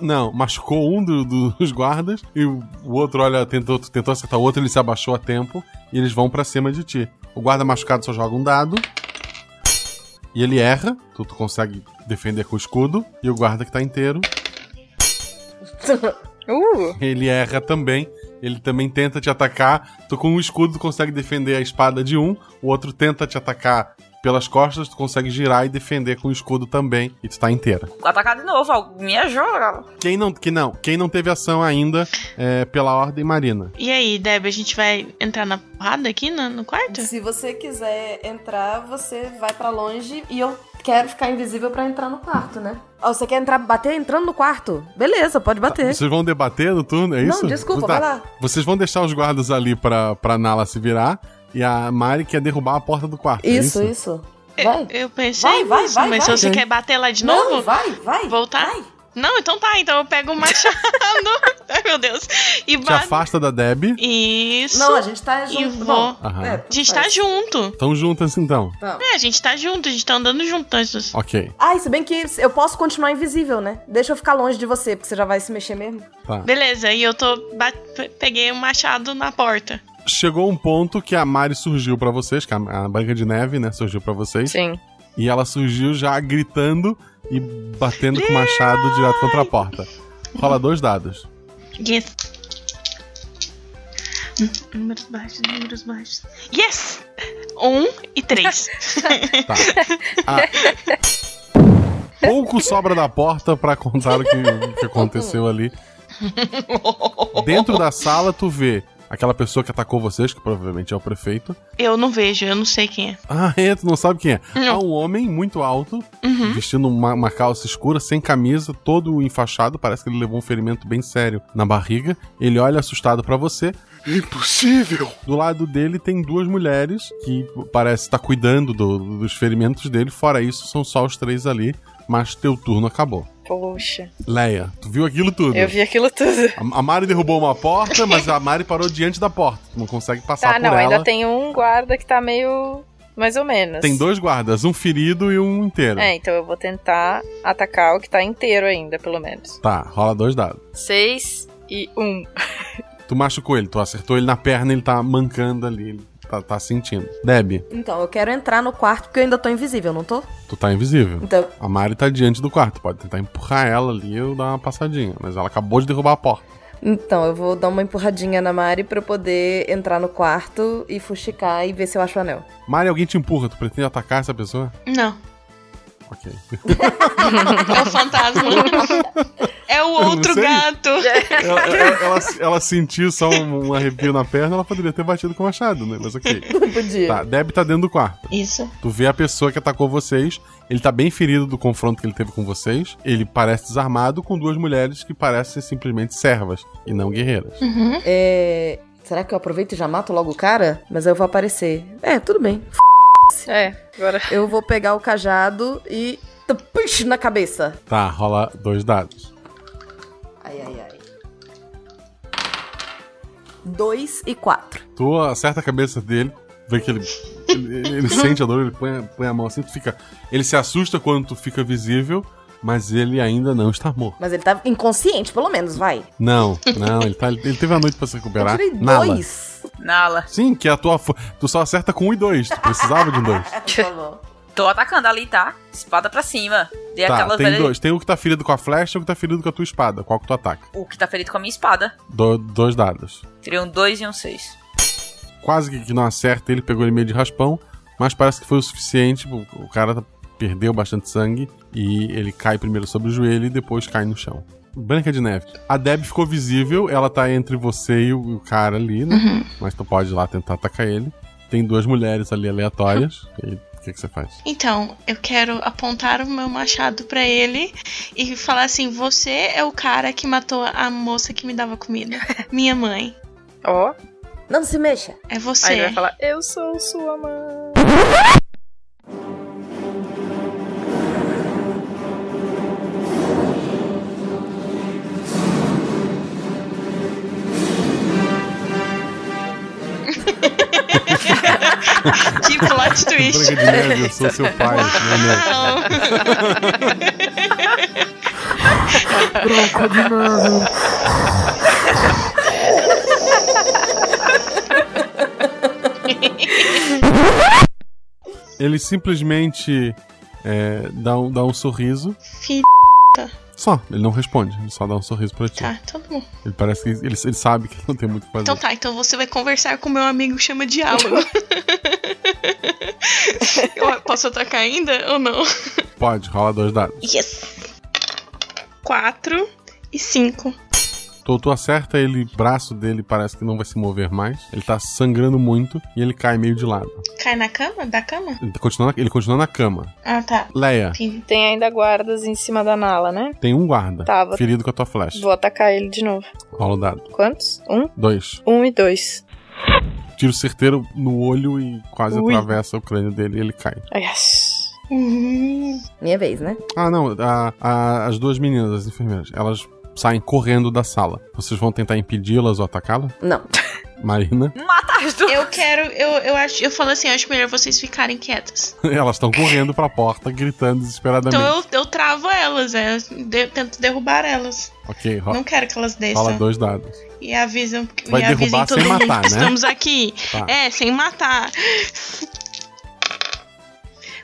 Não, machucou um do- do- dos guardas e o o outro, olha, tentou, tentou acertar o outro, ele se abaixou a tempo e eles vão pra cima de ti. O guarda machucado só joga um dado e ele erra, tu, tu consegue defender com o escudo e o guarda que tá inteiro, Uh! ele erra também Ele também tenta te atacar. Tu com um escudo tu consegue defender a espada de um, o outro tenta te atacar pelas costas, tu consegue girar e defender com o escudo também, e tu tá inteira. Atacar de novo, algo- me ajuda. Quem não, que não, quem não teve ação ainda é pela ordem marina. E aí, Deb, a gente vai entrar na porrada aqui no, no quarto? Se você quiser entrar, você vai pra longe e eu quero ficar invisível pra entrar no quarto, né? Ó, você quer entrar, bater entrando no quarto? Beleza, pode bater. Vocês vão debater no turno, é Não, isso? desculpa, Tá. vai lá. Vocês vão deixar os guardas ali pra, pra Nala se virar e a Mari quer derrubar a porta do quarto. é Isso, isso. Vai. Eu pensei Vai, vai, nisso, vai, mas vai. se você Ok. quer bater lá de Não, novo... vai, vai. Voltar? Não, então tá, então eu pego o machado. Ai, meu Deus. E Te bato. afasta da Deb. Isso. Não, a gente tá E junto, vou... não. Aham. É, a gente tá junto. Tão juntas então. É, a gente tá junto, a gente tá andando junto. antes- Ok, Ai, Ah, se bem que eu posso continuar invisível, né? Deixa eu ficar longe de você, porque você já vai se mexer mesmo. tá. Beleza, e eu tô. ba- pe- Peguei o machado na porta. Chegou um ponto que a Mari surgiu pra vocês, que a, a Branca de Neve, né, surgiu pra vocês. Sim. E ela surgiu já gritando e batendo com o machado direto contra a porta. Rola dois dados. Yes. Hum, Números baixos, números baixos. Yes! Um e três. Tá. Ah. Pouco sobra da porta pra contar o que, o que aconteceu ali. Dentro da sala, tu vê aquela pessoa que atacou vocês, que provavelmente é o prefeito. Eu não vejo, eu não sei quem é. Ah, é, tu não sabe quem é. Não. Há um homem muito alto, Uhum. vestindo uma, uma calça escura, sem camisa, todo enfaixado. Parece que ele levou um ferimento bem sério na barriga. Ele olha assustado pra você. Impossível! Do lado dele tem duas mulheres que parece estar cuidando do- dos ferimentos dele. Fora isso, são só os três ali. Mas teu turno acabou. Poxa. Leia, tu viu aquilo tudo? Eu vi aquilo tudo. A, a Mari derrubou uma porta, mas a Mari parou diante da porta. Tu não consegue passar Tá, por não, ela. ainda tem um guarda que tá meio. Mais ou menos. Tem dois guardas, um ferido e um inteiro. É, então eu vou tentar atacar o que tá inteiro ainda, pelo menos. Tá, rola dois dados. Seis e um. Tu machucou ele, tu acertou ele na perna, ele tá mancando ali, ele tá, tá sentindo. Deb, Então, eu quero entrar no quarto porque eu ainda tô invisível, não tô? tu tá invisível. Então- A Mari tá diante do quarto, pode tentar empurrar ela ali ou dar uma passadinha, mas ela acabou de derrubar a porta. Então, eu vou dar uma empurradinha na Mari pra eu poder entrar no quarto e fuxicar e ver se eu acho o anel. Mari, alguém te empurra, tu pretende atacar essa pessoa? Não. Ok. É o fantasma. É o não outro sei. gato. Ela, ela- ela- ela sentiu só um, um arrepio na perna, ela poderia ter batido com o machado, né? Mas ok. Podia. Tá, Deb tá dentro do quarto. Isso. Tu vê a pessoa que atacou vocês, ele tá bem ferido do confronto que ele teve com vocês. Ele parece desarmado com duas mulheres que parecem simplesmente servas e não guerreiras. Uhum. É, Será que eu aproveito e já mato logo o cara? Mas eu vou aparecer. É, tudo bem. F***. É, agora. Eu vou pegar o cajado e. Puxa, na cabeça. Tá, rola dois dados. Ai, ai, ai. Dois e quatro. Tu acerta a cabeça dele, vê que ele. Ele, ele sente a dor, ele põe, põe a mão assim, tu fica. Ele se assusta quando tu fica visível, mas ele ainda não está morto. Mas ele tá inconsciente, pelo menos, vai. Não, não, ele, tá, ele teve a noite pra se recuperar. Eu tirei Nala. dois. Nala. Sim, que é a tua. fo- Tu só acerta com um e dois. Tu precisava de um dois. Tô atacando ali, tá? Espada pra cima. Dei Tá, aquela tem velha. dois. Tem o que tá ferido com a flecha e o que tá ferido com a tua espada. Qual que tu ataca? O que tá ferido com a minha espada. Do- dois dados. Tirei um dois e um seis. Quase que- que não acerta, ele pegou ele meio de raspão, mas parece que foi o suficiente. O, o cara tá, perdeu bastante sangue e ele cai primeiro sobre o joelho e depois cai no chão. Branca de Neve. A Deb ficou visível, ela tá entre você e o, o cara ali, né? Uhum. Mas tu pode ir lá tentar atacar ele. Tem duas mulheres ali aleatórias. E o que, que você faz? Então, eu quero apontar o meu machado pra ele e falar assim: você é o cara que matou a moça que me dava comida. Minha mãe. Ó. Não se mexa. É você. Aí ele vai falar, eu sou sua mãe. que plot twist. Branca de Neve, eu sou seu pai. Uau. Branca de Neve. Ele simplesmente é, dá, um, dá um sorriso. Filha. Só, ele não responde, ele só dá um sorriso pra ti. Tá, tá bom. Ele parece que ele, ele sabe que não tem muito o que fazer. Então tá, então você vai conversar com meu amigo chama diálogo. Eu posso atacar ainda ou não? Pode, rola dois dados. Yes! Quatro e cinco. Tu, tu acerta ele, o braço dele parece que não vai se mover mais. Ele tá sangrando muito e ele cai meio de lado. Cai na cama? Da cama? Ele tá continua na, ele continua na cama. Ah, tá. Leia, Enfim. Tem ainda guardas em cima da Nala, né? tem um guarda Tava. ferido com a tua flecha. Vou atacar ele de novo. Rola o dado. Quantos? Um? Dois. Um e dois. Tiro certeiro no olho e quase Ui. atravessa o crânio dele e ele cai. Ah, Yes. Uhum. Minha vez, né? Ah, não. a- a- as duas meninas, as enfermeiras, elas saem correndo da sala. Vocês vão tentar impedi-las ou atacá-las? Não. Marina, Eu quero, eu, eu acho, eu falo assim, acho melhor vocês ficarem quietas. elas estão correndo pra porta, gritando desesperadamente. Então eu, eu travo elas, é, de- tento derrubar elas. Ok, rola. Não quero que elas desçam. Rola dois dados. E avisam, Vai e avisem derrubar todo sem mundo matar, que né? estamos aqui. Tá. É, sem matar.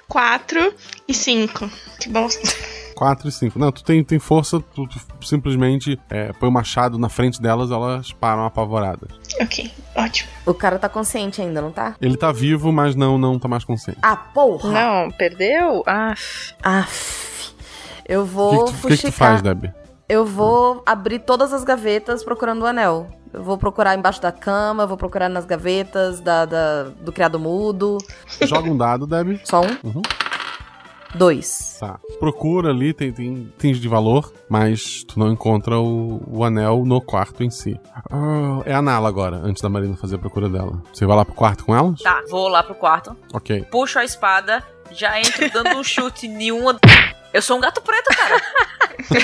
Quatro e cinco. Que bosta. 4 e 5. Não, tu tem, tem força, tu, tu simplesmente é, põe o machado na frente delas, elas param apavoradas. Ok, ótimo. O cara tá consciente ainda, não tá? Ele tá vivo, mas não, não tá mais consciente. Ah, porra! Não, perdeu? Ah. Aff. Eu O vou que, que tu, o que que tu fuxicar. faz, Debbie? Eu vou abrir todas as gavetas procurando o anel. Eu vou procurar embaixo da cama, eu vou procurar nas gavetas da, da- do criado mudo. Joga um dado, Debbie. Só um? Uhum. Dois. Tá. Procura ali, tem, tem itens de valor, mas tu não encontra o, o anel no quarto em si. Ah, é a Nala agora, antes da Marina fazer a procura dela. Você vai lá pro quarto com ela? Tá, vou lá pro quarto, Ok. puxo a espada, já entro dando um chute nenhuma. Eu sou um gato preto, cara.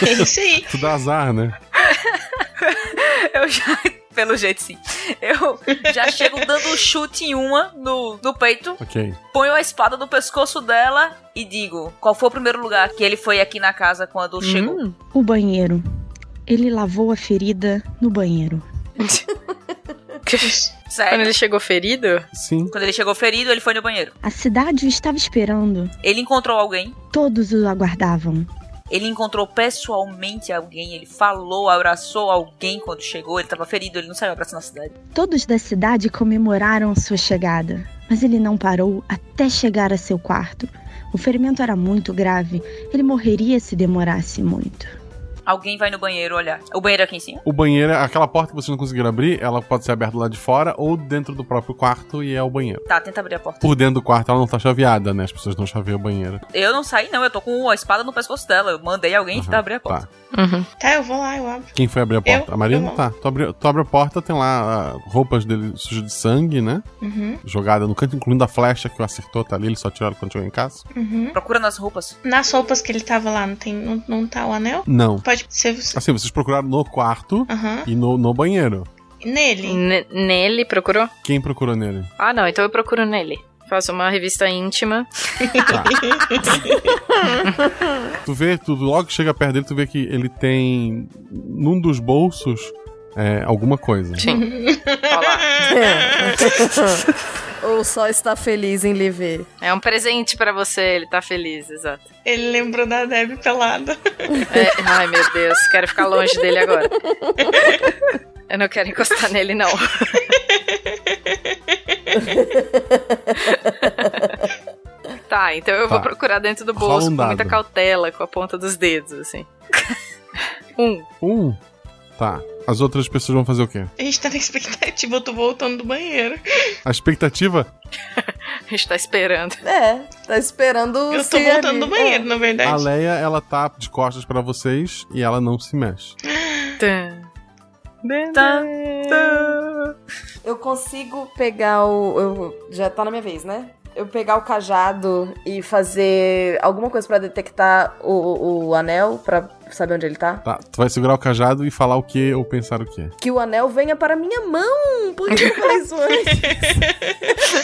É isso aí. Tu dá azar, né? Eu já. Pelo jeito, sim. Eu já chego dando um chute em uma no, no peito, Ok. ponho a espada no pescoço dela e digo: qual foi o primeiro lugar que ele foi aqui na casa quando chegou? Hum, O banheiro. Ele lavou a ferida no banheiro. Sério? Quando ele chegou ferido? Sim. Quando ele chegou ferido, ele foi no banheiro. A cidade o estava esperando. Ele encontrou alguém. Todos o aguardavam. Ele encontrou pessoalmente alguém. Ele falou, abraçou alguém quando chegou. Ele tava ferido, ele não saiu abraçando a cidade. Todos da cidade comemoraram sua chegada, mas ele não parou até chegar a seu quarto. O ferimento era muito grave. Ele morreria se demorasse muito. Alguém vai no banheiro olhar. O banheiro é aqui em cima? O banheiro, aquela porta que vocês não conseguiram abrir, ela pode ser aberta lá de fora ou dentro do próprio quarto e é o banheiro. Tá, tenta abrir a porta. Por dentro do quarto ela não tá chaveada, né? As pessoas não chaveiam o banheiro. Eu não saí, não. Eu tô com a espada no pescoço dela. Eu mandei alguém tentar abrir a porta. Tá, eu vou lá, eu abro. Quem foi abrir a porta? Eu? a Marina? Eu não. Tá. Tu abre, tu abre a porta, tem lá ah, roupas dele sujas de sangue, né? Uhum. Jogada no canto, incluindo a flecha que o acertou, tá ali, ele só tirou ela quando chegou em casa. Uhum. Procura nas roupas. Nas roupas que ele tava lá, não, tem, não, não tá o anel? Não. Pode ser Assim, vocês procuraram no quarto Aham. e no, no banheiro. nele. nele procurou? Quem procurou nele? Ah, não, então eu procuro nele. Faço uma revista íntima. Tu vê, tu logo que chega perto dele, tu vê que ele tem num dos bolsos é, alguma coisa. né, Ou só está feliz em lhe ver. É um presente pra você, ele tá feliz, exato. Ele lembrou da Debbie pelada. É, ai, meu Deus, quero ficar longe dele agora. Eu não quero encostar nele, não. Tá, então eu vou Tá. procurar dentro do Rola bolso um com muita dado. cautela, com a ponta dos dedos, assim. Uhum. Um. Um. Tá. As outras pessoas vão fazer o quê? A gente tá na expectativa, eu tô voltando do banheiro. A expectativa? A gente tá esperando. É, tá esperando. Eu tô ser voltando ali. É. do banheiro, na verdade. A Leia, ela tá de costas pra vocês e ela não se mexe. Eu consigo pegar o. eu- já tá na minha vez, né? Eu pegar o cajado e fazer alguma coisa pra detectar o, o- o anel, pra saber onde ele tá. Tá, tu vai segurar o cajado e falar o que ou pensar o que? Que o anel venha para minha mão! Por que eu falei isso antes?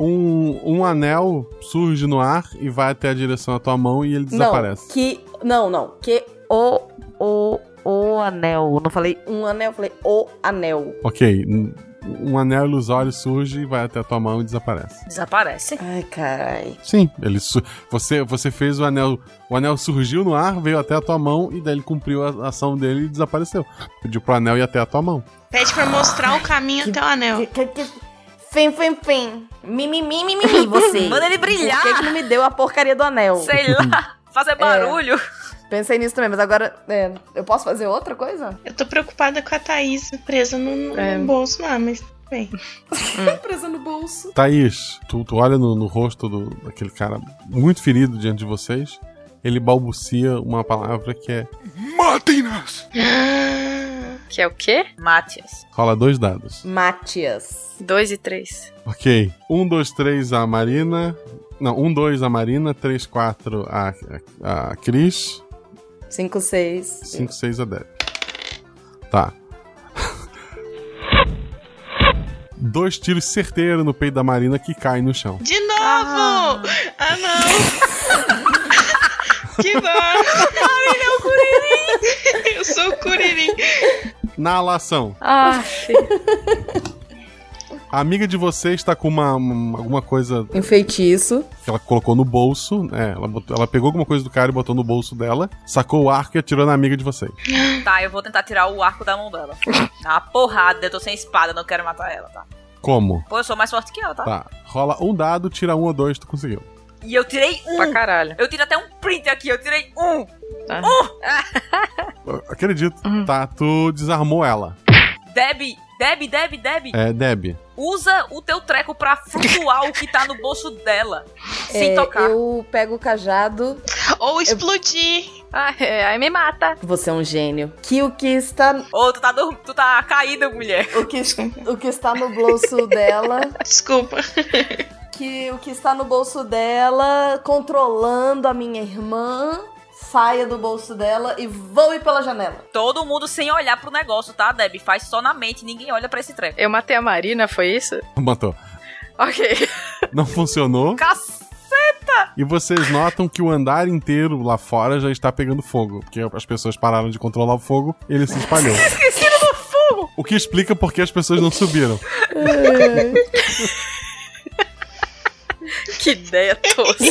Um, um anel surge no ar e vai até a direção da tua mão e ele desaparece. Não, que. Não, não. Que o. O. O anel. Eu não falei um anel, eu falei o anel. Ok, n- um anel ilusório surge, vai até a tua mão e desaparece. Desaparece? Ai, carai. Sim, ele su- você, você fez o anel. O anel surgiu no ar, veio até a tua mão e daí ele cumpriu a ação dele e desapareceu. Pediu pro anel ir até a tua mão. Pede pra mostrar o caminho até o anel. Fim, fim, fim. Mimimi, mimimi, você. Manda ele brilhar. Por que, que não me deu a porcaria do anel? Sei lá, fazer barulho. É. Pensei nisso também, mas agora é, eu posso fazer outra coisa? Eu tô preocupada com a Thaís presa no, no É. Hum. bolso lá, mas tudo bem. Presa no bolso. Tá. Thaís, tu, tu olha no, no rosto do, daquele cara muito ferido diante de vocês. Ele balbucia uma palavra que é. Matem-nas! Que é o quê? Matias. Rola dois dados. Matias. Dois e três. Ok. 1, 2, 3 a Marina. Não, 1, 2 a Marina. 3, 4 a, a, a Cris. 5, 6. 5, 6 a Deb. Tá. Dois tiros certeiros no peito da Marina que cai no chão. De novo! Ah, não! que dó! Ai, ele é o Curirim! Eu sou o Curirim! Na alação. Ah, A amiga de vocês está com uma, uma- alguma coisa Um feitiço. que ela colocou no bolso. né? ela, botou- ela pegou alguma coisa do cara e botou no bolso dela. Sacou o arco e atirou na amiga de vocês. Tá, eu vou tentar tirar o arco da mão dela. Na porrada, eu tô sem espada, não quero matar ela, tá? Como? Pô, eu sou mais forte que ela, tá? Tá. Rola um dado, tira um ou dois, tu conseguiu. E eu tirei um. Pra caralho. Tá. Eu tirei até um print aqui, eu tirei um. Eu Acredito. Tá, tu desarmou ela. Deb, Deb, Deb, Deb. É, Deb. Usa o teu treco pra flutuar o que tá no bolso dela. Sem É, tocar. Eu pego o cajado. Ou explodir. Ah, é, aí me mata. Você é um gênio. Que o que está. Ô, tu tá, dorm- tu tá caída, mulher. O que, o que está no bolso dela. Desculpa. Que o que está no bolso dela, controlando a minha irmã, saia do bolso dela e voe pela janela. Todo mundo sem olhar pro negócio, tá, Deb? Faz só na mente, ninguém olha pra esse treco. Eu matei a Marina, foi isso? Matou. Ok. Não funcionou. Caceta! E vocês notam que o andar inteiro lá fora já está pegando fogo. Porque as pessoas pararam de controlar o fogo, ele se espalhou. Esqueceram do fogo! O que explica por que as pessoas não subiram. que ideia tosca.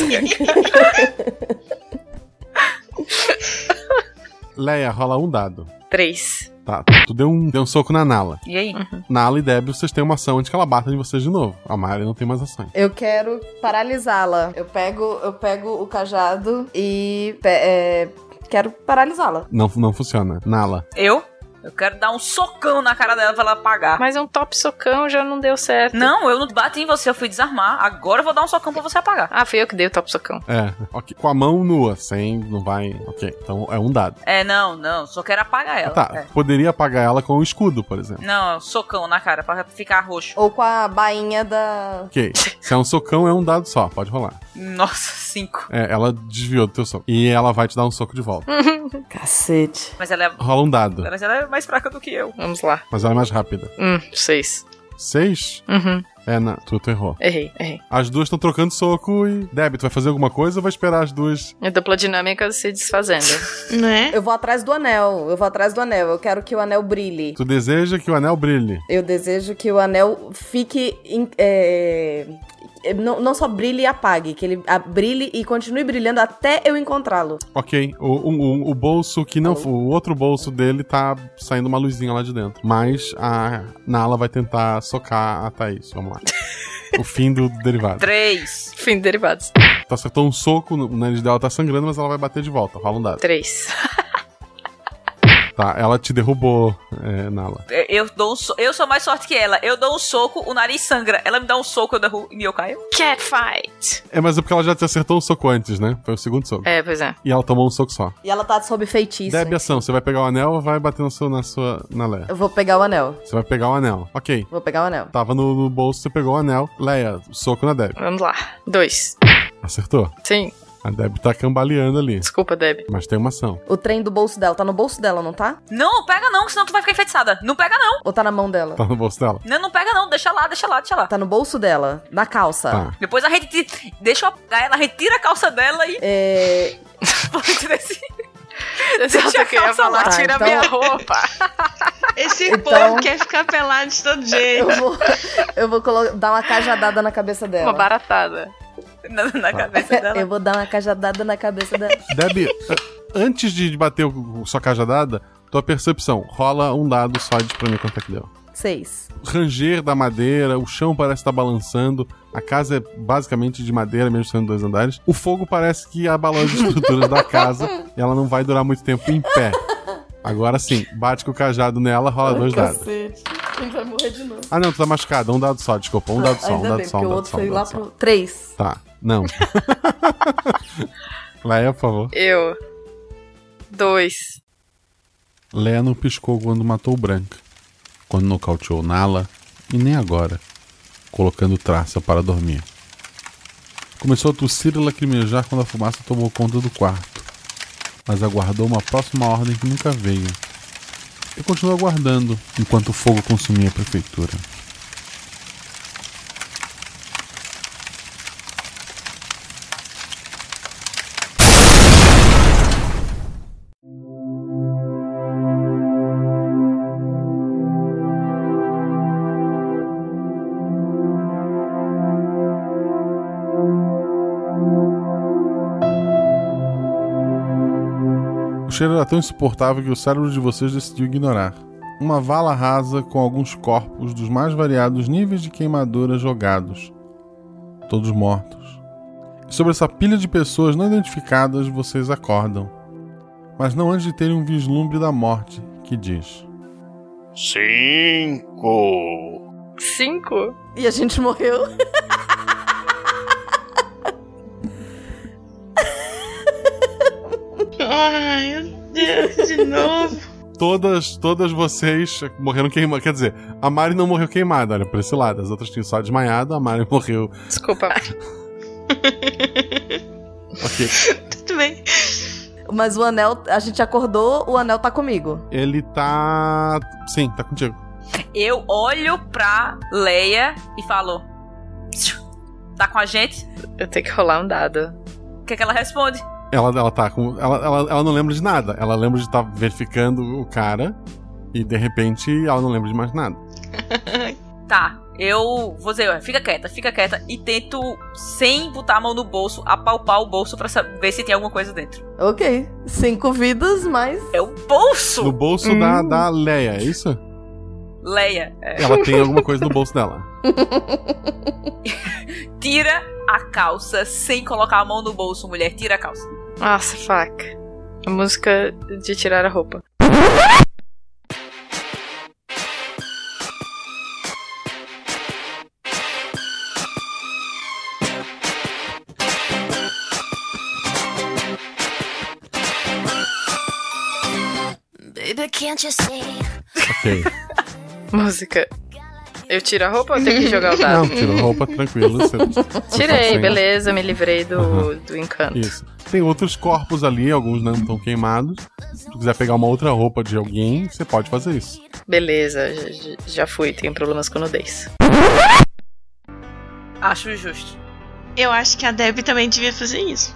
Leia, rola um dado. Três. Tá, tu deu um, deu um soco na Nala. E aí? Uhum. Nala e Deb, vocês têm uma ação antes que ela bata em vocês de novo. A Mari não tem mais ações. Eu quero paralisá-la. Eu pego, eu pego o cajado e pe- é, quero paralisá-la. Não, não funciona. Nala. Eu? Eu quero dar um socão na cara dela pra ela apagar. Mas um top socão já não deu certo. Não, eu não bati em você, eu fui desarmar. Agora eu vou dar um socão pra você apagar. Ah, fui eu que dei o top socão. É, ok. Com a mão nua, sem, não vai. Ok, então é um dado. É, não, não, só quero apagar ela. Tá, É. poderia apagar ela com um escudo, por exemplo. Não, é um socão na cara pra ficar roxo. Ou com a bainha da. Ok. Se é um socão, é um dado só, pode rolar. Nossa, cinco. É, ela desviou do teu soco. E ela vai te dar um soco de volta. Hum. Cacete. Mas ela é. Rola um dado. Mas ela é mais fraca do que eu. Vamos lá. Mas ela é mais rápida. Hum, seis. Seis? Uhum. É, não, tu, tu errou. Errei, errei. As duas estão trocando soco e. Deb, tu vai fazer alguma coisa ou vai esperar as duas? A dupla dinâmica se desfazendo. é? Né? Eu vou atrás do anel. Eu vou atrás do anel. Eu quero que o anel brilhe. Tu deseja que o anel brilhe. Eu desejo que o anel fique. em- é, é, não, não só brilhe e apague, que ele a- brilhe e continue brilhando até eu encontrá-lo. Ok, o, o- o- o bolso que não. O outro bolso dele tá saindo uma luzinha lá de dentro. Mas a Nala vai tentar socar a Thaís. Vamos lá. o fim do derivado. Três. Fim de derivados. Tu acertou um soco, o nariz dela tá sangrando, mas ela vai bater de volta. Rola um dado. Três. Tá, ela te derrubou, é, Nala. Eu- Eu, dou um so- eu sou mais forte que ela. Eu dou um soco, o nariz sangra. Ela me dá um soco, eu derrubo e eu caio. Catfight. É, mas é porque ela já te acertou um soco antes, né? Foi o segundo soco. É, pois é. E ela tomou um soco só. E ela tá sob feitiço. Deb, hein? ação. Você vai pegar o anel ou vai bater na sua, na sua, na Leia? Eu vou pegar o anel. Você vai pegar o anel. Ok. Vou pegar o anel. Tava no, no bolso, você pegou o anel. Leia, soco na Deb. Vamos lá. Dois. Acertou. Sim. A Deb tá cambaleando ali. Desculpa, Deb. Mas tem uma ação. O trem do bolso dela. Tá no bolso dela, não tá? Não, pega não, que senão tu vai ficar enfeitiçada. Não pega não. Ou tá na mão dela? Tá no bolso dela. Não, não pega não. Deixa lá, deixa lá, deixa lá. Tá no bolso dela, na calça. Tá. Depois a gente. ti- Deixa eu apagar ela, retira a calça dela e. É. Pode descer. Exato, Deixa a que eu ia calça falar, lá. tira então- minha roupa. Esse Esse povo quer ficar pelado de todo jeito. Eu vou, eu vou colo- dar uma cajadada na cabeça dela. Uma baratada. Na, na Ah. cabeça dela. Eu vou dar uma cajadada na cabeça dela. Debbie, a- antes de bater o, sua cajadada, tua percepção. Rola um dado só e diz pra mim quanto é que deu. Seis. O ranger da madeira, o chão parece estar balançando, a casa é basicamente de madeira, mesmo sendo dois andares. O fogo parece que abalou as estruturas da casa e ela não vai durar muito tempo em pé. Agora sim, bate com o cajado nela, rola dois dados. Cacete. A gente vai morrer de novo. Ah não, tu tá machucada, um dado só, desculpa, um dado só, um Ah, Ainda dado bem, só, porque um o dado outro só. foi Um lá dado só. pro... Três. Tá, não. Leia, por favor. Eu. Dois. Leia não piscou quando matou o Branca, quando nocauteou Nala e nem agora, colocando Traça para dormir. Começou a tossir e lacrimejar quando a fumaça tomou conta do quarto, mas aguardou uma próxima ordem que nunca veio. E continuou aguardando enquanto o fogo consumia a prefeitura. O cheiro era tão insuportável que o cérebro de vocês decidiu ignorar. Uma vala rasa com alguns corpos dos mais variados níveis de queimadura jogados. Todos mortos. E sobre essa pilha de pessoas não identificadas, vocês acordam. Mas não antes de terem um vislumbre da morte, que diz: Cinco. Cinco? E a gente morreu. Ai, meu Deus, de novo. Todas, todas vocês morreram queimadas. Quer dizer, a Mari não morreu queimada, olha, por esse lado. As outras tinham só desmaiado, a Mari morreu. Desculpa. Ok. Tudo bem. Mas o anel, a gente acordou, o anel tá comigo. Ele tá. Sim, tá contigo. Eu olho pra Leia e falo: "Tchiu, Tá com a gente? Eu tenho que rolar um dado. O que, é que ela responde? Ela, ela tá com. Ela, ela, ela não lembra de nada. Ela lembra de estar verificando o cara e de repente ela não lembra de mais nada. Tá, eu vou dizer, "Ué, fica quieta, fica quieta e tento, sem botar a mão no bolso, apalpar o bolso pra saber se tem alguma coisa dentro. Ok. Cinco vidas, mas. É o bolso! No bolso da, da Leia, é isso? Leia. é. Ela tem alguma coisa no bolso dela. Tira a calça sem colocar a mão no bolso, mulher. Tira a calça. Nossa, faca. A música de tirar a roupa. Baby, can't you see? Ok. Música. Eu tiro a roupa ou tenho que jogar o dado? Não, tirou roupa tranquilo. Você, você tá Tirei, sem- beleza, me livrei do, Aham. do encanto. Isso. Tem outros corpos ali, alguns não estão queimados. Se tu quiser pegar uma outra roupa de alguém, você pode fazer isso. Beleza, já- já, já fui, tenho problemas com nudez. Acho justo. Eu acho que a Debbie também devia fazer isso.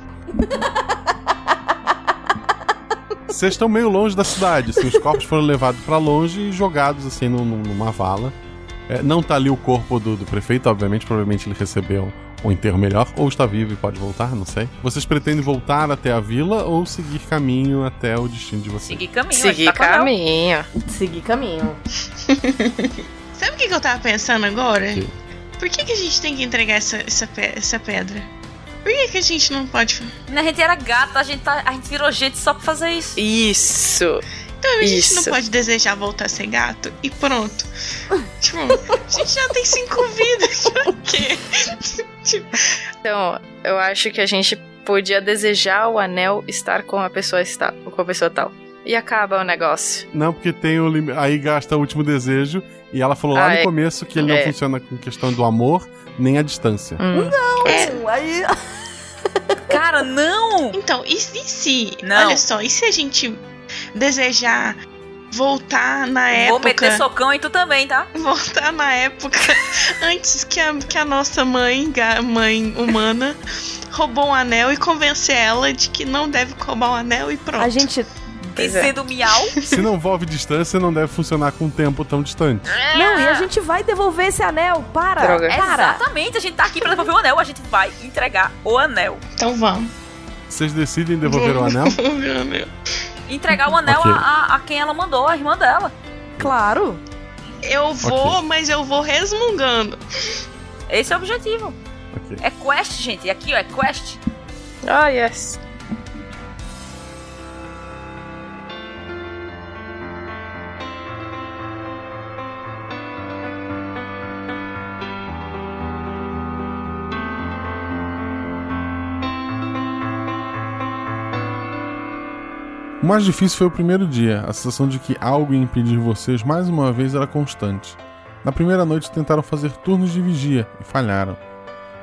Vocês estão meio longe da cidade. Assim, os corpos foram levados pra longe e jogados assim num- num- numa vala. É, não tá ali o corpo do, do prefeito, obviamente, provavelmente ele recebeu um enterro melhor, ou está vivo e pode voltar, não sei. Vocês pretendem voltar até a vila ou seguir caminho até o destino de vocês? Seguir caminho. Segui a gente tá com ela. caminho. Segui caminho. Sabe o que, que eu tava pensando agora? Ok. Por que, que a gente tem que entregar essa, essa, pe- essa pedra? Por que, que a gente não pode. Né, A gente era gata, a gente, tá, a gente virou gente só pra fazer isso. Isso. Então a gente não Isso. pode desejar voltar a ser gato e pronto. tipo, a gente já tem cinco vidas, pra quê? Então, eu acho que a gente podia desejar o anel estar com a pessoa, está, com a pessoa tal. E acaba o negócio. Não, porque tem o lim... aí gasta o último desejo e ela falou lá Ah, no é. começo que ele não É. Hum. funciona com questão do amor nem a distância. Não, É. aí. Cara, não! Então, e se, e se? Não. Olha só, e se a gente desejar voltar na Vou época. meter socão em tu também, tá? Voltar na época antes que a, que a nossa mãe, ga- mãe humana, roubou um anel e convencer ela de que não deve roubar o anel e pronto. A gente Tem sendo miau. é. Se não envolve distância, não deve funcionar com um tempo tão distante. É. É. Não, e a gente vai devolver esse anel. Para! Droga. Para! Exatamente, a gente tá aqui pra devolver o anel, a gente vai entregar o anel. Então vamos. Vocês decidem devolver o anel? Meu anel. Entregar o anel Ok. a, a- a quem ela mandou, a irmã dela. Claro. Eu vou, mas eu vou resmungando. Esse é o objetivo. É quest, gente. Aqui, ó, é quest. Ah, yes. O mais difícil foi o primeiro dia. A sensação de que algo ia impedir vocês mais uma vez era constante. Na primeira noite tentaram fazer turnos de vigia e falharam.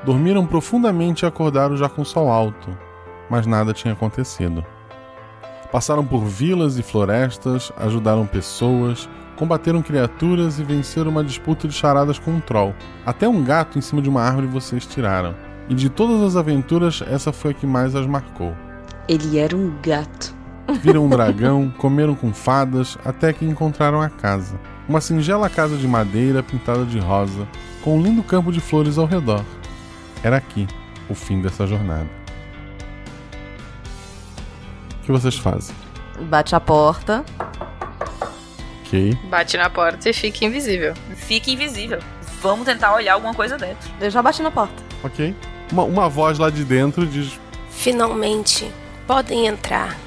Dormiram profundamente e acordaram já com o sol alto, mas nada tinha acontecido. Passaram por vilas e florestas, ajudaram pessoas, combateram criaturas e venceram uma disputa de charadas com um troll. Até um gato em cima de uma árvore vocês tiraram. E de todas as aventuras, essa foi a que mais as marcou. Ele era um gato. Viram um dragão, comeram com fadas, até que encontraram a casa. Uma singela casa de madeira pintada de rosa, com um lindo campo de flores ao redor. Era aqui o fim dessa jornada. O que vocês fazem? Bate a porta. Ok. Bate na porta e fica invisível. Fica invisível. Vamos tentar olhar alguma coisa dentro. Eu já bati na porta. Ok. Uma, uma voz lá de dentro diz: Finalmente, podem entrar.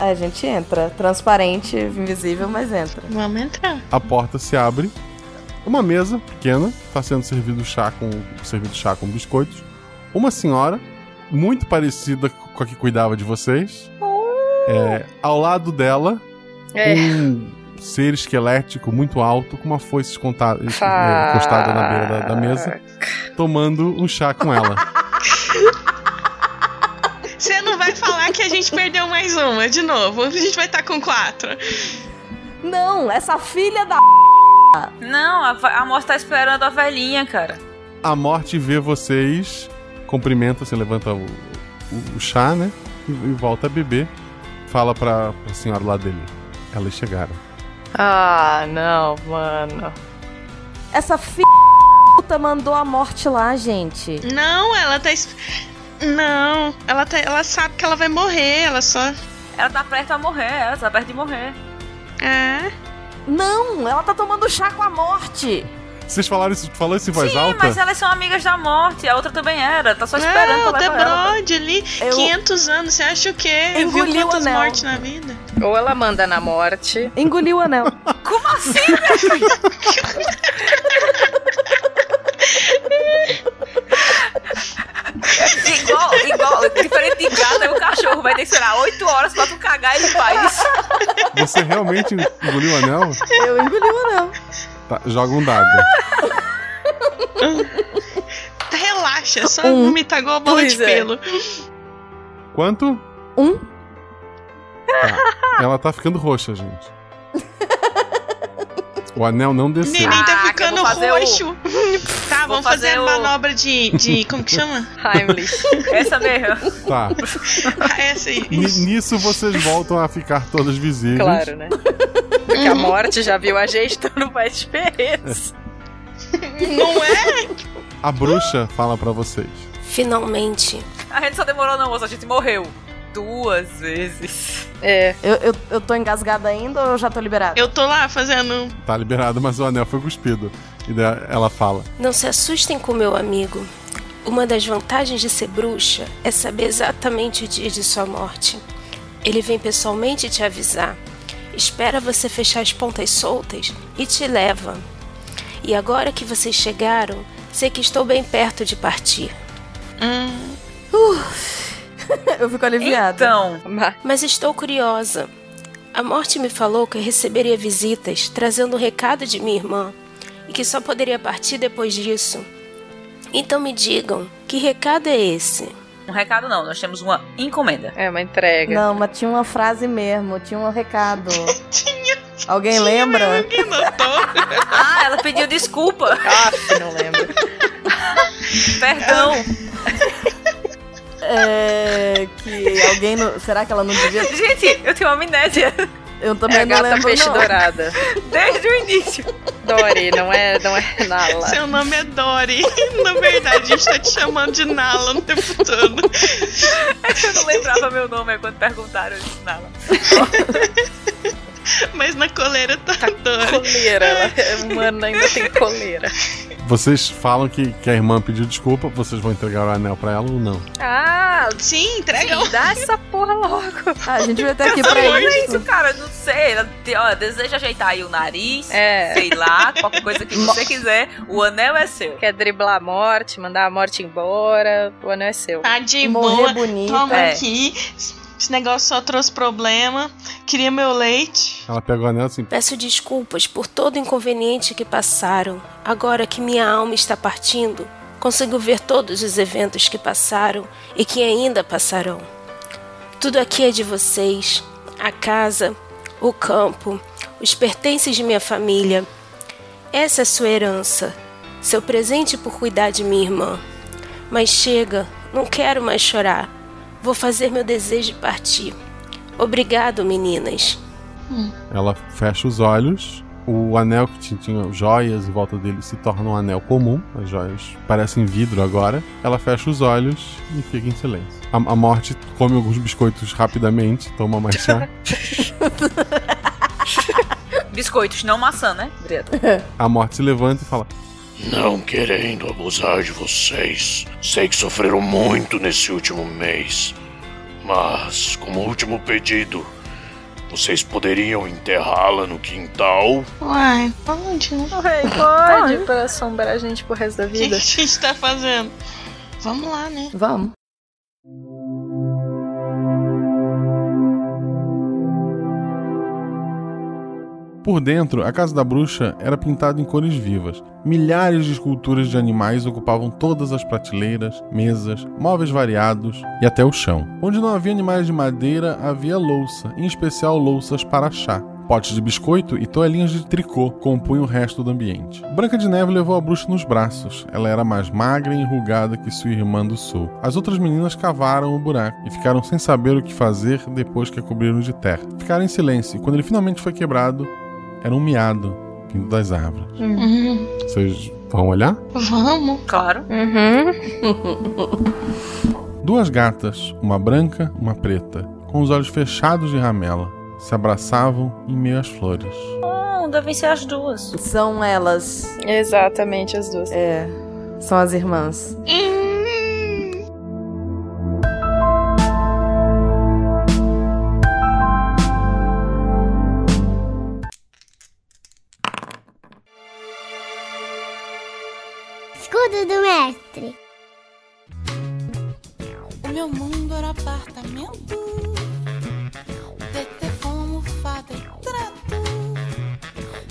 É, A gente entra. Transparente, invisível, mas entra. Vamos entrar. A porta se abre. Uma mesa pequena, está sendo servido chá com servido chá com biscoitos. Uma senhora muito parecida com a que cuidava de vocês. É, ao lado dela, É. um ser esquelético muito alto com uma foice esconta- es- Fa- eh, encostada na beira da, da mesa, tomando um chá com ela. Você não vai falar que a gente perdeu mais uma de novo. A gente vai estar com quatro. Não, essa filha da. Não, a, va- a moça tá esperando a velhinha, cara. A morte vê vocês, cumprimenta, se levanta o, o- o chá, né? E, e volta a beber. Fala pra, pra senhora lá dele. Elas chegaram. Ah, não, mano. Essa filha puta mandou a morte lá, gente. Não, ela tá. es- Não, ela, tá... ela sabe que ela vai morrer, ela só. Ela tá perto a morrer, ela tá perto de morrer. É. Não, ela tá tomando chá com a morte. Vocês falaram isso, falou isso em voz Sim, alta? mas elas são amigas da morte. A outra também era. Tá só esperando Não, pra The levar ela. Brode ali, 500 anos, você acha o quê? Engoliu Viu quantas o anel. mortes na vida? Ou ela manda na morte. Engoliu o anel. Como assim, velho? igual, igual, diferente de gato, é o cachorro vai ter que, sei lá, 8 horas pra tu cagar e ele faz. Você realmente engoliu o anel? Eu engoli o anel. Tá, joga um dado. Relaxa, é só Um. vomitar igual a bola de é. pelo. Quanto? Um. Tá. Ela tá ficando roxa, gente. O anel não desceu. Neném tá Ah, que eu ficando vou fazer o- roxo. Tá, Vou vamos fazer, fazer a o- manobra de, de. Como que chama? Heimlich. Essa mesmo. Tá. Essa aí. Ni- Nisso vocês voltam a ficar todas visíveis. Claro, né? Porque a morte já viu a gente, então não faz diferença. Não é? A bruxa fala pra vocês. Finalmente. A gente só demorou, não, moça. A gente morreu. Duas vezes. É. Eu, eu, eu tô engasgada ainda ou eu já tô liberada? Eu tô lá fazendo. Tá liberado, mas o anel foi cuspido. E daí ela fala. Não se assustem com meu amigo. Uma das vantagens de ser bruxa é saber exatamente o dia de sua morte. Ele vem pessoalmente te avisar, espera você fechar as pontas soltas e te leva. E agora que vocês chegaram, sei que estou bem perto de partir. Hum. eu fico aliviada. Então. Mas estou curiosa. A morte me falou que eu receberia visitas trazendo um recado de minha irmã e que só poderia partir depois disso. Então me digam, que recado é esse? Um recado não, nós temos uma encomenda. É, uma entrega. Não, mas tinha uma frase mesmo, tinha um recado. Alguém lembra? Ah, ela pediu desculpa. Ah, não lembro. Perdão. É, que alguém. não- será que ela não devia. Gente, eu tenho amnésia. Eu também É a não gata lembro. peixe não. dourada. Desde o início. Dory, não é, não é Nala. Seu nome é Dory. Na verdade, a gente tá te chamando de Nala no tempo todo. É Eu não lembrava meu nome quando perguntaram, eu disse Nala. Mas na coleira tá, Dory. Coleira, ela é humana, ainda tem coleira. Vocês falam que, que a irmã pediu desculpa, vocês vão entregar o anel pra ela ou não? Ah, sim, entrega. Sim, dá essa porra logo. Ah, a gente vai ter aqui Pelo amor pra de isso. Deus, cara, não sei. Ela te- Ó, deseja ajeitar aí o nariz, sei lá, qualquer coisa que você quiser. O anel é seu. Quer driblar a morte, mandar a morte embora, o anel é seu. Tá de boa. Toma É. aqui. Esse negócio só trouxe problema. Queria meu leite. Ela pega o anel assim. Peço desculpas por todo o inconveniente que passaram. Agora que minha alma está partindo, consigo ver todos os eventos que passaram e que ainda passarão. Tudo aqui é de vocês: a casa, o campo, os pertences de minha família. Essa é sua herança, seu presente por cuidar de minha irmã. Mas chega, não quero mais chorar. Vou fazer meu desejo e partir. Obrigado, meninas. Ela fecha os olhos. O anel que tinha- tinha joias em volta dele se torna um anel comum. As joias parecem vidro agora. Ela fecha os olhos e fica em silêncio. A, a morte come alguns biscoitos rapidamente, toma mais chá. Biscoitos, não maçã, né, Breda? A morte se levanta e fala: Não querendo abusar de vocês, sei que sofreram muito nesse último mês. Mas, como último pedido, vocês poderiam enterrá-la no quintal? Uai, onde, né? Ué, pode, pra assombrar a gente pro resto da O que, que vida. a gente tá fazendo? Vamos lá, né? Vamos. Por dentro, a casa da bruxa era pintada em cores vivas. Milhares de esculturas de animais ocupavam todas as prateleiras, mesas, móveis variados e até o chão. Onde não havia animais de madeira, havia louça, em especial louças para chá. Potes de biscoito e toalhinhas de tricô compunham o resto do ambiente. Branca de Neve levou a bruxa nos braços. Ela era mais magra e enrugada que sua irmã do sul. As outras meninas cavaram o buraco e ficaram sem saber o que fazer depois que a cobriram de terra. Ficaram em silêncio. e Quando ele finalmente foi quebrado, era um miado vindo das árvores. Uhum. Vocês vão olhar? Vamos. Uhum. Claro. Duas gatas, uma branca, uma preta, com os olhos fechados de ramela, se abraçavam em meio às flores. Não, devem ser as duas. São elas. Exatamente, as duas. É. São as irmãs. Escudo do mestre. O meu mundo era apartamento. Deter como fada e trato.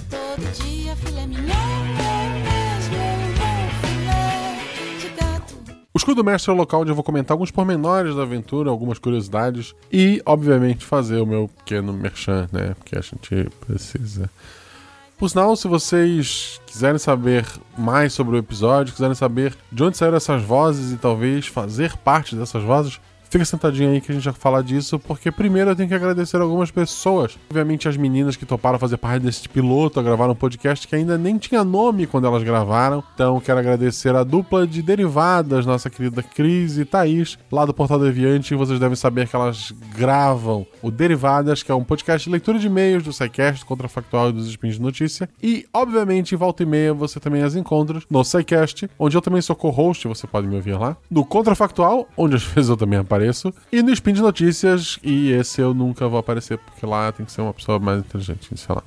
Todo dia filé mignon, é mesmo um bom filé de gato. O Escudo Mestre é o local onde eu vou comentar alguns pormenores da aventura, algumas curiosidades e, obviamente, fazer o meu pequeno merchan, né? Porque a gente precisa. Por sinal, se vocês quiserem saber mais sobre o episódio, quiserem saber de onde saíram essas vozes e talvez fazer parte dessas vozes, fica sentadinho aí que a gente vai falar disso, porque primeiro eu tenho que agradecer algumas pessoas. Obviamente as meninas que toparam fazer parte desse piloto, gravaram um podcast que ainda nem tinha nome quando elas gravaram. Então quero agradecer a dupla de derivadas, nossa querida Cris e Thaís, lá do Portal Deviante. Vocês devem saber que elas gravam o Derivadas, que é um podcast de leitura de e-mails do SciCast, Contrafactual e dos Espinhos de Notícia. E, obviamente, em volta e meia você também as encontra no SciCast, onde eu também sou co-host, você pode me ouvir lá. No Contrafactual, onde às vezes eu também apareço. E no Spin de Notícias, e esse eu nunca vou aparecer, porque lá tem que ser uma pessoa mais inteligente, sei lá.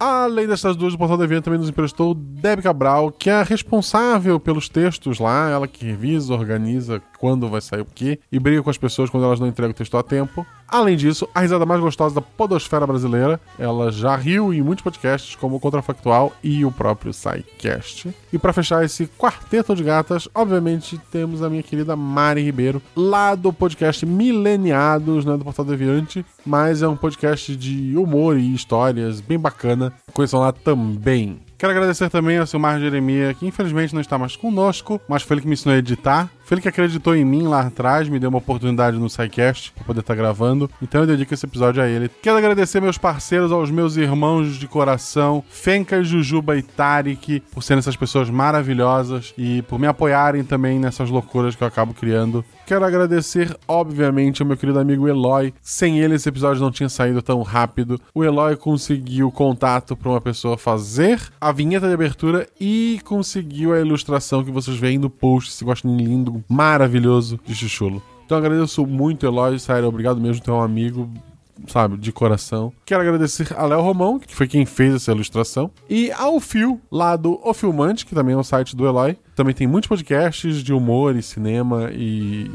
Além dessas duas, o Portal do Evento também nos emprestou Deb Cabral, que é a responsável pelos textos lá, ela que revisa, organiza quando vai sair o quê e briga com as pessoas quando elas não entregam o texto a tempo. Além disso, a risada mais gostosa da podosfera brasileira, ela já riu em muitos podcasts como o Contrafactual e o próprio SciCast. E pra fechar esse quarteto de gatas, obviamente temos a minha querida Mari Ribeiro, lá do podcast Mileniados, né, do Portal Deviante, mas é um podcast de humor e histórias bem bacana. Conheçam lá também. Quero agradecer também ao seu Mar Jeremia, que infelizmente não está mais conosco, mas foi ele que me ensinou a editar. Foi ele que acreditou em mim lá atrás, me deu uma oportunidade no SciCast pra poder estar gravando. Então eu dedico esse episódio a ele. Quero agradecer meus parceiros, aos meus irmãos de coração, Fencas, Jujuba e Tarek, por serem essas pessoas maravilhosas e por me apoiarem também nessas loucuras que eu acabo criando. Quero agradecer, obviamente, ao meu querido amigo Eloy. Sem ele, esse episódio não tinha saído tão rápido. O Eloy conseguiu contato para uma pessoa fazer a vinheta de abertura e conseguiu a ilustração que vocês veem no post, esse gostinho lindo, maravilhoso de Chuchulo. Então agradeço muito, Eloy, sério, obrigado mesmo, tu é um amigo, sabe, de coração. Quero agradecer a Léo Romão, que foi quem fez essa ilustração, e ao Fio, lá do O Filmante, que também é um site do Eloy. Também tem muitos podcasts de humor e cinema e...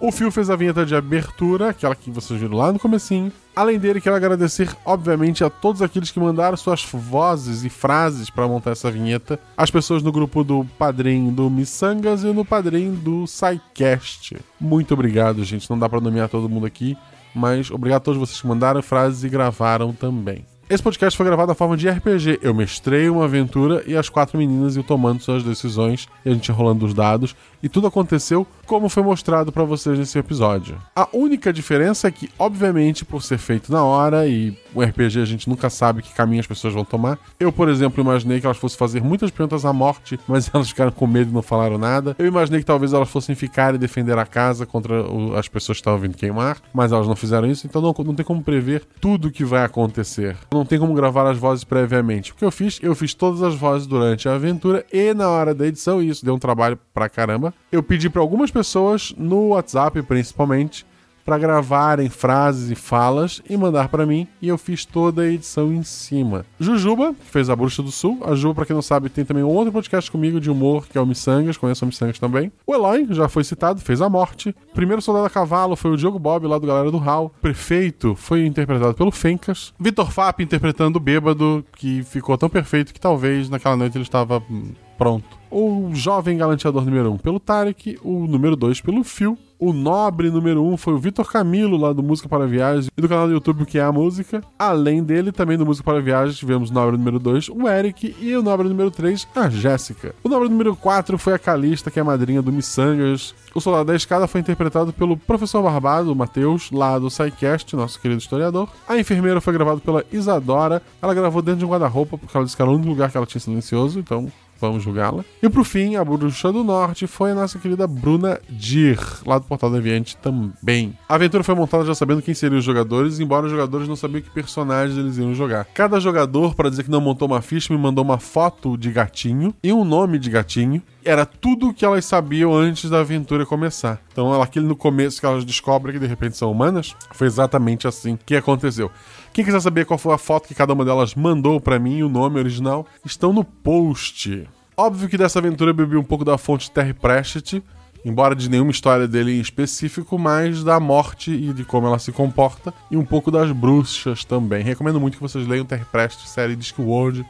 O Fio fez a vinheta de abertura, aquela que vocês viram lá no comecinho. Além dele, quero agradecer, obviamente, a todos aqueles que mandaram suas vozes e frases para montar essa vinheta. As pessoas no grupo do Padrim do Missangas e no Padrim do SciCast. Muito obrigado, gente. Não dá para nomear todo mundo aqui, mas obrigado a todos vocês que mandaram frases e gravaram também. Esse podcast foi gravado na forma de RPG. Eu mestrei uma aventura e as quatro meninas iam tomando suas decisões e a gente rolando os dados. E tudo aconteceu como foi mostrado para vocês nesse episódio. A única diferença é que, obviamente, por ser feito na hora e o RPG a gente nunca sabe que caminho as pessoas vão tomar. Eu, por exemplo, imaginei que elas fossem fazer muitas perguntas à morte, mas elas ficaram com medo e não falaram nada. Eu imaginei que talvez elas fossem ficar e defender a casa contra o- as pessoas que estavam vindo queimar, mas elas não fizeram isso, então não, não tem como prever tudo o que vai acontecer. Não tem como gravar as vozes previamente. O que eu fiz? Eu fiz todas as vozes durante a aventura e na hora da edição, e isso deu um trabalho pra caramba. Eu pedi pra algumas pessoas, no WhatsApp principalmente, para gravarem frases e falas e mandar para mim, e eu fiz toda a edição em cima. Jujuba, que fez a Bruxa do Sul. A Juba, pra quem não sabe, tem também um outro podcast comigo de humor, que é o Missangas, conheço o Missangas também. O Eloy, que já foi citado, fez a Morte. O primeiro Soldado a Cavalo foi o Diogo Bob, lá do Galera do Hall. Prefeito foi interpretado pelo Fencas. Vitor Fap interpretando o Bêbado, que ficou tão perfeito que talvez naquela noite ele estava hum, pronto. O jovem galanteador número 1 um pelo Tarek, o número 2 pelo Phil, o nobre número 1 um foi o Vitor Camilo, lá do Música para Viagens e do canal do YouTube O Que é a Música. Além dele, também do Música para Viagens, tivemos o nobre número 2, o Eric, e o nobre número 3, a Jéssica. O nobre número 4 foi a Calista, que é a madrinha do Missangas. O Soldado da Escada foi interpretado pelo professor Barbado, o Matheus, lá do SciCast, nosso querido historiador. A enfermeira foi gravado pela Isadora. Ela gravou dentro de um guarda-roupa, porque ela disse que era o único lugar que ela tinha silencioso, então Vamos julgá-la. E por fim, a bruxa do norte foi a nossa querida Bruna Dir, lá do Portal Deviante também. A aventura foi montada já sabendo quem seriam os jogadores, embora os jogadores não sabiam que personagens eles iam jogar. Cada jogador, para dizer que não montou uma ficha, me mandou uma foto de gatinho e um nome de gatinho. Era tudo o que elas sabiam antes da aventura começar. Então, ela- aquele no começo que elas descobrem que de repente são humanas, foi exatamente assim que aconteceu. Quem quiser saber qual foi a foto que cada uma delas mandou pra mim, o nome original, estão no post. Óbvio que dessa aventura eu bebi um pouco da fonte Terry Pratchett, embora de nenhuma história dele em específico, mas da morte e de como ela se comporta, e um pouco das bruxas também. Recomendo muito que vocês leiam Terry Pratchett, série Discworld.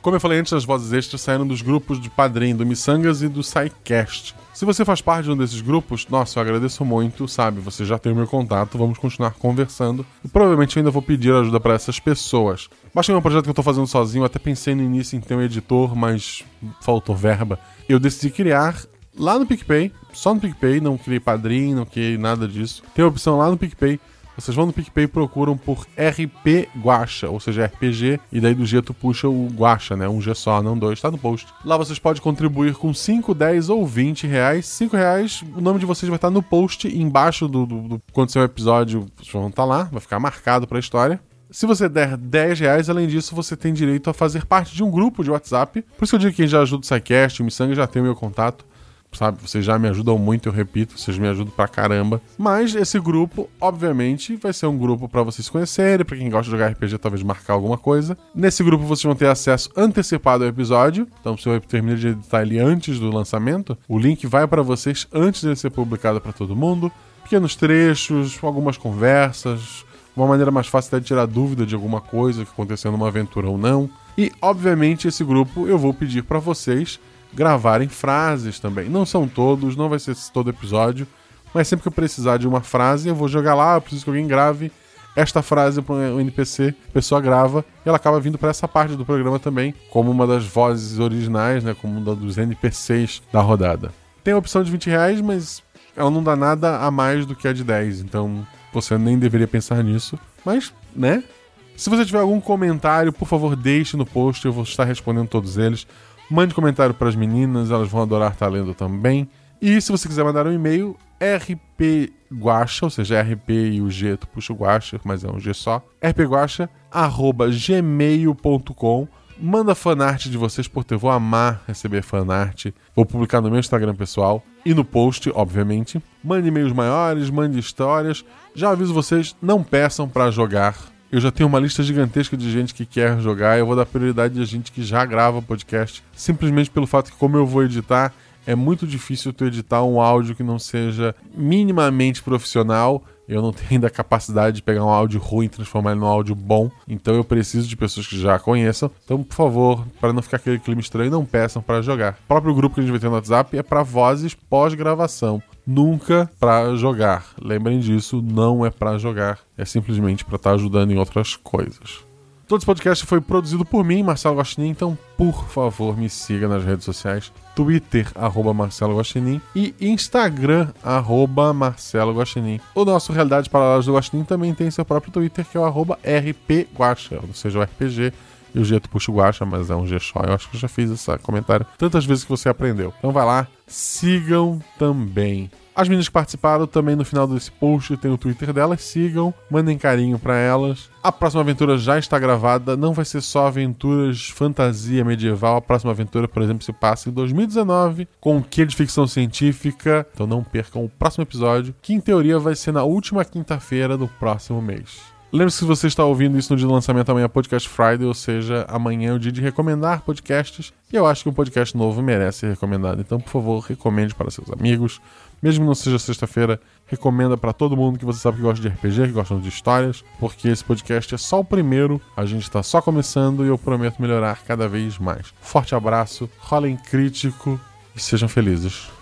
Como eu falei antes, as vozes extras saíram dos grupos de padrinho do Missangas e do SciCast. Se você faz parte de um desses grupos, nossa, eu agradeço muito, sabe? Você já tem o meu contato, vamos continuar conversando. E provavelmente eu ainda vou pedir ajuda para essas pessoas. Mas tem um projeto que eu tô fazendo sozinho, eu até pensei no início em ter um editor, mas faltou verba. Eu decidi criar lá no PicPay, só no PicPay, não criei padrinho, não criei nada disso. Tem a opção lá no PicPay vocês vão no PicPay e procuram por RP Guacha, ou seja, RPG, e daí do G tu puxa o Guacha, né? Um G só, não dois, tá no post. Lá vocês podem contribuir com 5, 10 ou 20 reais. 5 reais, o nome de vocês vai estar no post, embaixo do, do, do quando sair o episódio, vocês vão estar lá, vai ficar marcado pra história. Se você der 10 reais, além disso, você tem direito a fazer parte de um grupo de WhatsApp. Por isso que eu digo que quem já ajuda o SciCast, o Missanga já tem o meu contato sabe? Vocês já me ajudam muito, eu repito, vocês me ajudam pra caramba. Mas esse grupo, obviamente, vai ser um grupo pra vocês conhecerem, pra quem gosta de jogar RPG, talvez marcar alguma coisa. Nesse grupo vocês vão ter acesso antecipado ao episódio, então se eu terminar de editar ele antes do lançamento, o link vai pra vocês antes dele ser publicado pra todo mundo. Pequenos trechos, algumas conversas, uma maneira mais fácil até de tirar dúvida de alguma coisa que aconteceu numa aventura ou não. E, obviamente, esse grupo eu vou pedir pra vocês gravarem frases também. Não são todos, não vai ser todo episódio, mas sempre que eu precisar de uma frase, eu vou jogar lá, eu preciso que alguém grave esta frase para um NPC, a pessoa grava e ela acaba vindo para essa parte do programa também, como uma das vozes originais, né, como uma dos NPCs da rodada. Tem a opção de 20 reais, mas ela não dá nada a mais do que a de 10. Então você nem deveria pensar nisso. Mas, né? Se você tiver algum comentário, por favor, deixe no post. Eu vou estar respondendo todos eles. Mande comentário para as meninas, elas vão adorar estar lendo também. E se você quiser mandar um e-mail, rpguacha, ou seja, rp e o g, tu puxa o guacha, mas é um g só, rpguacha, arroba gmail.com. Manda fanart de vocês, por eu vou amar receber fanart. Vou publicar no meu Instagram pessoal e no post, obviamente. Mande e-mails maiores, mande histórias. Já aviso vocês, não peçam para jogar. Eu já tenho uma lista gigantesca de gente que quer jogar. Eu vou dar prioridade a gente que já grava podcast, simplesmente pelo fato que, como eu vou editar, é muito difícil tu editar um áudio que não seja minimamente profissional. Eu não tenho ainda a capacidade de pegar um áudio ruim e transformar ele num áudio bom. Então eu preciso de pessoas que já conheçam. Então, por favor, para não ficar aquele clima estranho, não peçam para jogar. O próprio grupo que a gente vai ter no WhatsApp é para vozes pós-gravação. Nunca para jogar. Lembrem disso, não é para jogar. É simplesmente para estar ajudando em outras coisas. Todo esse podcast foi produzido por mim, Marcelo Guaxinim, então por favor me siga nas redes sociais, Twitter, arroba Marcelo Guaxinim e Instagram, arroba Marcelo Guaxinim. O nosso Realidade Paralelas do Guaxinim também tem seu próprio Twitter, que é o arroba RPGuaxa, ou seja, o RPG e o jeito puxa o guacha, mas é um G só. Eu acho que eu já fiz esse comentário tantas vezes que você aprendeu. Então vai lá, sigam também. As meninas que participaram também no final desse post tem o Twitter delas, sigam, mandem carinho para elas. A próxima aventura já está gravada, não vai ser só aventuras fantasia medieval. A próxima aventura, por exemplo, se passa em 2019 com o que de ficção científica. Então não percam o próximo episódio, que em teoria vai ser na última quinta-feira do próximo mês. Lembre-se que você está ouvindo isso no dia do lançamento amanhã é Podcast Friday, ou seja, amanhã é o dia de recomendar podcasts. E eu acho que um podcast novo merece ser recomendado. Então, por favor, recomende para seus amigos. Mesmo que não seja sexta-feira, recomenda para todo mundo que você sabe que gosta de RPG, que gosta de histórias, porque esse podcast é só o primeiro, a gente está só começando e eu prometo melhorar cada vez mais. Forte abraço, rolem crítico e sejam felizes.